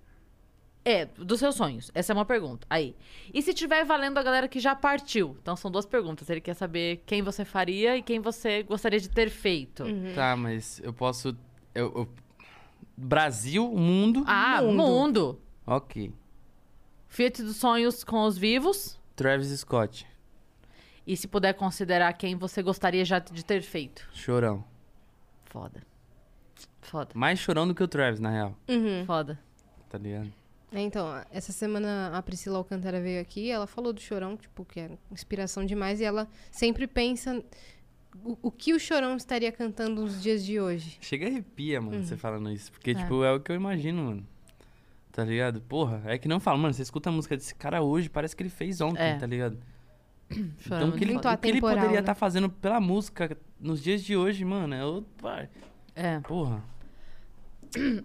Speaker 1: É, dos seus sonhos. Essa é uma pergunta. Aí. E se tiver valendo a galera que já partiu? Então são duas perguntas. Ele quer saber quem você faria e quem você gostaria de ter feito.
Speaker 3: Tá, mas eu posso. Eu, eu- Brasil, mundo.
Speaker 1: Ah, mundo.
Speaker 3: Ok.
Speaker 1: Fiat dos sonhos com os vivos.
Speaker 3: Travis Scott,
Speaker 1: E se puder considerar quem você gostaria já de ter feito.
Speaker 3: chorão.
Speaker 1: Foda. Foda.
Speaker 3: Mais chorão do que o Travis, na real.
Speaker 2: Uhum.
Speaker 1: Foda.
Speaker 3: Tá ligado?
Speaker 2: É, Então, essa semana a Priscila Alcântara veio aqui, ela falou do Chorão, tipo, que é inspiração demais, e ela sempre pensa o, o que o Chorão estaria cantando nos dias de hoje.
Speaker 3: Chega e arrepia, mano,
Speaker 1: Uhum.
Speaker 3: você falando isso. Porque, tipo, é o que eu imagino, mano. Tá ligado? Porra, é que não fala, mano, você escuta a música desse cara hoje, parece que ele fez ontem,
Speaker 1: É.
Speaker 3: tá ligado?
Speaker 1: Chorão
Speaker 3: então, o que ele,
Speaker 2: muito
Speaker 3: o que ele
Speaker 2: atemporal,
Speaker 3: poderia estar
Speaker 2: né?
Speaker 3: fazendo pela música nos dias de hoje, mano, é outro. vai.
Speaker 1: É.
Speaker 3: Porra.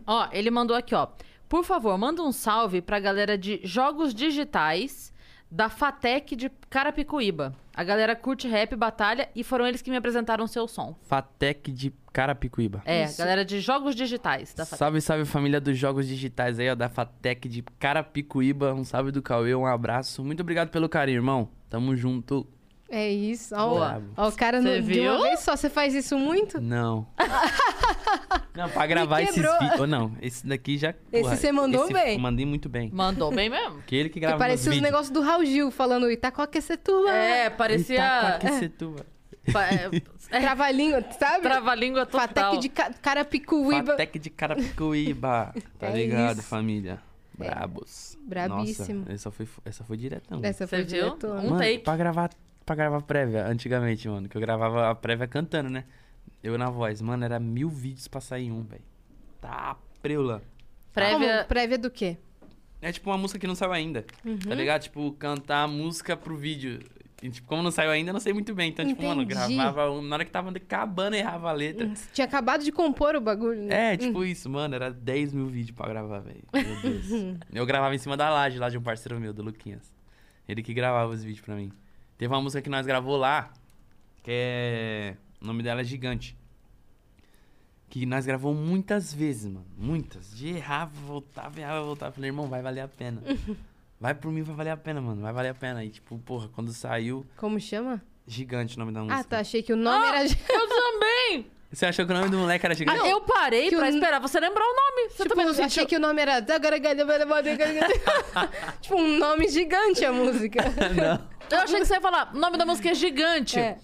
Speaker 1: Ó, ele mandou aqui, ó. Por favor, manda um salve pra galera de jogos digitais da Fatec de Carapicuíba. A galera curte rap, batalha e foram eles que me apresentaram o seu som.
Speaker 3: Fatec de Carapicuíba.
Speaker 1: É, a galera de jogos digitais da Fatec.
Speaker 3: Salve, salve família dos jogos digitais aí, ó, da Fatec de Carapicuíba. Um salve do Cauê, um abraço. Muito obrigado pelo carinho, irmão. Tamo junto.
Speaker 2: É isso. Ó,
Speaker 3: Bravo.
Speaker 2: ó o cara no,
Speaker 1: Cê
Speaker 2: de uma
Speaker 1: viu?
Speaker 2: vez só. Você faz isso muito?
Speaker 3: Não. não, pra gravar esses
Speaker 2: quebrou.
Speaker 3: vídeos. Não, esse daqui já. porra,
Speaker 2: você mandou
Speaker 3: esse
Speaker 2: bem.
Speaker 3: Eu mandei muito bem.
Speaker 1: Mandou bem mesmo.
Speaker 3: Que ele que
Speaker 2: Que
Speaker 3: grava meus
Speaker 2: parecia os
Speaker 3: vídeos.
Speaker 2: negócios do Raul Gil falando Itacoaquecetuba.
Speaker 1: É,
Speaker 3: Itacoa,
Speaker 1: parecia.
Speaker 3: que setuba.
Speaker 1: pa- é, é,
Speaker 2: Trava-língua, sabe?
Speaker 1: Trava-língua total.
Speaker 2: Fatec de ca... Carapicuíba.
Speaker 3: Fatec de Carapicuíba. Tá
Speaker 2: É
Speaker 3: ligado,
Speaker 2: isso. É.
Speaker 3: família? Brabos.
Speaker 2: Brabíssimo.
Speaker 3: Nossa, essa foi, essa foi diretão.
Speaker 2: Essa foi
Speaker 1: Você viu?
Speaker 2: diretona.
Speaker 1: Um
Speaker 3: mano,
Speaker 1: take.
Speaker 3: Pra gravar, pra gravar prévia, antigamente, mano, que eu gravava a prévia cantando, né? Eu na voz. Mano, era mil vídeos pra sair em um, velho. Tá preula.
Speaker 1: Prévia.
Speaker 2: Como? Prévia do quê?
Speaker 3: É tipo uma música que não saiu ainda, tá ligado? Tipo, cantar a música pro vídeo. E, tipo, como não saiu ainda, eu não sei muito bem. Então, tipo, mano,
Speaker 2: Entendi.
Speaker 3: gravava um, na hora que tava acabando, errava a letra.
Speaker 2: Tinha acabado de compor o bagulho, né?
Speaker 3: É, tipo isso, mano, era 10 mil vídeos pra gravar, velho. Meu Deus. eu gravava em cima da laje, lá de um parceiro meu, do Luquinhas. Ele que gravava os vídeos pra mim. Teve uma música que nós gravou lá, que é. O nome dela é Gigante. Que nós gravou muitas vezes, mano. Muitas. De errava, voltava, errava, voltava. Falei, irmão, vai valer a pena. vai por mim, vai valer a pena, mano. Vai valer a pena. E tipo, porra, quando saiu,
Speaker 2: Como chama?
Speaker 3: gigante o nome da música.
Speaker 2: Ah, tá. Achei que o nome era...
Speaker 1: Eu também!
Speaker 3: Você achou que o nome do moleque era gigante?
Speaker 1: Ah, eu parei
Speaker 2: Que
Speaker 1: pra
Speaker 2: o-
Speaker 1: esperar você lembrar o nome. Você
Speaker 2: tipo,
Speaker 1: também não
Speaker 2: achei
Speaker 1: sentiu?
Speaker 2: que o nome era... tipo, um nome gigante a música.
Speaker 1: Eu achei que você ia falar, o nome da música é Gigante.
Speaker 2: É.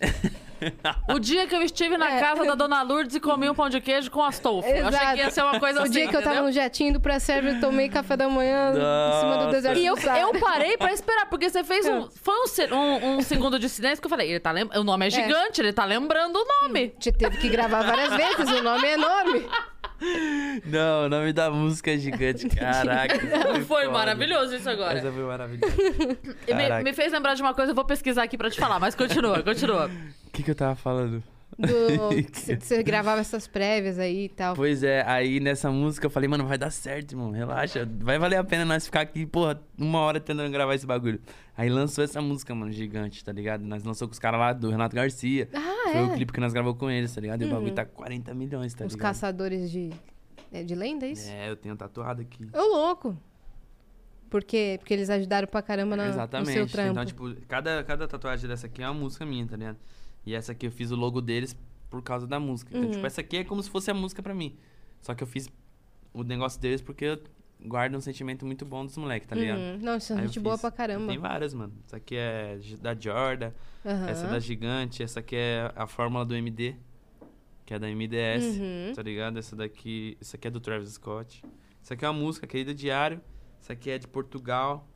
Speaker 1: O dia que eu estive na
Speaker 2: É.
Speaker 1: casa da Dona Lourdes e comi um pão de queijo com astolfo. Eu achei que ia ser uma coisa
Speaker 2: o
Speaker 1: assim,
Speaker 2: dia que eu tava
Speaker 1: entendeu?
Speaker 2: no jetinho indo pra Sérvia, eu tomei café da manhã em cima do
Speaker 3: Nossa.
Speaker 2: deserto.
Speaker 1: E eu,
Speaker 2: do Saara.
Speaker 1: eu parei pra esperar, porque você fez um. Foi um, se- um, um segundo de silêncio que eu falei, ele tá lem... o nome é gigante, ele tá lembrando o nome.
Speaker 2: Te teve que gravar várias vezes, o nome é enorme.
Speaker 3: Não, o nome da música é gigante. Caraca. isso
Speaker 1: Foi
Speaker 3: foda.
Speaker 1: maravilhoso isso agora.
Speaker 3: Essa foi maravilhosa.
Speaker 1: E Me,
Speaker 3: Caraca.
Speaker 1: me fez lembrar de uma coisa, eu vou pesquisar aqui pra te falar, mas continua, continua.
Speaker 3: O que, que eu tava falando?
Speaker 2: Do- Você você gravava essas prévias aí e tal.
Speaker 3: Pois é, aí nessa música eu falei, mano, vai dar certo, irmão. Relaxa. Vai valer a pena nós ficar aqui, porra, uma hora tentando gravar esse bagulho. Aí lançou essa música, mano, gigante, tá ligado? Nós lançou com os caras lá do Renato Garcia.
Speaker 2: Ah,
Speaker 3: foi
Speaker 2: é? Uhum.
Speaker 3: o clipe que nós gravou com eles, tá ligado? E o bagulho tá 40 milhões, tá
Speaker 2: Os
Speaker 3: ligado?
Speaker 2: caçadores de... é de lenda, é isso?
Speaker 3: É, eu tenho tatuado aqui.
Speaker 2: Ô, louco. Porque, porque eles ajudaram pra caramba na, no seu
Speaker 3: Exatamente.
Speaker 2: trampo.
Speaker 3: Então, tipo, cada, cada tatuagem dessa aqui é uma música minha, tá ligado? E essa aqui eu fiz o logo deles por causa da música. Então,
Speaker 2: Uhum.
Speaker 3: tipo, essa aqui é como se fosse a música pra mim. Só que eu fiz o negócio deles porque eu guardo um sentimento muito bom dos moleques, tá ligado?
Speaker 2: Uhum. Não, são
Speaker 3: Aí eu
Speaker 2: gente boa
Speaker 3: fiz.
Speaker 2: pra caramba.
Speaker 3: Tem várias, mano. Essa aqui é gi- da Jordan,
Speaker 2: Aham.
Speaker 3: essa é da Gigante, essa aqui é a fórmula do MD, que é da MDS,
Speaker 2: Uhum.
Speaker 3: tá ligado? Essa daqui, essa aqui é do Travis Scott. Isso aqui é uma música, querida Diário. Isso aqui é de Portugal.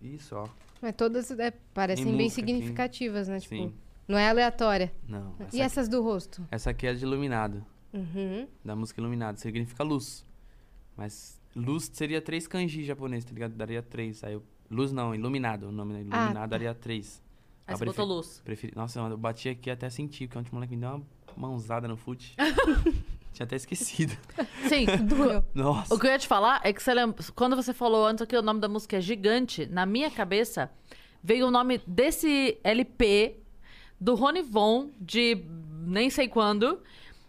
Speaker 3: Isso, ó.
Speaker 2: Mas todas é, parecem
Speaker 3: Tem
Speaker 2: bem
Speaker 3: música aqui.
Speaker 2: significativas, né? Tipo,
Speaker 3: Sim. Tá
Speaker 2: não é aleatória.
Speaker 3: Não. Essa,
Speaker 2: e
Speaker 3: aqui,
Speaker 2: essas do rosto?
Speaker 3: essa aqui é de iluminado,
Speaker 2: Uhum.
Speaker 3: da música iluminado, significa luz. Mas luz seria três kanji japonês, tá ligado? Daria três. Aí eu- luz não, iluminado, o nome né? iluminado
Speaker 2: tá.
Speaker 3: daria três.
Speaker 1: Aí
Speaker 3: Eu
Speaker 1: você
Speaker 3: preferi-
Speaker 1: botou luz.
Speaker 3: preferi- Nossa, mano, eu bati aqui até senti, porque ontem o moleque me deu uma mãozada no foot. Tinha até esquecido.
Speaker 1: Sim,
Speaker 2: Doeu.
Speaker 3: Nossa.
Speaker 1: O que eu ia te falar é que você lembra, quando você falou antes que o nome da música é Gigante, na minha cabeça veio o nome desse LP do Rony Von de nem sei quando,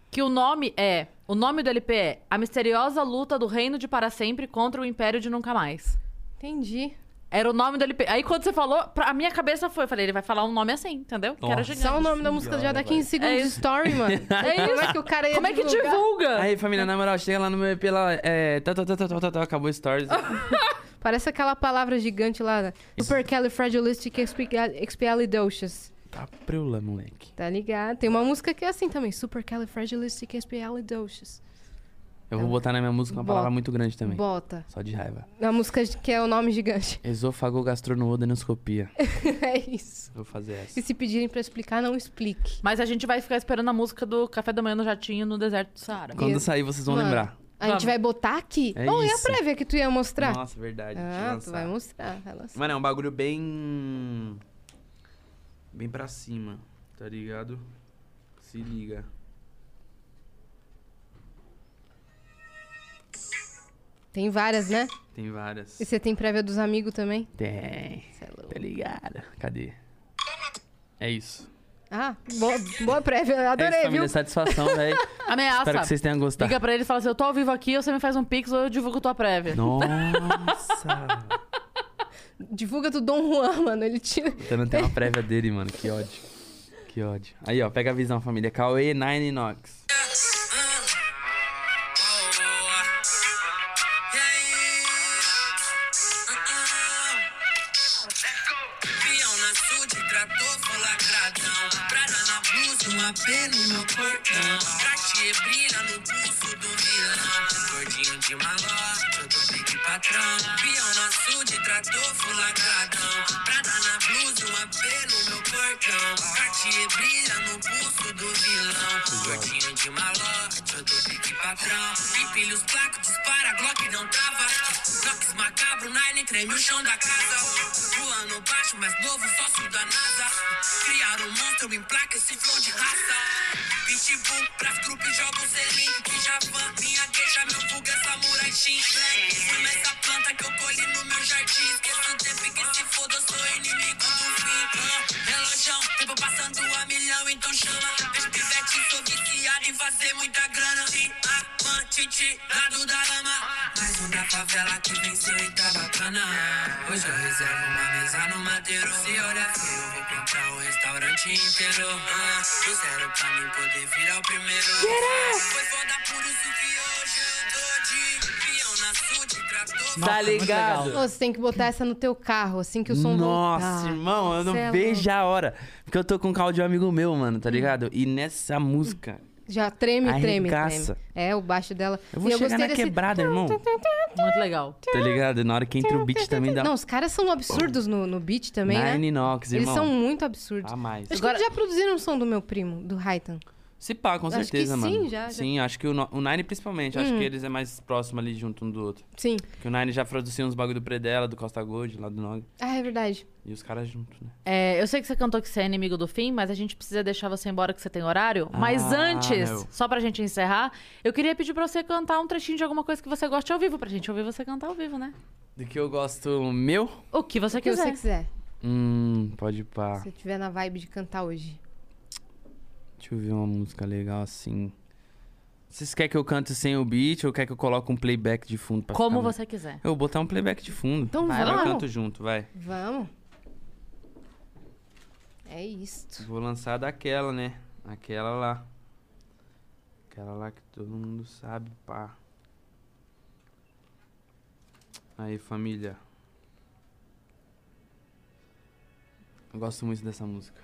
Speaker 1: que o nome é, o nome do LP é A Misteriosa Luta do Reino de Para Sempre contra o Império de Nunca Mais.
Speaker 2: Entendi.
Speaker 1: Era o nome do LP. Aí quando você falou, pra, a minha cabeça foi, eu falei, ele vai falar um nome assim, entendeu? Que era
Speaker 3: Nossa.
Speaker 1: Gigante.
Speaker 2: Só o nome da música já dá
Speaker 3: Senhora,
Speaker 2: 15 segundos
Speaker 1: É
Speaker 2: de
Speaker 1: isso.
Speaker 2: story, mano.
Speaker 1: É
Speaker 2: Como é
Speaker 1: isso.
Speaker 2: que o cara ia
Speaker 1: Como é que
Speaker 2: divulgar?
Speaker 1: divulga?
Speaker 3: Aí, família, na moral, chega lá no meu EP lá, é. Tá, tá, tá, tá, tá, tá, tá, acabou o stories.
Speaker 2: Ah. Parece aquela palavra gigante lá, né? Supercalifragilisticexpialidocious.
Speaker 3: tá preula, moleque.
Speaker 2: Tá ligado? Tem uma música que é assim também, supercalifragilisticexpialidocious.
Speaker 3: Eu
Speaker 2: Tá.
Speaker 3: vou botar na minha música uma palavra
Speaker 2: Bota.
Speaker 3: muito grande também.
Speaker 2: Bota.
Speaker 3: Só de raiva.
Speaker 2: Na música que é o nome gigante.
Speaker 3: Esofagogastronoodenoscopia.
Speaker 2: é isso.
Speaker 3: Vou fazer essa.
Speaker 2: E se pedirem pra explicar, não explique.
Speaker 1: Mas a gente vai ficar esperando a música do Café da Manhã no Jatinho no deserto do Saara.
Speaker 3: Quando
Speaker 2: é Isso.
Speaker 3: sair, vocês vão
Speaker 2: Mano,
Speaker 3: lembrar.
Speaker 2: A gente
Speaker 1: Vamos.
Speaker 2: vai botar aqui.
Speaker 3: É
Speaker 2: Ou é a
Speaker 3: isso.
Speaker 2: prévia que tu ia mostrar?
Speaker 3: Nossa, verdade. deixa eu
Speaker 2: ah, tu
Speaker 3: lançar.
Speaker 2: vai mostrar. Vai lançar.
Speaker 3: Mano, é um bagulho bem. Bem pra cima, tá ligado? Se liga.
Speaker 2: Tem várias, né?
Speaker 3: Tem várias.
Speaker 2: E você tem prévia dos amigos também?
Speaker 3: Tem.
Speaker 2: Cê é louco.
Speaker 3: Tá ligado? Cadê? É isso.
Speaker 2: Ah, boa, boa prévia.
Speaker 3: é isso,
Speaker 2: Adorei,
Speaker 3: família.
Speaker 2: viu?
Speaker 3: Satisfação, velho. Espero que
Speaker 1: Ameaça.
Speaker 3: vocês tenham gostado.
Speaker 1: Liga pra ele e fala assim: eu tô ao vivo aqui, ou você me faz um pix ou eu divulgo tua prévia.
Speaker 3: Nossa!
Speaker 2: Divulga do Dom Juan, mano. Ele tira.
Speaker 3: Então não tem uma prévia dele, mano. Que ódio. Que ódio. Aí, ó, pega a visão, família. Cauê Nine Nox.
Speaker 6: Pião na sud, trator, vou lacradão. Prada na blusa, uma P no meu portão. Cartier brilha no pulso do vilão. Gordinho de maló, eu tô big patrão. Pião na sud, trator, vou lacradão. Prada na blusa, uma P no meu portão. Cartier brilha no pulso do vilão. Gordinho de maló, eu tô big patrão. Empilha os placos, dispara, Glock não trava. Nox macabro, Nine treme o chão da casa. Voando baixo, mas novo sócio da NASA. Criaram um monstro em placa, esse flow de raça. Pitbull, pras grupos jogam selim. De Javan, minha queixa, meu fuga, samurai shin. Black, Fui nessa planta que eu colhi no meu jardim. Esqueço o tempo em que se foda, eu sou inimigo do fim. Ah, Relojão, tempo passando a milhão, então chama. Deixa pivete, sou viciado em fazer muita grana. Sim, amante, tirado da lama. Mais um da favela que venceu e tá bacana. Hoje eu reservo uma mesa no madeiro. Se olhar feio, eu vou comprar o restaurante inteiro. Ah, do zero pra mim poder virar o primeiro. Foi foda por isso que hoje eu tô de peão na sud, trator.
Speaker 3: tá
Speaker 2: Ô,
Speaker 3: ligado?
Speaker 2: você tem que botar essa no teu carro, assim que o som
Speaker 3: Nossa,
Speaker 2: voltar.
Speaker 3: irmão, eu não
Speaker 2: Cê é
Speaker 3: vejo a hora. Porque eu tô com o carro de um amigo meu, mano, tá ligado? E nessa música.
Speaker 2: Já treme, treme,
Speaker 3: Arregaça.
Speaker 2: treme. É, o baixo dela.
Speaker 3: Eu vou
Speaker 2: E
Speaker 3: chegar
Speaker 2: gostei
Speaker 3: na
Speaker 2: desse-
Speaker 3: quebrada, irmão.
Speaker 1: Muito legal.
Speaker 3: Tá ligado? Na hora que entra o beat também dá.
Speaker 2: Não, os caras são absurdos no, no beat também, né?
Speaker 3: Nine Nox,
Speaker 2: Eles
Speaker 3: irmão.
Speaker 2: são muito absurdos.
Speaker 3: A mais.
Speaker 2: Acho
Speaker 1: Agora-
Speaker 2: que já produziram o som do meu primo, do Raitan.
Speaker 3: Se pá, com
Speaker 2: Acho que
Speaker 3: certeza,
Speaker 2: sim,
Speaker 3: mano.
Speaker 2: já, Hum. já.
Speaker 3: Sim, acho que o, No- o Nine principalmente. Acho que eles é mais próximo ali junto um do outro.
Speaker 2: Sim.
Speaker 3: Porque o Nine já produziu uns bagulho do Predela, do Costa Gold, lá do Nog.
Speaker 2: Ah, é verdade.
Speaker 3: E os caras juntos, né?
Speaker 1: É, eu sei que você cantou que você é inimigo do fim, mas a gente precisa deixar você embora que você tem horário. mas
Speaker 3: Ah,
Speaker 1: antes,
Speaker 3: meu.
Speaker 1: só pra gente encerrar, eu queria pedir pra você cantar um trechinho de alguma coisa que você goste ao vivo, pra gente ouvir você cantar ao vivo, né?
Speaker 3: Do que eu gosto meu?
Speaker 1: O que você
Speaker 2: O que
Speaker 1: quiser.
Speaker 2: você quiser.
Speaker 3: Hum, pode pá.
Speaker 2: Se eu tiver na vibe de cantar hoje.
Speaker 3: Deixa eu ver uma música legal assim. Vocês querem que eu cante sem o beat ou quer que eu coloque um playback de fundo pra
Speaker 1: Como
Speaker 3: ficar mais-
Speaker 1: você quiser.
Speaker 3: Eu vou botar um playback de fundo.
Speaker 2: Então
Speaker 3: vai Eu
Speaker 2: vamos.
Speaker 3: canto junto, vai.
Speaker 2: Vamos? É isto.
Speaker 3: Vou lançar daquela, né? Aquela lá. Aquela lá que todo mundo sabe, pá. Aí, família. Eu gosto muito dessa música.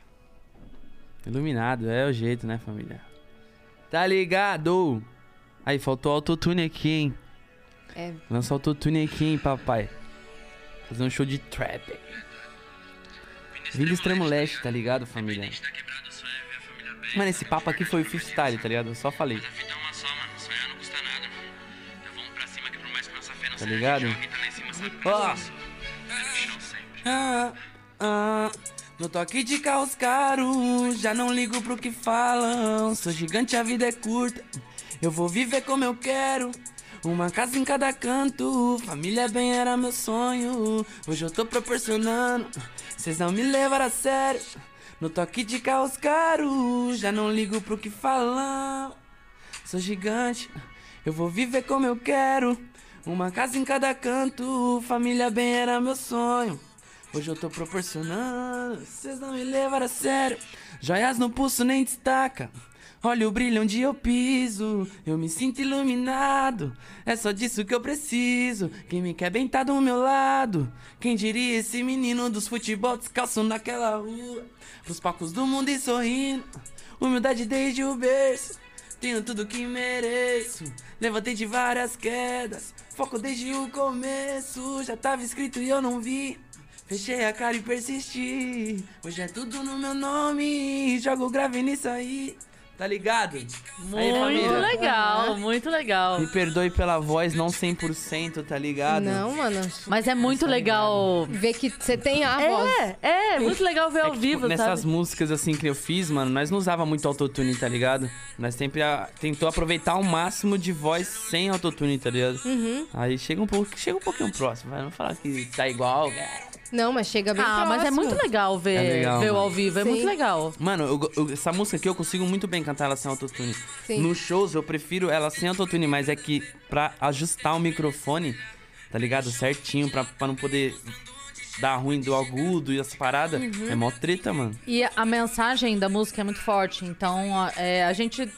Speaker 3: Iluminado, é o jeito, né, família? Tá ligado? Aí, faltou autotune aqui, hein?
Speaker 2: É.
Speaker 3: Lança autotune aqui, hein, papai. Fazer um show de trap. Vim do extremo leste, tá ligado, família? Mano, esse papo aqui foi freestyle, tá ligado? Eu só falei.
Speaker 6: A vida é uma só, mano. Sonhar não custa nada, mano. Então vamos pra cima que por mais que nossa fé não
Speaker 3: Tá
Speaker 6: seja
Speaker 3: ligado?
Speaker 6: de alguém, tá lá em cima, sabe?
Speaker 3: Ó.
Speaker 6: Tá no chão sempre.
Speaker 3: Ah, ah, no toque de carros caros, já não ligo pro que falam. Sou gigante, a vida é curta. Eu vou viver como eu quero. Uma casa em cada canto, família bem era meu sonho. Hoje eu tô proporcionando, vocês não me levaram a sério. No toque de carros caros, já não ligo pro que falam. Sou gigante, eu vou viver como eu quero. Uma casa em cada canto, família bem era meu sonho. Hoje eu tô proporcionando, vocês não me levaram a sério. Joias no pulso nem destaca. Olha o brilho onde eu piso, eu me sinto iluminado. É só disso que eu preciso. Quem me quer bem tá do meu lado. Quem diria esse menino dos futebol descalço naquela rua? Pros palcos do mundo e sorrindo. Humildade desde o berço. Tenho tudo que mereço. Levantei de várias quedas. Foco desde o começo. Já tava escrito e eu não vi. Fechei a cara e persisti. Hoje é tudo no meu nome. Jogo grave nisso aí. Tá ligado? Aí,
Speaker 1: Muito
Speaker 3: família.
Speaker 1: legal, muito legal.
Speaker 3: Me perdoe pela voz, não 100%, tá ligado?
Speaker 2: Não, mano.
Speaker 1: Mas é muito legal.
Speaker 2: Ver que você tem a voz.
Speaker 1: É, é, muito legal ver
Speaker 3: É
Speaker 1: ao
Speaker 3: que, tipo,
Speaker 1: vivo,
Speaker 3: nessas
Speaker 1: sabe?
Speaker 3: músicas assim que eu fiz, mano, nós não usava muito autotune, tá ligado? Nós sempre ah, tentou aproveitar o máximo de voz sem autotune, tá ligado?
Speaker 2: Uhum.
Speaker 3: Aí chega um pouco, chega um pouquinho próximo, vai não falar que tá igual. é.
Speaker 2: Não, mas chega bem
Speaker 1: Ah, mas é
Speaker 2: próximo.
Speaker 1: muito legal ver,
Speaker 3: É legal,
Speaker 1: ver o
Speaker 3: mano.
Speaker 1: ao vivo, é
Speaker 2: Sim.
Speaker 1: muito legal.
Speaker 3: Mano, eu- eu- essa música aqui eu consigo muito bem cantar ela sem autotune.
Speaker 2: Sim.
Speaker 3: Nos shows eu prefiro ela sem autotune, mas é que pra ajustar o microfone, tá ligado? Certinho, pra, pra não poder dá ruim do agudo e as paradas.
Speaker 2: Uhum.
Speaker 3: É mó treta, mano.
Speaker 1: E a mensagem da música é muito forte, então a- é, a gente.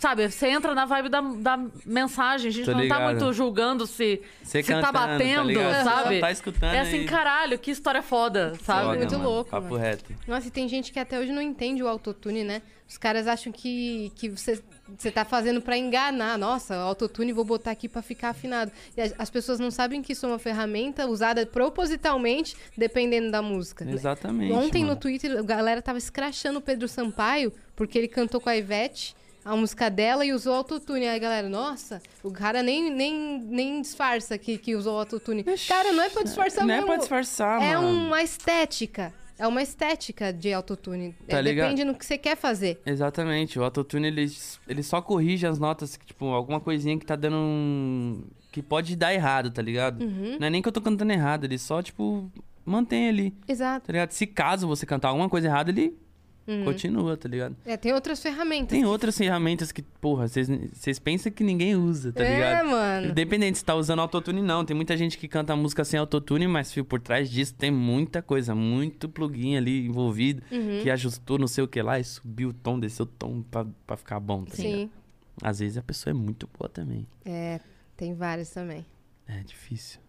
Speaker 1: Sabe, você entra na vibe da, da mensagem, a gente
Speaker 3: Tô
Speaker 1: não tá
Speaker 3: ligado.
Speaker 1: muito julgando se,
Speaker 3: Você
Speaker 1: se tá
Speaker 3: cantando, tá
Speaker 1: batendo,
Speaker 3: ligado?
Speaker 1: sabe?
Speaker 3: Só tá escutando
Speaker 1: É assim,
Speaker 3: aí.
Speaker 1: caralho, que história foda, sabe?
Speaker 3: Foda,
Speaker 2: Tá Muito
Speaker 3: mano.
Speaker 2: louco,
Speaker 3: Papo
Speaker 2: mano.
Speaker 3: reto.
Speaker 2: Nossa, e tem gente que até hoje não entende o autotune, né? Os caras acham que, que você, você tá fazendo pra enganar. Nossa, autotune vou botar aqui pra ficar afinado. E as, as pessoas não sabem que isso é uma ferramenta usada propositalmente, dependendo da música.
Speaker 3: Exatamente.
Speaker 2: Ontem
Speaker 3: mano.
Speaker 2: no Twitter, a galera tava escrachando o Pedro Sampaio porque ele cantou com a Ivete a música dela e usou autotune. Aí a galera, nossa, o cara nem, nem, nem disfarça que, que usou autotune. Cara, não é pra disfarçar
Speaker 3: Não é
Speaker 2: mesmo.
Speaker 3: pra disfarçar,
Speaker 2: É
Speaker 3: mano.
Speaker 2: uma estética. É uma estética de autotune.
Speaker 3: Tá
Speaker 2: É,
Speaker 3: ligado?
Speaker 2: Depende no que você quer fazer.
Speaker 3: Exatamente, o autotune ele, ele só corrige as notas, que, tipo, alguma coisinha que tá dando um. que pode dar errado, tá ligado?
Speaker 2: Uhum.
Speaker 3: Não é nem que eu tô cantando errado, ele só, tipo, mantém ali,
Speaker 2: Exato.
Speaker 3: tá ligado? Se caso você cantar alguma coisa errada, ele
Speaker 2: Uhum.
Speaker 3: continua, tá ligado?
Speaker 2: É, tem outras ferramentas.
Speaker 3: Tem outras ferramentas que, porra, vocês- vocês pensam que ninguém usa, tá
Speaker 2: É,
Speaker 3: ligado?
Speaker 2: mano.
Speaker 3: Independente se tá usando autotune, não. Tem muita gente que canta música sem autotune, mas, fio, por trás disso tem muita coisa, muito plugin ali envolvido,
Speaker 2: Uhum.
Speaker 3: que ajustou não sei o que lá e subiu o tom, desceu o tom pra, pra ficar bom, tá ligado?
Speaker 2: Sim.
Speaker 3: Às vezes a pessoa é muito boa também.
Speaker 2: É, tem várias também.
Speaker 3: É difícil.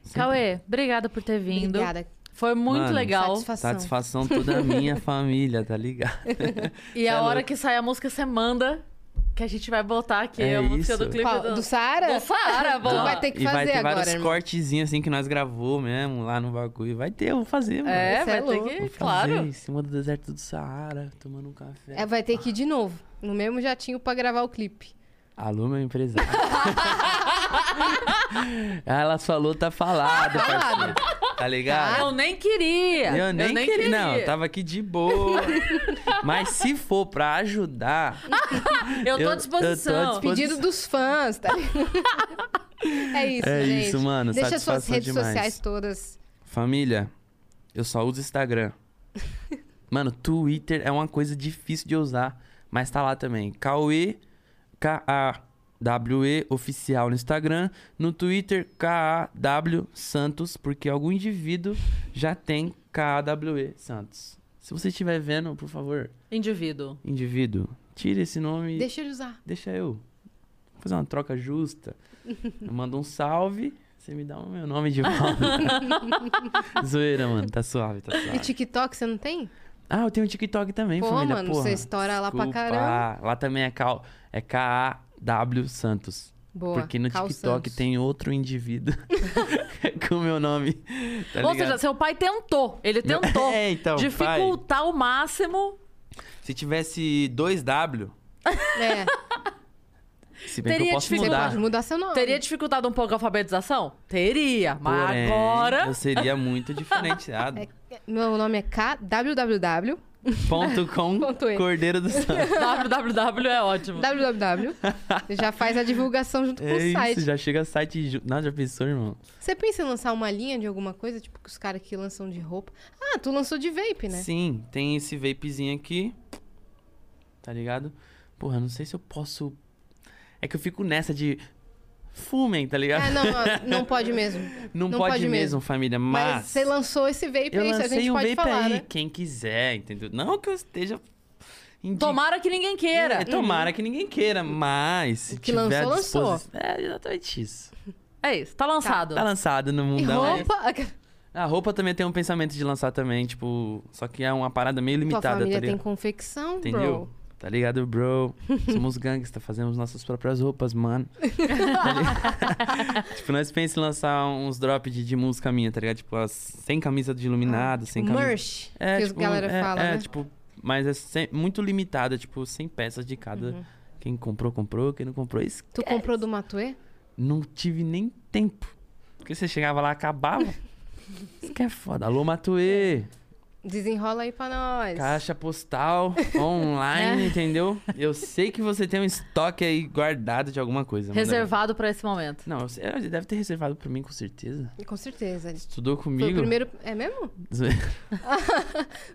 Speaker 3: Sempre.
Speaker 1: Cauê, obrigada por ter vindo.
Speaker 2: Obrigada.
Speaker 1: Foi muito
Speaker 3: Mano,
Speaker 1: legal.
Speaker 2: Satisfação.
Speaker 3: Satisfação toda minha família, tá ligado?
Speaker 1: E
Speaker 3: é
Speaker 1: a hora
Speaker 3: louco.
Speaker 1: que sair a música, você manda, que a gente vai botar aqui.
Speaker 3: É
Speaker 1: a música
Speaker 3: isso.
Speaker 1: do clipe
Speaker 2: Qual?
Speaker 1: do,
Speaker 2: Do Saara?
Speaker 1: do Saara,
Speaker 2: Tu
Speaker 1: boa.
Speaker 2: vai ter que
Speaker 3: e vai
Speaker 2: fazer
Speaker 3: ter
Speaker 2: agora,
Speaker 3: vários
Speaker 2: irmão.
Speaker 3: cortezinhos assim que nós gravou mesmo lá no bagulho. Vai ter, eu vou fazer, mano.
Speaker 1: É,
Speaker 2: Isso é
Speaker 1: vai ter
Speaker 2: louco.
Speaker 1: que,
Speaker 3: Vou fazer
Speaker 1: claro.
Speaker 3: Em cima do deserto do Saara, tomando um café.
Speaker 2: É, vai ter que ir de novo. No mesmo jatinho pra gravar o clipe.
Speaker 3: Alô, meu empresário. Ela falou, tá falado, parceiro. Tá ligado?
Speaker 1: Eu nem queria.
Speaker 3: Eu nem, queria. Não, tá eu tava aqui de boa. Mas se for pra ajudar,
Speaker 1: Eu tô à
Speaker 3: eu- eu tô
Speaker 1: disposição.
Speaker 3: à dispo-
Speaker 2: Pedido dos fãs, tá? é isso,
Speaker 3: É
Speaker 2: gente.
Speaker 3: isso, mano,
Speaker 2: Deixa suas
Speaker 3: satisfação
Speaker 2: redes
Speaker 3: demais.
Speaker 2: sociais todas.
Speaker 3: família, eu só uso Instagram. Mano, Twitter é uma coisa difícil de usar, mas tá lá também. Cauê, K-A-W-E, oficial no Instagram. No Twitter, K-A-W Santos, porque algum indivíduo já tem K-A-W-E Santos. Se você estiver vendo, por favor,
Speaker 1: Indivíduo.
Speaker 3: indivíduo, tira esse nome e
Speaker 2: Deixa ele usar.
Speaker 3: deixa eu. Fazer uma troca justa. Eu mando um salve, você me dá o meu nome de volta. Zoeira, mano. Tá suave, tá
Speaker 2: E
Speaker 3: suave.
Speaker 2: TikTok você não tem?
Speaker 3: Ah, eu tenho um TikTok também,
Speaker 2: Pô,
Speaker 3: família.
Speaker 2: mano,
Speaker 3: porra.
Speaker 2: você estoura lá pra
Speaker 3: Desculpa.
Speaker 2: caramba.
Speaker 3: Lá também é K-A-W é K -A Santos.
Speaker 2: Boa.
Speaker 3: porque no
Speaker 2: Cal
Speaker 3: TikTok
Speaker 2: Santos.
Speaker 3: tem outro indivíduo com o meu nome. Tá
Speaker 1: Ou
Speaker 3: ligado?
Speaker 1: seja, seu pai tentou. Ele tentou
Speaker 3: É, então, pai.
Speaker 1: dificultar ao máximo.
Speaker 3: Se tivesse dois W,
Speaker 2: É,
Speaker 3: se bem que
Speaker 1: Teria
Speaker 3: eu posso
Speaker 2: você
Speaker 1: dificuldade.
Speaker 3: mudar.
Speaker 2: pode mudar seu nome.
Speaker 1: Teria dificultado um pouco a alfabetização? Teria. Mas
Speaker 3: Porém,
Speaker 1: agora.
Speaker 3: Eu seria muito diferenciado.
Speaker 2: Meu nome é KWWW.
Speaker 3: Ponto com
Speaker 2: Ponto E.
Speaker 3: Cordeiro do Santos.
Speaker 1: www é ótimo.
Speaker 2: WWW. Você já faz a divulgação junto com
Speaker 3: É
Speaker 2: o site.
Speaker 3: isso, já chega site. ju- Nossa, já pensou, irmão?
Speaker 2: Você pensa em lançar uma linha de alguma coisa? Tipo, que os caras que lançam de roupa. Ah, tu lançou de vape, né?
Speaker 3: Sim, tem esse vapezinho aqui. Tá ligado? Porra, não sei se eu posso. É que eu fico nessa de. Fumem, tá ligado?
Speaker 2: É, não, não, não pode mesmo.
Speaker 3: Não, pode, mesmo, família. Mas.
Speaker 2: Mas você lançou esse vape
Speaker 3: eu
Speaker 2: aí, a
Speaker 3: lancei
Speaker 2: gente
Speaker 3: um
Speaker 2: pode
Speaker 3: vape
Speaker 2: falar,
Speaker 3: aí,
Speaker 2: né?
Speaker 3: quem quiser, entendeu? Não que eu esteja. indi-
Speaker 1: Tomara que ninguém queira.
Speaker 3: É, tomara que ninguém queira, mas. Se
Speaker 2: Uhum. que
Speaker 3: tiver
Speaker 2: lançou,
Speaker 3: à
Speaker 2: lançou.
Speaker 3: disposição- É exatamente isso.
Speaker 1: É isso, tá lançado.
Speaker 3: Tá lançado no
Speaker 2: E
Speaker 3: mundão. aí.
Speaker 2: roupa.
Speaker 3: A roupa também tem um pensamento de lançar também, tipo, só que é uma parada meio
Speaker 2: Tua
Speaker 3: limitada, tá
Speaker 2: família tem
Speaker 3: ligado?
Speaker 2: confecção,
Speaker 3: Entendeu?
Speaker 2: bro.
Speaker 3: Tá ligado, bro? Somos gangsta, fazemos nossas próprias roupas, mano. Tá ligado? tipo, nós pensamos em lançar uns drops de, de música minha, tá ligado? Tipo, as, sem camisa de iluminado, sem
Speaker 2: Ah,
Speaker 3: camisa.
Speaker 2: tipo Merch, que os galera
Speaker 3: é,
Speaker 2: fala,
Speaker 3: é,
Speaker 2: né?
Speaker 3: tipo, mas é sem- muito limitada, tipo, 100 peças de cada.
Speaker 2: Uhum.
Speaker 3: Quem comprou, comprou, quem não comprou, isso.
Speaker 2: Tu comprou do Matuê?
Speaker 3: Não tive nem tempo. Porque você chegava lá, acabava. Isso que é foda. Alô, Matuê.
Speaker 2: Desenrola aí pra nós.
Speaker 3: Caixa postal,
Speaker 2: É.
Speaker 3: online, entendeu? Eu sei que você tem um estoque aí guardado de alguma coisa. mano.
Speaker 1: Reservado pra esse momento.
Speaker 3: Não, eu sei- ele deve ter reservado pra mim, com certeza.
Speaker 2: Com certeza.
Speaker 3: Estudou comigo.
Speaker 2: Foi o primeiro. É mesmo?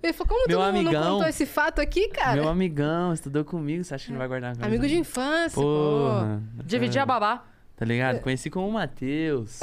Speaker 2: Ele falou, como
Speaker 3: Meu
Speaker 2: todo mundo não
Speaker 3: amigão.
Speaker 2: contou esse fato aqui, cara?
Speaker 3: Meu amigão, estudou comigo. Você acha que não vai guardar coisa?
Speaker 2: Amigo de infância, pô.
Speaker 3: Porra. Ah,
Speaker 1: Dividir a babá.
Speaker 3: Tá ligado? Conheci com o Matheus.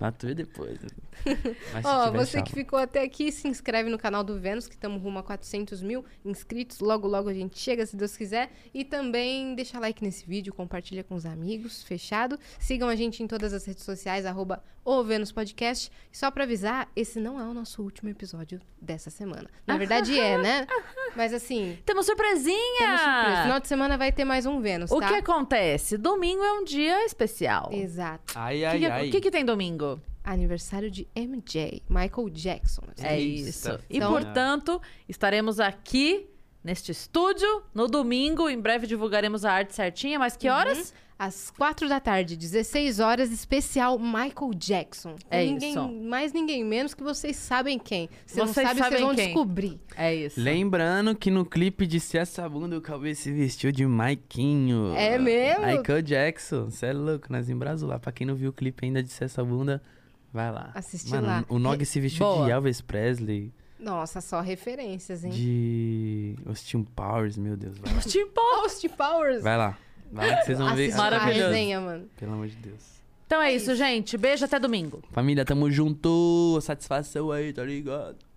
Speaker 3: Matheus depois. Mas se
Speaker 2: Ó,
Speaker 3: tiver,
Speaker 2: você
Speaker 3: salva.
Speaker 2: que ficou até aqui, se inscreve no canal do Vênus, que estamos rumo a 400 mil inscritos. Logo, logo a gente chega, se Deus quiser. E também deixa like nesse vídeo, compartilha com os amigos, fechado. Sigam a gente em todas as redes sociais, arroba o Vênus Podcast. E só pra avisar, esse não é o nosso último episódio dessa semana. Na verdade é, né? Mas assim,
Speaker 1: Temos surpresinha!
Speaker 2: temos surpresa. Final de semana vai ter mais um Vênus,
Speaker 1: É. O
Speaker 2: tá?
Speaker 1: que é acontece? Domingo é um dia especial. O
Speaker 2: Exato.
Speaker 4: Ai,
Speaker 1: que,
Speaker 4: ai,
Speaker 2: é-
Speaker 1: que-
Speaker 4: ai.
Speaker 1: que que tem domingo?
Speaker 2: Aniversário de MJ, Michael Jackson. meus
Speaker 1: É
Speaker 2: amigos.
Speaker 1: isso.
Speaker 3: Eita.
Speaker 1: E,
Speaker 2: Então-
Speaker 1: portanto, estaremos aqui neste estúdio no domingo. Em breve divulgaremos a arte certinha, mas que horas?
Speaker 2: Às quatro da tarde, 16 horas, especial Michael Jackson. Com
Speaker 1: É
Speaker 2: ninguém,
Speaker 1: isso.
Speaker 2: Mais ninguém menos que vocês sabem quem. Se não
Speaker 1: Vocês
Speaker 2: sabe,
Speaker 1: sabem
Speaker 2: vocês vão
Speaker 1: quem.
Speaker 2: descobrir.
Speaker 1: É isso.
Speaker 3: Lembrando que no clipe de Se Essa Bunda o Cauê se vestiu de Maiquinho.
Speaker 2: É mesmo?
Speaker 3: Michael Jackson. Você é louco, nós em Brasil lá. Pra quem não viu o clipe ainda de Se Essa Bunda, vai lá.
Speaker 2: Assiste
Speaker 3: Mano,
Speaker 2: lá.
Speaker 3: o Nog se vestiu
Speaker 1: Boa.
Speaker 3: de Elvis Presley,
Speaker 2: Nossa, só referências, hein?
Speaker 3: de Austin Powers, meu Deus. Vai lá,
Speaker 1: Tipo,
Speaker 2: Austin Powers.
Speaker 3: vai lá. Vai lá que vocês vão ver.
Speaker 2: Assiste a
Speaker 1: Maravilhoso.
Speaker 2: resenha, mano.
Speaker 3: Pelo amor de Deus.
Speaker 1: Então é
Speaker 2: É
Speaker 1: isso, gente. Beijo até domingo.
Speaker 3: Família, tamo junto. Satisfação aí, tá ligado?